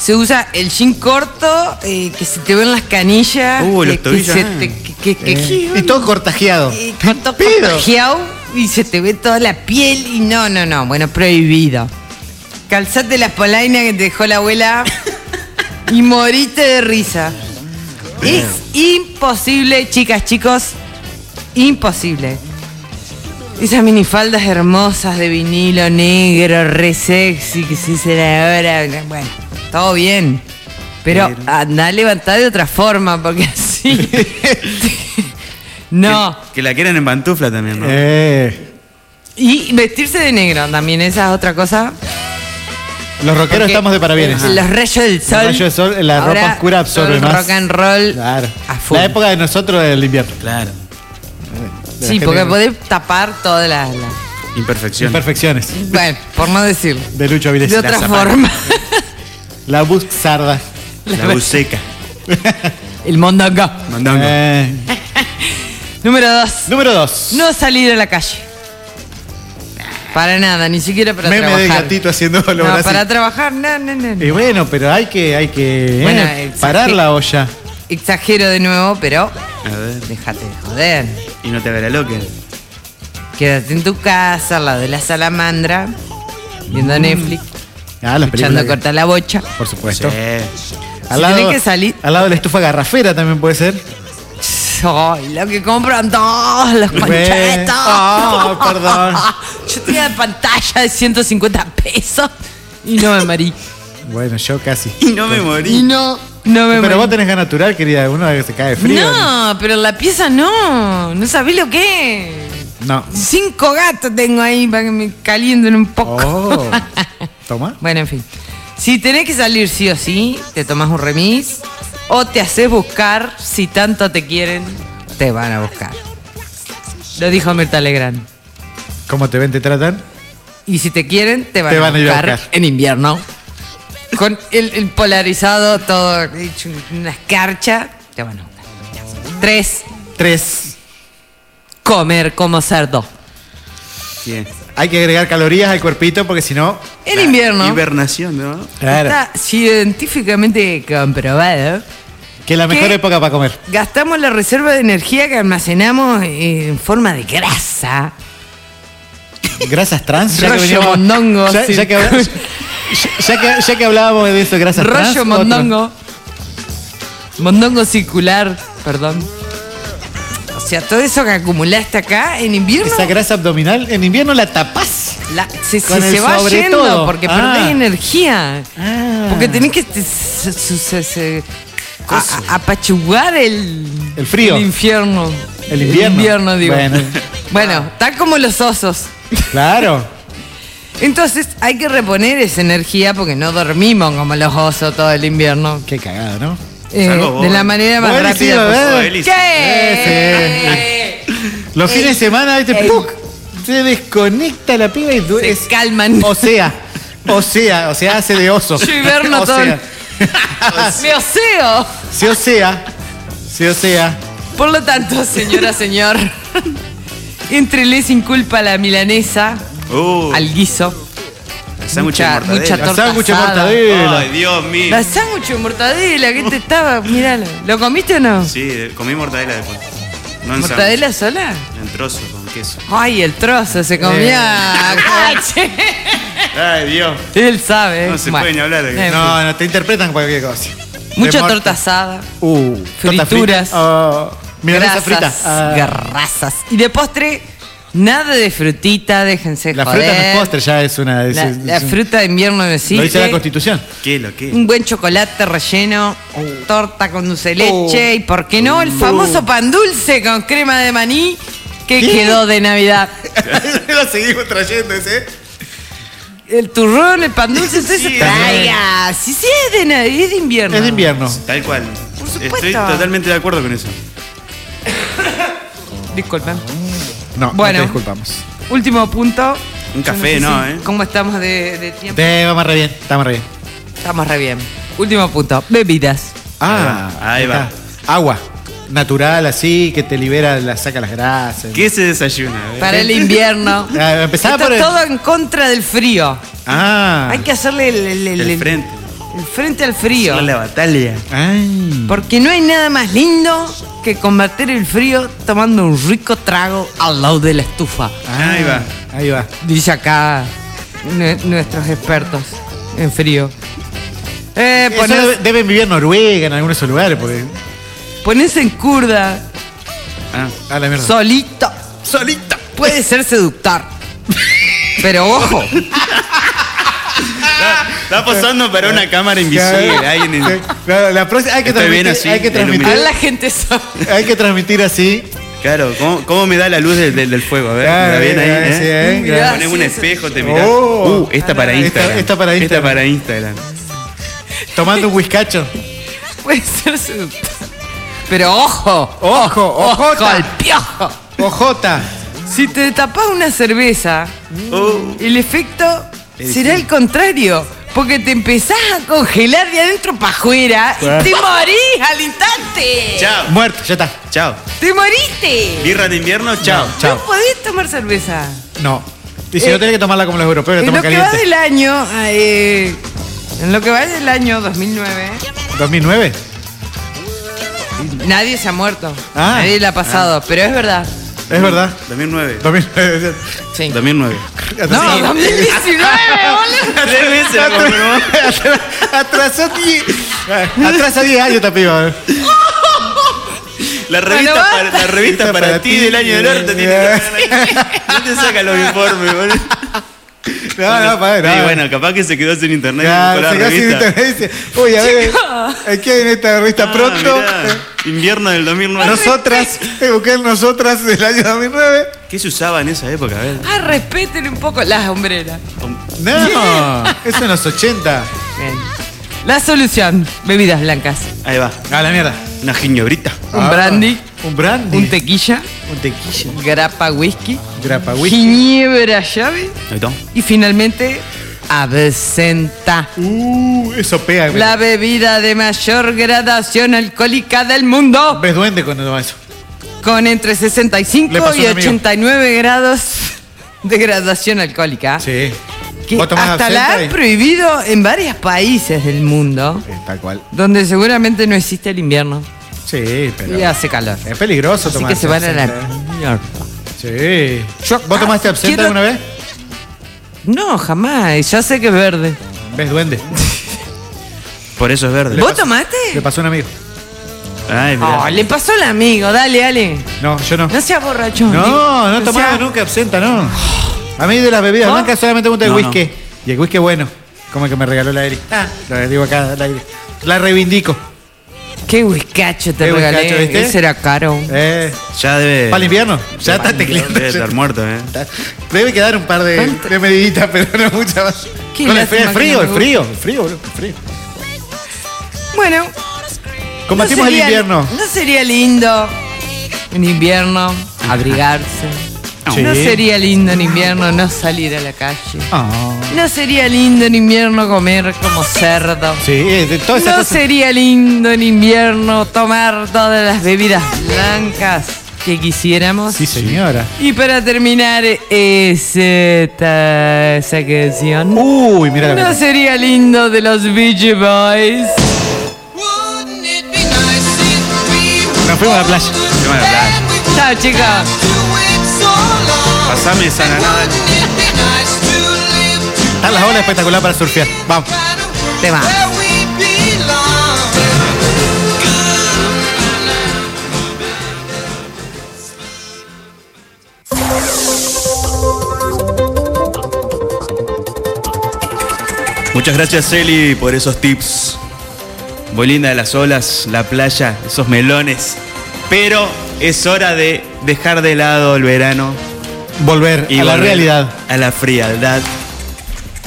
S2: Se usa el jean corto, eh, que se te ven las canillas. eh,
S3: Uh,
S2: que,
S3: los tobillos,
S2: que se
S3: ah.
S2: te- que- que- que-
S3: Eh, y todo cortajeado.
S2: Y corto contagiado y se te ve toda la piel y no, no, no, bueno, prohibido. Calzate las polainas que te dejó la abuela y morite de risa. Es imposible, chicas, chicos, imposible. Esas minifaldas hermosas de vinilo negro, re sexy, que se hice la hora, bueno, todo bien. Pero anda a levantar de otra forma, porque así... no.
S4: Que la quieran en pantufla también, ¿no?
S3: Eh,
S2: Y vestirse de negro también, esa es otra cosa.
S3: los rockeros
S2: Porque eh,
S3: estamos de parabienes.
S2: Los rayos del sol.
S3: Los rayos del sol, la
S2: Ahora
S3: ropa oscura absorbe
S2: son
S3: más.
S2: rock and roll.
S3: Ah, Claro.
S2: full.
S3: La época de nosotros es el invierno.
S4: Claro.
S3: la
S2: Sí,
S3: gente
S2: porque
S3: que-
S2: podés tapar todas las... las-
S4: Imperfección.
S3: Imperfecciones.
S2: Bueno, por no decir.
S3: De Lucho Avilés.
S2: De otra forma.
S3: La buxarda.
S4: La buceca.
S2: *laughs* El mondongo.
S4: Mondongo.
S2: Eh. Número dos.
S3: Eh, Número dos.
S2: No salir a la calle. Para nada, ni siquiera para
S3: Meme
S2: trabajar.
S3: del gatito haciendo los
S2: no,
S3: brazos.
S2: para trabajar, no, no, no. no.
S3: Y Eh, bueno, pero hay que, hay que eh,
S2: Bueno, exacto.
S3: parar la olla.
S2: Exagero de nuevo, pero
S4: A ver.
S2: déjate de joder.
S4: Y no te verá loco.
S2: Quédate en tu casa, al lado de la salamandra, viendo Netflix,
S3: Ah, las películas
S2: escuchando
S3: Mm. que-
S2: corta la bocha.
S3: Por supuesto.
S4: Eh.
S2: Si tenés que salir-
S3: al lado de la estufa garrafera también puede ser.
S2: Ay, lo que compran todos los
S3: Bueno.
S2: conchetos.
S3: Ah,
S2: *laughs*
S3: perdón.
S2: Yo tenía pantalla de 150 pesos y no me
S3: *laughs*
S2: marí.
S3: Bueno, yo casi.
S4: Y no me morí.
S2: Y no, no me
S3: Pero
S2: marí.
S3: vos tenés gas natural, querida. Uno se cae frío.
S2: no, pero la pieza no. No sabés lo que es.
S3: No.
S2: Cinco gatos tengo ahí para que me calienten un poco. *laughs*
S3: Oh. Toma.
S2: Bueno, en fin. Si tenés que salir sí o sí, te tomás un remis o te haces buscar. Si tanto te quieren, te van a buscar. Lo dijo Mirta Legrand.
S3: ¿Cómo te ven, te tratan?
S2: Y si te quieren, te van,
S3: Te van a ir a
S2: a buscar
S3: buscar.
S2: en invierno. Con el, el polarizado, todo hecho una escarcha. Te van a buscar. Tres.
S3: Tres.
S2: Comer como cerdo.
S4: Bien.
S3: Hay que agregar calorías al cuerpito porque si no.
S2: En invierno.
S4: Hibernación, ¿no?
S3: Claro.
S2: Está científicamente comprobado.
S3: Que es la mejor
S2: ¿Qué?
S3: época para comer.
S2: Gastamos la reserva de energía que almacenamos en forma de grasa.
S3: Grasas trans. Ya que,
S2: Rollo
S3: veníamos-
S2: mondongo,
S3: ya,
S2: sí.
S3: ya que, habla- ya que- ya que hablábamos de eso, grasas trans.
S2: Rollo
S3: otro.
S2: mondongo. Mondongo circular, perdón. O sea, todo eso que acumulaste acá en invierno.
S3: Esa grasa abdominal, en invierno la tapás.
S2: la- se, se-
S3: con el
S2: se va
S3: sobre
S2: yendo
S3: todo.
S2: porque
S3: Ah.
S2: perdés energía. Porque tenés que te- se- se- se- se- a- a- apachugar el,
S3: El frío.
S2: El infierno.
S3: El invierno.
S2: digo.
S3: Bueno.
S2: Bueno, está como los osos.
S3: Claro.
S2: Entonces hay que reponer esa energía porque no dormimos como los osos todo el invierno.
S3: Qué cagada, ¿no?
S2: Eh,
S3: Salvo vos.
S2: de la manera más
S3: Vos, Eli, sí,
S2: rápida
S3: ¿verdad?
S2: posible.
S3: Vos, Eli,
S2: ¿Qué?
S3: Los fines de semana, ¿viste?
S2: Ey.
S3: ¡puc! Se desconecta la piba y duele.
S2: Se *laughs* calman.
S3: O sea, o sea, o sea, hace de oso.
S2: Yo hiberno
S3: o
S2: todo el-
S3: sea,
S2: Me oseo.
S3: sí, o sea, sí, o sea.
S2: Por lo tanto, señora, señor, *laughs* entrele sin culpa a la milanesa,
S4: Uh,
S2: al guiso,
S4: el sándwich de
S2: mucha-
S4: mortadela.
S2: mucha torta
S3: Sándwich de
S2: asada.
S3: mortadela.
S4: Ay, Dios mío.
S2: la sándwich de mortadela que te estaba, miralo. ¿Lo comiste o no?
S4: Sí, eh, comí mortadela después. No en
S2: ¿Mortadela sola?
S4: sándwich, En trozos, con queso.
S2: Ay, el trozo se comía. *laughs* Cache.
S4: Ay, Dios.
S2: Él sabe.
S4: No se
S2: Bueno,
S4: puede ni hablar. de-
S2: eh,
S3: No, no, te interpretan cualquier cosa. De
S2: Mucha
S3: mor-
S2: torta asada,
S3: Uh, torta
S2: Frituras.
S3: frita. Oh, milanesa
S2: grasas,
S3: frita. Ah,
S2: garrasas. Y de postre, nada de frutita, déjense
S3: la
S2: joder.
S3: fruta no es postre, ya es una. es-
S2: eh. La,
S3: es-
S2: la
S3: es un-
S2: fruta de invierno no
S3: Lo dice la
S2: existe.
S3: constitución.
S4: ¿Qué lo que?
S2: Un buen chocolate relleno, torta con dulce de
S3: Oh.
S2: leche y, ¿por qué no? El famoso pan dulce con crema de maní que quedó de Navidad.
S3: *laughs* Lo seguimos trayendo ese.
S2: El turrón, el pan dulce, todo eso traiga. Sí, sí, es de Navidad, es de invierno.
S3: Es de invierno.
S4: Tal cual.
S2: supuesto.
S4: Estoy totalmente de acuerdo con eso.
S2: Disculpen.
S3: No,
S2: Bueno.
S3: no te disculpamos.
S2: Último punto.
S4: Un
S2: Yo
S4: café,
S2: sé
S4: no,
S2: si-
S4: ¿eh?
S2: ¿Cómo estamos de, de tiempo?
S3: Te vamos re bien, estamos re bien.
S2: Estamos re bien. Último punto. Bebidas.
S3: Ah,
S4: Ahí va, ahí
S3: está. Agua. Natural, así, que te libera, la saca las grasas.
S4: ¿Qué se desayuna? eh?
S2: Para el invierno.
S3: *laughs* Ah, empezaba
S2: Está
S3: por el-
S2: todo en contra del frío.
S3: Ah.
S2: Hay que hacerle el, el- el-
S4: El frente.
S2: el frente al frío.
S4: La batalla.
S3: Ay.
S2: Porque no hay nada más lindo que combatir el frío tomando un rico trago al lado de la estufa.
S4: Ahí va.
S3: Ahí va.
S2: Dice acá nue- nuestros expertos en frío. Eh,
S3: Eso
S2: ponés-
S3: debe- deben vivir en Noruega, en algunos de esos lugares, porque.
S2: ponés en curda,
S4: Ah,
S3: A la mierda.
S2: solito.
S3: Solita.
S2: Puede ser
S3: *laughs*
S2: seductor. Pero ojo,
S4: Está posando para una cámara invisible. Ahí en el-
S3: Claro, la próxima- hay que
S4: Estoy bien
S3: transmitir.
S4: así,
S3: hay, que transmitir
S2: a la gente sola.
S3: hay que transmitir así.
S4: Claro, ¿cómo, cómo me da la luz del, del- del fuego? A ver,
S3: Claro,
S4: ¿la bien ahí?
S3: ahí, sí,
S4: eh?
S3: eh,
S4: Te
S2: claro.
S4: pones
S2: Ah,
S4: un
S2: sí,
S4: espejo, te mirás.
S3: Oh.
S4: uh, esta para
S3: Esta-
S4: Instagram.
S3: esta para Instagram.
S4: Esta para Instagram.
S3: Tomando un whiskacho.
S2: Puede ser seductor. Pero ojo,
S3: Ojo,
S2: ojo
S3: ojota.
S2: al piojo.
S3: Ojota.
S2: Si te tapas una cerveza,
S3: Oh.
S2: el efecto será el contrario. Porque te empezás a congelar de adentro para afuera y te morís al instante.
S4: Chao.
S3: Muerto, ya está.
S4: Chao.
S2: ¡Te moriste!
S4: Birra de invierno, chao.
S3: Chao.
S2: No podés tomar cerveza.
S3: No. Y si
S2: Eh,
S3: no tenés que tomarla como los europeos, la
S2: En lo
S3: toman
S2: que va
S3: caliente.
S2: del año, eh, en lo que va del año 2009,
S3: 2009.
S2: nadie se ha muerto.
S3: Ah.
S2: nadie le ha pasado, pero es verdad.
S3: Es verdad.
S4: 2009.
S3: 2009.
S2: Sí.
S4: 2009.
S2: No, 2019, boludo.
S4: Tres veces la confirmó.
S3: Atrasó 10 Atrasa 10 años esta piba. eh.
S4: La revista,
S2: Bueno,
S4: para, la revista para,
S3: Para
S4: ti
S3: ti. eh,
S4: del año del orto tiene que No te saca los informes, boludo.
S3: *laughs* No, no, para no.
S4: Y bueno, capaz que se quedó sin internet
S3: Ya,
S4: con la
S3: se quedó sin
S4: revista.
S3: internet, dice, Uy, a ver, hay que en esta revista
S4: Ah,
S3: pronto. Eh,
S4: mirá, invierno del 2009.
S3: Nosotras, eh, busqué el nosotras del año 2009.
S4: ¿Qué se usaba en esa época? A ver.
S2: Ah, respeten un poco las hombreras.
S3: No, eso en los 80.
S2: La solución, bebidas blancas.
S4: Ahí va.
S3: A la mierda. Ah,
S4: Una giñobrita.
S2: Un brandy.
S3: Un brandy.
S2: Un tequilla.
S3: Un tequilla.
S2: Grapa whisky.
S3: Grapa
S4: whisky.
S2: Ginebra llave.
S4: Ahí está.
S2: Y finalmente, absenta.
S3: Uh, eso pega. güey.
S2: La bebida de mayor gradación alcohólica del mundo.
S3: Ves duende cuando toma eso.
S2: Con entre
S3: Le
S2: 65
S3: pasó a
S2: y
S3: un amigo.
S2: 89 grados de gradación alcohólica.
S3: Sí.
S2: Que
S3: Vos tomás
S2: hasta la
S3: absenta
S2: han
S3: y- Eh,
S2: prohibido en varios países del mundo.
S3: Tal cual.
S2: Donde seguramente no existe el invierno.
S3: Sí, pero.
S2: Y hace calor.
S3: Es peligroso
S2: Así
S3: tomar.
S2: que se van a la mierda.
S3: Sí. ¿Vos tomaste absenta
S2: quiero-
S3: alguna vez?
S2: No, jamás. Ya sé que es verde.
S3: ¿Ves
S2: *laughs*
S3: duende?
S4: Por eso es verde.
S2: ¿Vos tomaste?
S3: Le pasó a un amigo.
S4: Ay,
S3: Ah,
S4: mirá.
S2: Oh, le pasó al amigo. Dale, dale.
S3: No, yo no.
S2: No seas borrachón.
S3: No, no he
S2: O
S3: tomado
S2: sea,
S3: nunca absenta, no. A mí de las bebidas
S2: ¿No?
S3: blancas solamente me gusta el
S4: No,
S3: whisky. Y el whisky bueno, como el que me regaló la Eri. Ah, lo digo acá al aire. La reivindico.
S2: Qué whiskacho te
S3: Qué
S2: regalé.
S3: whiskacho, ¿viste?
S2: Ese era caro.
S3: Eh,
S4: Ya debe.
S3: ¿Para el invierno? Ya
S4: debe-
S3: está tecleando.
S4: Debe estar muerto, ¿eh?
S3: Debe quedar un par de, de mediditas, *laughs* pero no muchas más.
S2: Qué
S3: Con el
S2: lástima
S3: frío, el
S2: que no
S3: frío,
S2: me
S3: el frío, el frío, boludo, el frío.
S2: Bueno.
S3: Combatimos
S2: no sería-
S3: el invierno.
S2: No sería lindo en invierno abrigarse.
S3: Sí.
S2: No sería lindo en invierno no salir a la calle.
S3: Ah,
S2: No sería lindo en invierno comer como cerdo.
S3: sí, eh, de *laughs* todas esas
S2: No
S3: cosas.
S2: sería lindo en invierno tomar todas las bebidas blancas que quisiéramos.
S3: Sí, señora.
S2: Y para terminar esa, esa canción.
S3: Uy, mira Uh, la
S2: No
S3: cara.
S2: sería lindo de los Beach Boys.
S3: Nos fuimos a la playa.
S4: Qué mala playa.
S2: Chao chicos.
S4: Pasame esa nanada.
S3: Están las olas espectacular para surfear. Vamos.
S2: Tema.
S4: Muchas gracias, Eli, por esos tips. Muy linda de las olas, la playa, esos melones. Pero es hora de dejar de lado el verano
S3: Volver
S4: y
S3: a la
S4: volver
S3: realidad.
S4: A la frialdad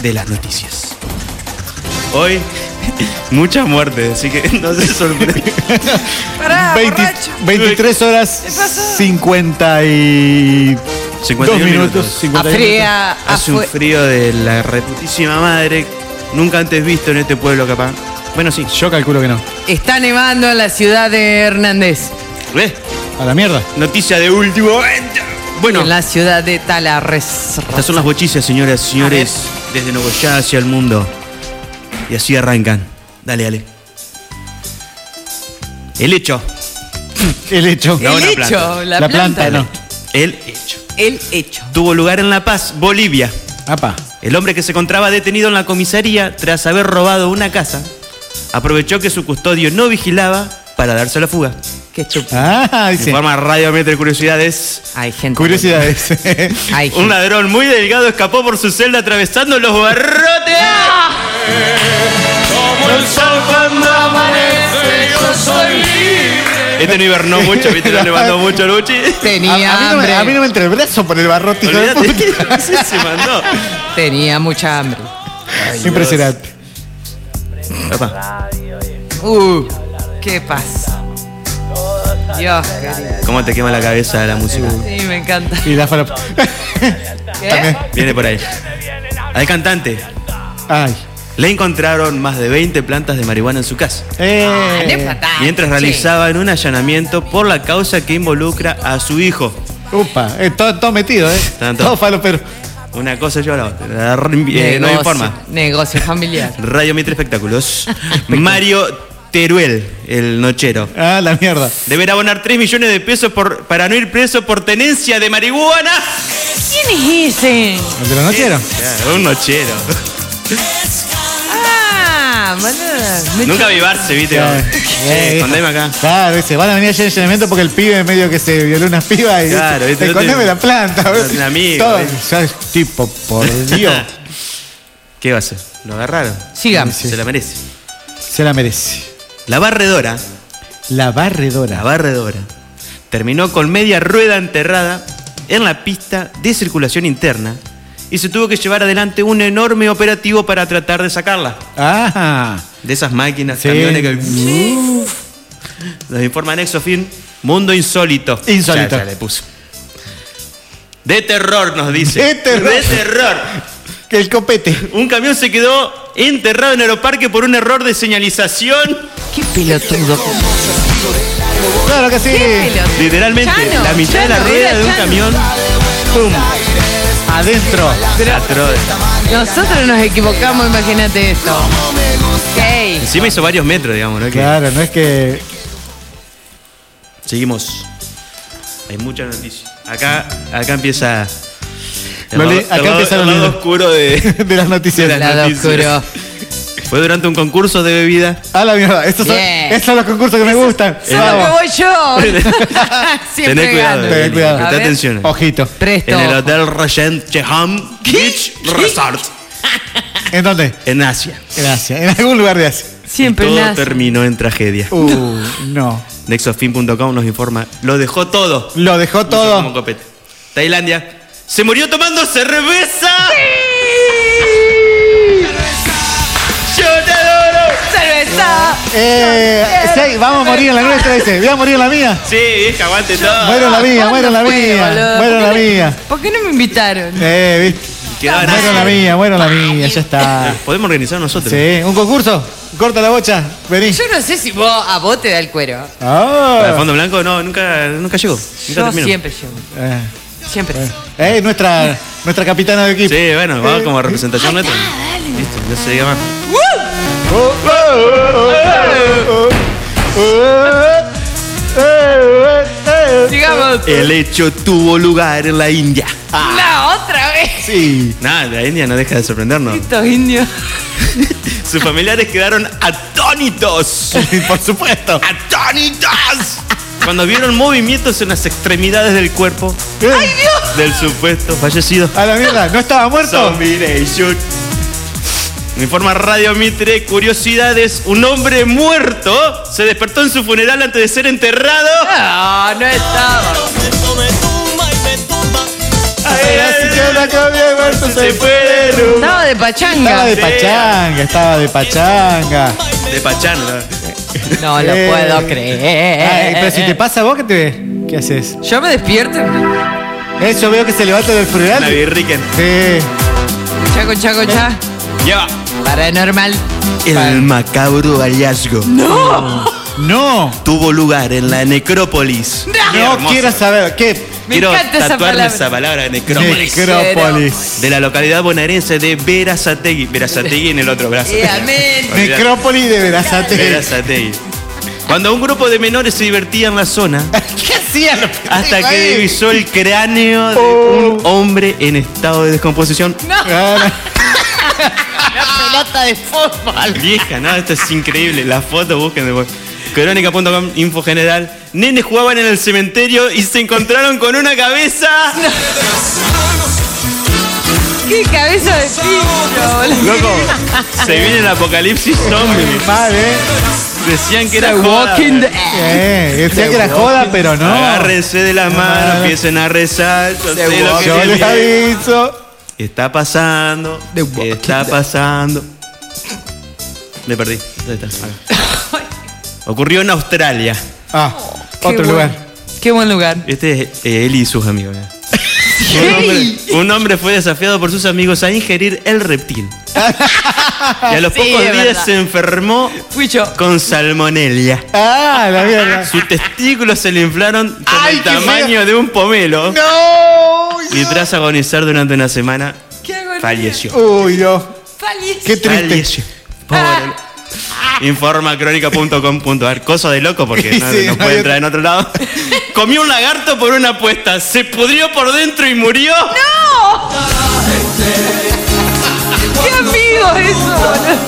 S4: de las noticias. Hoy, muchas muertes, así que no se sorprende.
S3: *laughs*
S2: Pará,
S3: 20
S2: borracho.
S3: 23 horas
S2: ¿Qué pasó?
S3: 52
S4: 51
S3: minutos.
S4: minutos.
S3: 51
S2: Ah, Afría,
S4: Hace un
S2: afue-
S4: frío de la reputísima madre, nunca antes visto en este pueblo, capaz. Bueno, sí.
S3: minutos. Yo calculo que no.
S2: Está nevando en la ciudad de Hernández.
S3: ¿Eh?
S4: ¿Ves?
S3: A la mierda.
S4: Noticia de último momento. Bueno,
S2: En la ciudad de Talarres.
S4: estas son las bochillas, señoras y señores, desde Nogoyá hacia el mundo. Y así arrancan. Dale, dale. El hecho.
S3: El hecho.
S4: No,
S2: el
S4: la
S2: hecho,
S4: planta.
S2: la,
S3: La
S2: planta.
S3: planta, no.
S4: El hecho.
S2: El hecho.
S4: Tuvo lugar en La Paz, Bolivia.
S3: Apa.
S4: El hombre que se encontraba detenido en la comisaría tras haber robado una casa, aprovechó que su custodio no vigilaba para darse a la fuga.
S2: Qué chupa.
S3: Ah, dice.
S4: Informa Radio Metro Curiosidades.
S2: Hay gente.
S3: *laughs* Curiosidades.
S2: Hay gente.
S4: Un ladrón muy delgado escapó por su celda atravesando los barrotes. ¡Ah! Como el sol cuando amanece, yo soy libre. Este no hibernó mucho, viste, no levantó mucho el buchi.
S3: a, a mí
S2: Tenía
S3: no
S2: hambre.
S3: me, a mí no me entra el brazo por el barrote. hijo de
S4: Olvídate.
S3: *laughs* puta.
S4: *laughs* Sí, se mandó.
S2: Tenía mucha hambre.
S3: Impresionante.
S4: Papá,
S2: Uh, ¿qué pasa? Dios querido.
S4: ¿Cómo te quema la cabeza la música?
S2: Sí, me encanta.
S3: Y la fala-
S2: ¿Qué?
S4: Viene por ahí. Al cantante
S3: *laughs* Ay.
S4: le encontraron más de 20 plantas de marihuana en su casa.
S2: Ah, no es
S3: Eh.
S2: fatal,
S4: Mientras
S2: che.
S4: realizaban un allanamiento por la causa que involucra a su hijo.
S3: Upa. Eh, todo, todo metido, ¿eh?
S4: Tanto.
S3: Todo falo, pero.
S4: Una cosa lleva a la otra. La re- eh, no
S2: Negocio-
S4: informa.
S2: Negocio familiar.
S4: *laughs* Radio Mitre Espectáculos. Mario Teruel, el nochero.
S3: Ah, la mierda.
S4: Deberá abonar 3 millones de pesos por, para no ir preso por tenencia de marihuana.
S2: ¿Quién es ese?
S3: ¿El de la noche era?
S4: Claro, un nochero.
S2: Ah, boludo. Me
S4: Nunca
S2: chupa.
S4: avivarse, viste. *laughs*
S3: Claro.
S4: Eh, escondeme acá.
S3: Claro, dice, van a venir allá en allanamiento porque el pibe medio que se violó unas pibas y
S4: Claro,
S3: dice,
S4: viste, no
S3: escondeme
S4: tiene-
S3: la planta.
S4: no
S3: boludo".
S4: tiene amigos,
S3: Todo,
S4: ¿viste?
S3: ya es tipo, por Dios,
S4: *laughs* ¿Qué va a hacer? Lo agarraron.
S2: Sigamos.
S4: Se la merece.
S3: se la merece.
S4: La barredora.
S3: La
S4: La
S3: barredora.
S4: barredora. Terminó con media rueda enterrada en la pista de circulación interna y se tuvo que llevar adelante un enorme operativo para tratar de sacarla.
S3: Ah.
S4: De esas máquinas,
S3: Sí.
S4: camiones que... Nos informa Nexofin, mundo insólito.
S3: Insólito.
S4: Ya, ya le puso. De terror, nos dice.
S3: De terror.
S4: De terror.
S3: Que el copete.
S4: Un camión se quedó enterrado en Aeroparque por un error de señalización.
S2: Qué pelotudo.
S3: Claro que sí.
S4: Literalmente,
S2: Chano,
S4: la mitad de la
S2: Chano,
S4: rueda
S2: era
S4: de un
S2: Chano.
S4: camión. ¡Pum!
S3: Adentro.
S4: Atroz.
S2: Nosotros nos equivocamos, imagínate esto. Ok.
S4: Encima hizo varios metros, digamos, ¿no? Que-
S3: Claro, no es que. *laughs*
S4: Seguimos. Hay muchas noticias. Acá, acá empieza.
S3: Lo le- acá
S4: el lado-
S3: empieza lo
S4: el lado
S3: lindo.
S4: oscuro de, *laughs*
S3: de las noticias.
S4: de las noticias. Fue durante un concurso de bebida.
S3: A Ah, la mierda. Estos son,
S2: Bien.
S3: esos son los concursos que me gustan.
S2: Es lo que voy yo.
S4: *laughs*
S2: *laughs* Siempre
S4: Tené cuidado,
S2: gano.
S4: Emily,
S3: cuidado.
S4: prestá
S2: A ver.
S4: atención.
S3: Ojito.
S2: Presto.
S4: En el Hotel Regent Cheham Beach Resort.
S3: ¿En dónde?
S4: En Asia.
S3: Gracias. En algún lugar de Asia.
S2: Siempre
S4: Todo
S2: nace.
S4: terminó en tragedia.
S3: Uh, no.
S4: Nexofin.com nos informa. Lo dejó todo.
S3: Lo dejó
S4: Como
S3: todo.
S4: copete. Tailandia. Se murió tomando cerveza. ¡Yo te adoro!
S2: ¡Cerveza!
S3: Eh, sí, vamos a morir en la nuestra, dice. Voy a morir en la mía.
S4: Sí, vieja, aguante todo.
S3: Muero en la mía,
S2: ¿Cuándo
S3: muero en la
S2: fue,
S3: mía.
S2: boludo?
S3: Muero en la
S2: ¿Por qué no-
S3: mía.
S2: ¿Por qué no me invitaron?
S3: Eh, viste.
S4: Quedaba en
S3: Muero en la
S4: Asia.
S3: mía, muero en la mía. Ya está.
S4: Podemos organizar nosotros.
S3: Sí, un concurso. Corta la bocha. Vení.
S2: Yo no sé si vos a vos te da el cuero.
S4: Para
S3: Ah.
S4: el fondo blanco no, nunca, nunca llegó. Nunca
S2: Yo
S4: terminó.
S2: siempre llevo.
S3: Eh,
S2: Siempre.
S3: eh, nuestra, nuestra capitana de equipo. Eh,
S4: Sí, bueno, va como representación nuestra. Listo, no se diga más.
S3: eh,
S2: Digamos,
S4: El hecho tuvo lugar en la India.
S2: la otra vez. *laughs*
S3: Sí.
S4: Ah. Nada, la India no deja de sorprendernos.
S2: Estos indios.
S4: Sus familiares quedaron atónitos. *laughs* Por supuesto. ¡Atónitos! Cuando vieron movimientos en las extremidades del cuerpo
S3: ¡Ay, Dios!
S4: del supuesto fallecido.
S3: A la mierda, ¿no estaba muerto?
S4: Zombie Nation. Me Informa Radio Mitre, curiosidades, un hombre muerto se despertó en su funeral antes de ser enterrado.
S2: No, no estaba.
S3: Era así que una que había muerto se fue.
S2: Estaba de
S3: Estaba
S2: pachanga.
S3: de pachanga, estaba de pachanga.
S4: De Pachano. ¿no?
S2: No lo
S3: Eh.
S2: puedo creer.
S3: Ay, pero si te pasa a vos, ¿qué te ¿Qué haces?
S2: Yo me despierto.
S3: Eh, yo veo que se levanta del funeral.
S4: La Birriken.
S3: Sí.
S2: Chaco,
S3: Eh.
S2: chaco, cha.
S4: Lleva.
S2: Paranormal.
S4: El macabro hallazgo
S3: No,
S4: tuvo lugar en la necrópolis.
S3: no quiero saber. ¿Qué?
S2: Me
S4: Quiero
S2: encanta esa
S4: tatuarme
S2: palabra.
S4: esa palabra, necrópolis.
S3: Necrópolis.
S4: de la localidad bonaerense de Verazategui. Verazategui en el otro brazo.
S2: Eh, amén.
S4: Olvidate.
S3: Necrópolis de Verazate.
S4: Verazategui. Cuando un grupo de menores se divertía en la zona,
S2: *laughs*
S3: ¿Qué hacían los pendejos
S4: hasta que
S3: ahí?
S4: divisó el cráneo de
S2: Oh.
S4: un hombre en estado de descomposición.
S3: Ah,
S2: Pelota de fútbol.
S4: Vieja, ¿no? Esto es increíble. La foto busquen después. Crónica.com, info general. Nenes jugaban en el cementerio y se encontraron con una cabeza.
S2: Qué cabeza de pillo, boludo.
S4: Loco, se viene el apocalipsis zombie.
S3: no, mal, ¿eh?
S4: Decían que era
S2: The
S4: joda.
S2: Walking Dead.
S3: Eh, decía que era joda, pero no.
S4: Agárrense de las manos,
S3: Ah.
S4: empiecen a rezar. Yo sé lo que
S3: Yo
S4: se
S3: les
S4: viene.
S3: aviso.
S4: Está pasando.
S2: The Walking *laughs*
S4: Está
S2: Dead.
S4: pasando. Me perdí. ¿Dónde está? Acá. Ocurrió en Australia.
S3: Ah,
S2: Qué
S3: otro
S2: buen-
S3: lugar.
S2: Qué buen lugar.
S4: Este es eh, él y sus
S2: *laughs*
S4: amigos. ¿eh? Un hombre, un hombre fue desafiado por sus amigos a ingerir
S2: *laughs*
S4: el reptil. Y a los
S2: Sí,
S4: pocos
S2: es
S4: días
S2: verdad.
S4: se enfermó
S2: Fui yo.
S4: con salmonella.
S3: Ah, la mierda.
S2: *laughs*
S4: Sus testículos se le inflaron con
S3: Ay,
S4: el
S3: qué
S4: tamaño de un pomelo.
S3: ¡No!
S4: Y tras agonizar durante una semana,
S2: ¿Qué hago?
S4: falleció.
S3: Uy, Dios. Qué triste. Ah.
S4: Falleció. Pobre. Informa crónica.com.ar. Cosa de loco porque no,
S3: *laughs* Sí,
S4: no
S3: no hay
S4: puede
S3: otra.
S4: entrar en
S3: *laughs*
S4: otro lado. Comió un lagarto por una apuesta. Se pudrió por dentro y murió.
S2: ¡Qué amigos eso, boludo!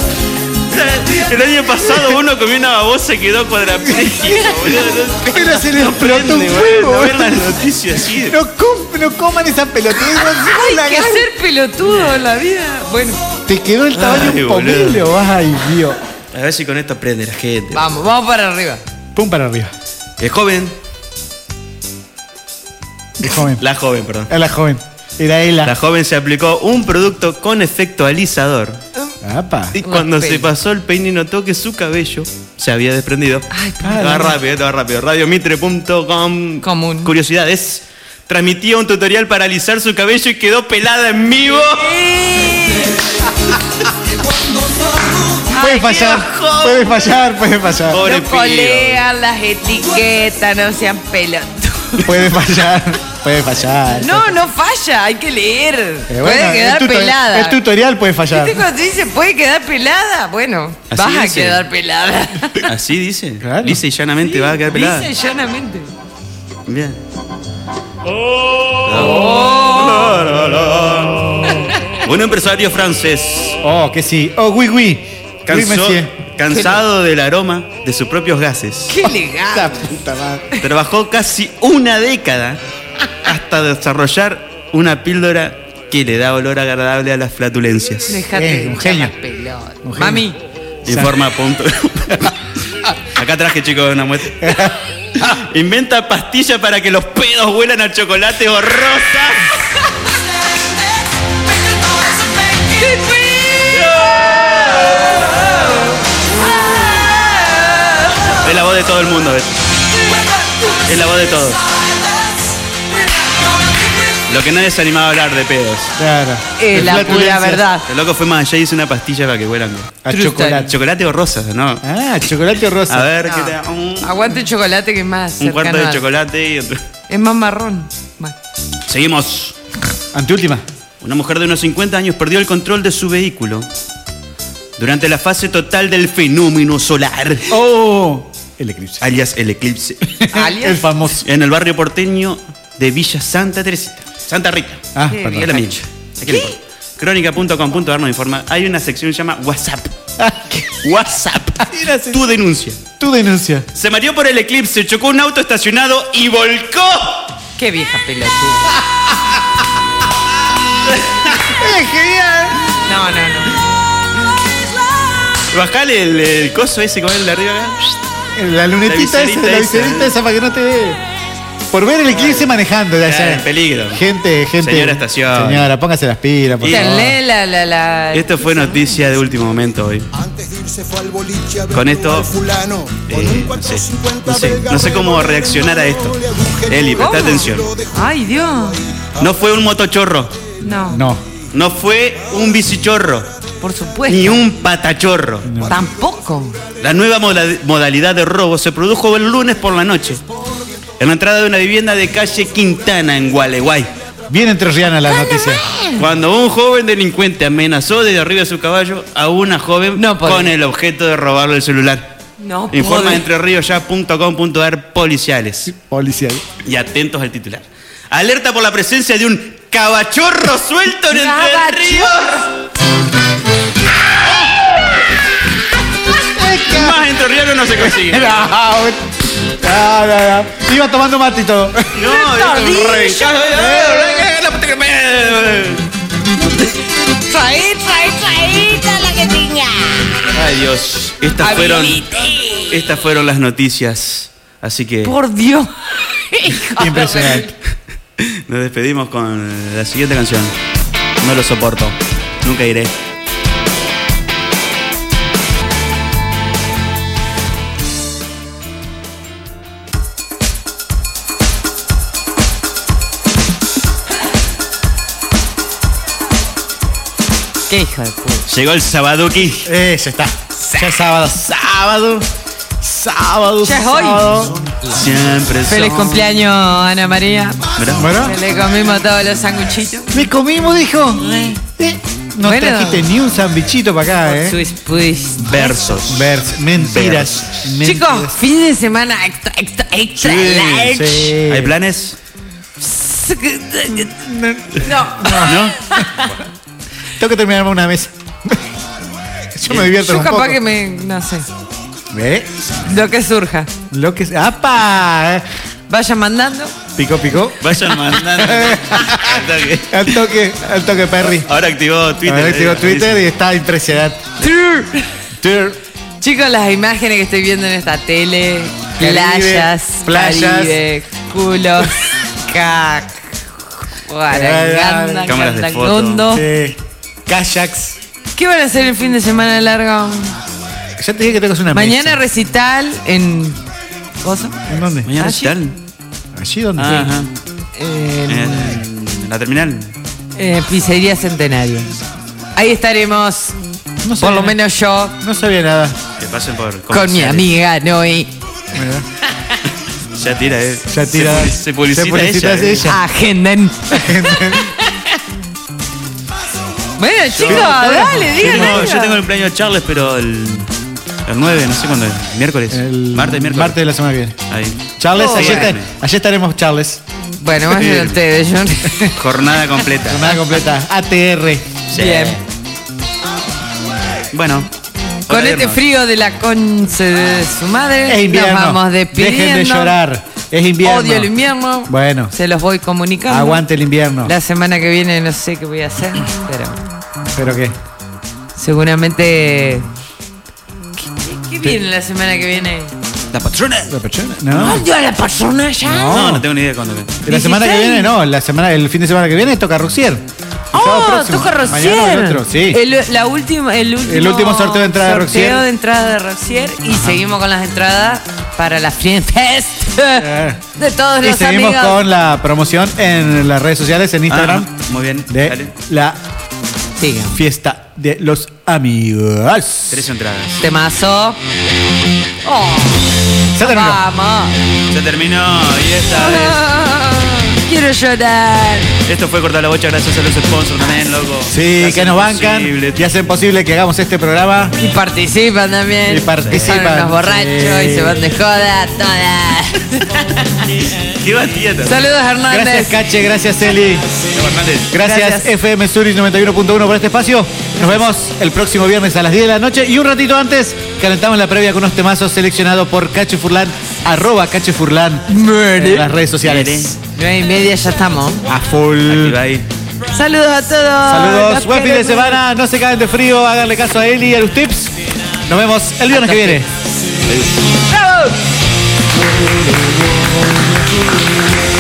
S4: El año pasado uno comió una babosa y quedó
S3: *laughs*
S4: cuadrapléjico, boludo.
S3: Pero se le explotó un
S4: Prende, boludo,
S3: fuego.
S4: ver las noticias así.
S3: No, com- no coman esa pelotita.
S2: Hay que ser pelotudo en la vida. Bueno,
S3: Te quedó el tamaño
S4: Ay,
S3: un pomelo. Ay, Dios.
S4: A ver si con esto prende la gente.
S2: vamos,
S3: *laughs*
S2: vamos para arriba.
S3: Pum para arriba.
S4: El joven
S3: joven.
S4: La joven, perdón.
S3: Es la joven. Era ella.
S4: La joven se aplicó un producto con efecto alisador. Y cuando se pasó el peine y notó que su cabello se había desprendido.
S2: padre.
S4: va rápido, esto va rápido. Radiomitre.com. Común. Curiosidades. Transmitía un tutorial para alisar su cabello y quedó pelada en vivo.
S3: Puede fallar, puede fallar, puede fallar.
S2: no colean las etiquetas, no sean pelotos.
S3: Puede fallar, puede fallar.
S2: No, no falla, hay que leer.
S3: Pero
S2: puede
S3: Eh, bueno,
S2: quedar
S3: el tuto-
S2: pelada.
S3: El tutorial puede fallar.
S2: ¿Viste cuando te dice puede quedar pelada? Bueno,
S4: Así
S2: vas a
S4: dice.
S2: quedar pelada.
S3: *laughs*
S4: Así dice. Lisa y llanamente va a quedar pelada.
S2: Dice llanamente.
S4: Bien. Oh. Un empresario francés.
S3: Oh, que sí. Oh, oui, oui. Oui,
S4: Cansó,
S3: monsieur.
S4: cansado del aroma de sus propios gases.
S2: Qué legal.
S3: La puta madre.
S4: Trabajó casi una década hasta desarrollar una píldora que le da olor agradable a las flatulencias.
S2: Dejate
S4: Eh, un
S2: un
S4: genio.
S2: las pelotas. Mami.
S4: Informa punto. *laughs* Acá traje, chicos, una muestra. Inventa pastillas para que los pedos huelan a chocolate o rosa. Es la voz de todo el mundo. ¿ves? Es la voz de todos. Lo que nadie se animaba a hablar de pedos.
S3: Claro.
S2: Eh, la pura verdad.
S4: El loco fue más allá y hizo una pastilla para que huelan.
S3: A True chocolate. story.
S4: Chocolate o rosas, ¿no?
S3: Ah, chocolate o rosa.
S4: A ver, ¿qué
S2: No.
S4: te da? Un,
S2: Ah. Aguante chocolate que es más.
S4: un cuarto
S2: cercano
S4: de
S2: a-
S4: chocolate y otro.
S2: Es más marrón.
S4: Seguimos.
S3: Anteúltima.
S4: Una mujer de unos 50 años perdió el control de su vehículo durante la fase total del fenómeno solar.
S3: ¡Oh! El eclipse.
S4: Alias el eclipse.
S3: *laughs* El famoso.
S4: En el barrio porteño de Villa Santa Teresita. Santa Rita.
S3: Ah,
S4: Qué
S3: perdón.
S4: bien.
S3: *laughs*
S4: Es la misma. ¿A quién le importa? Crónica.com.ar nos informa. Hay una sección que se llama WhatsApp. WhatsApp.
S3: *laughs*
S4: Tu denuncia.
S3: Ah, Tu denuncia.
S4: Se mareó por el eclipse, chocó un auto estacionado y volcó.
S2: Qué vieja pelotuda.
S3: ¡Es genial!
S2: No, no, no.
S4: Bajale el, el coso ese con el de arriba acá.
S3: La lunetita
S4: La
S3: esa,
S4: viserita
S3: la viserita
S4: esa.
S3: esa para que no te dé. Por ver el eclipse manejando de
S4: Claro,
S3: allá.
S4: en peligro.
S3: Gente, gente.
S4: Señora estación.
S3: Señora, póngase las pilas, por
S4: Y-
S3: favor.
S2: Tenle la, la, la.
S4: Esto fue noticia de último momento hoy. Con esto, eh, no, sé, no sé- no sé cómo reaccionar a esto. Eli, presta
S2: ¿Cómo?
S4: atención.
S2: Ay, Dios.
S4: No fue un motochorro,
S2: No.
S3: No.
S4: no fue un bicichorro,
S2: Por supuesto.
S4: ni un patachorro.
S2: Tampoco.
S4: La nueva moda- modalidad de robo se produjo el lunes por la noche, en la entrada de una vivienda de calle Quintana, en Gualeguay.
S3: Bien entrerriana la noticia.
S4: Cuando un joven delincuente amenazó desde arriba de su caballo a una joven
S2: podía.
S4: con el objeto de robarle el celular.
S2: No.
S4: Informa
S2: podés.
S4: entrerrioya.com.ar policiales.
S3: Policial.
S4: Y atentos al titular. Alerta por la presencia de un cabachorro suelto en Entre Ríos. Más entrerriano no se consigue.
S3: No, no, no, no. Iba tomando mate y
S4: *laughs*
S3: todo.
S4: No, esto es un rey. La Eh, puta que me-
S14: Traí, traí, traíta la que tenga.
S4: Ay Dios, estas fueron, estas fueron las noticias. Así que
S2: Por Dios. *laughs* Hijo de-
S3: Impresionante.
S4: *laughs* nos despedimos con la siguiente canción. No lo soporto, nunca iré.
S2: Qué hija de puta.
S4: Llegó el Sabaduki.
S3: Eh, ya está. Ya es sábado. Sábado. Sábado.
S2: Ya es hoy.
S3: sábado.
S4: Siempre
S2: Feliz
S4: son-
S2: cumpleaños, Ana María.
S4: Mirá.
S3: Bueno,
S2: Que le comimos todos los sanguchitos.
S3: me comimos, dijo. Eh, no
S2: Bueno.
S3: trajiste ni un sambichito para acá, eh.
S2: Pues, pues.
S4: Versos.
S3: Vers, mentiras. mentiras.
S2: Chicos, fin de semana extra, extra, extra
S4: Sí,
S2: large.
S3: Sí.
S4: ¿Hay planes?
S2: No,
S4: ¿No?
S3: Tengo que terminarme
S2: *laughs*
S3: una mesa. Yo me divierto
S2: yo
S3: un poco.
S2: capaz que me. No sé.
S3: ¿Ve?
S2: Lo que surja.
S3: Lo que... ¡Apa! Eh,
S2: Vayan mandando.
S3: Picó, picó.
S4: Vayan mandando. *laughs* Hasta que-
S3: Al toque, al toque, Perry.
S4: Ahora activó Twitter.
S3: Ahora activó
S4: eh,
S3: Twitter y está impresionante. Tur.
S2: Chicos, las imágenes que estoy viendo en esta tele:
S3: Caribe,
S2: playas,
S3: playas.
S2: Caribe, culos, Caca. Guaranganda,
S4: Cámaras de foto.
S2: candangondo.
S3: Sí. Kayaks.
S2: ¿Qué van a hacer el fin de semana largo?
S3: Ya te dije que tengas una
S2: Mañana recital en. ¿Cosa?
S3: ¿En dónde?
S4: Mañana
S2: Allí.
S4: recital.
S3: Allí donde.
S4: Ah, ajá.
S2: En-
S4: Eh, En en la terminal.
S2: Eh, pizzería Centenario. Ahí estaremos. por lo menos yo.
S3: No sabía nada.
S4: Que pasen por.
S2: Con mi
S4: comerciales.
S2: amiga Noé.
S4: Ya tira, eh.
S3: Ya tira.
S4: Se, publi- se publicita,
S3: Se publicita
S4: ella. eh.
S3: ella.
S2: Agenden.
S3: *laughs*
S2: bueno, chicos, dale,
S4: Yo
S2: digan
S4: tengo-
S2: algo.
S4: Yo tengo el cumpleaños de Charles, pero el, el 9, no sé cuándo es. Miércoles. martes, miércoles.
S3: Martes de la semana que viene.
S4: Ahí.
S3: Charles,
S4: Oh,
S3: allí,
S4: bueno.
S3: está- allí estaremos, Charles.
S2: Bueno, vayan
S4: Sí.
S2: ustedes, yo.
S4: Jornada completa.
S3: Jornada completa. ATR.
S4: Sí.
S2: *laughs* Bien.
S4: Bueno.
S2: Con
S4: hola,
S2: este
S4: Irma.
S2: frío de la conce
S4: Ah.
S2: de su madre,
S3: Es invierno.
S2: nos vamos despidiendo.
S3: Dejen de llorar. Es invierno.
S2: Odio el invierno.
S3: Bueno,
S2: Se los voy comunicando.
S3: aguante el invierno.
S2: La semana que viene no sé qué voy a hacer, pero
S3: ¿Pero qué?
S2: seguramente. ¿Qué, qué- qué viene la semana que viene?
S4: ¿La patrona?
S3: ¿La persona? No.
S2: ¿Odio a la persona ya?
S4: No, no, tengo ni idea cuándo.
S3: La semana que
S2: 16.
S3: viene, no. La semana, el fin de semana que viene toca Ruxier. sábado
S2: ¡Oh!
S3: próximo.
S2: Toca Rocier.
S3: Mañana o el otro, sí.
S2: El, la última, el, último
S3: El último sorteo de entrada de
S2: sorteo
S3: Rocier.
S2: de entrada de Rocier y seguimos con las entradas para la Friend Fest de todos
S3: Eh. Y
S2: los
S3: seguimos
S2: amigos.
S3: con la promoción en las redes sociales, en Instagram,
S4: Ah, muy bien.
S3: de
S4: Dale.
S3: la
S2: Sigan.
S3: fiesta de los amigos.
S4: Tres entradas.
S2: Temazo. Oh,
S3: Se terminó.
S2: vamos.
S4: Se terminó. Y
S2: *laughs*
S4: esta
S2: Ah, quiero llorar.
S4: es- Esto fue Cortar la Bocha. Gracias a los sponsors también, loco.
S3: Sí,
S4: Hacen
S3: que nos bancan
S4: posible.
S3: y hacen posible que hagamos este programa.
S2: Y participan también.
S3: Y participan.
S2: Son unos borrachos
S3: Sí.
S2: y se van de joda
S3: *laughs*
S2: todas.
S4: Qué batida también.
S2: Saludos, Hernández.
S3: Gracias, Cache, gracias, Eli.
S4: Leo Hernández.
S3: Gracias,
S2: Gracias.
S3: FM Zurich 91.1 por este espacio. Nos vemos el próximo viernes a las 10 de la noche y un ratito antes calentamos la previa con unos temazos seleccionados por Cache Furlan, arroba Cache Furlan en las redes sociales.
S2: Nueve y media ya estamos.
S3: A full.
S4: Activa ahí.
S2: Saludos a todos.
S3: Saludos,
S2: Los
S3: buen fin de
S2: queremos.
S3: semana, no se caen de frío, háganle caso a Eli y a los tips. Nos vemos el viernes que viene.
S2: ¡Bravo!
S14: Thank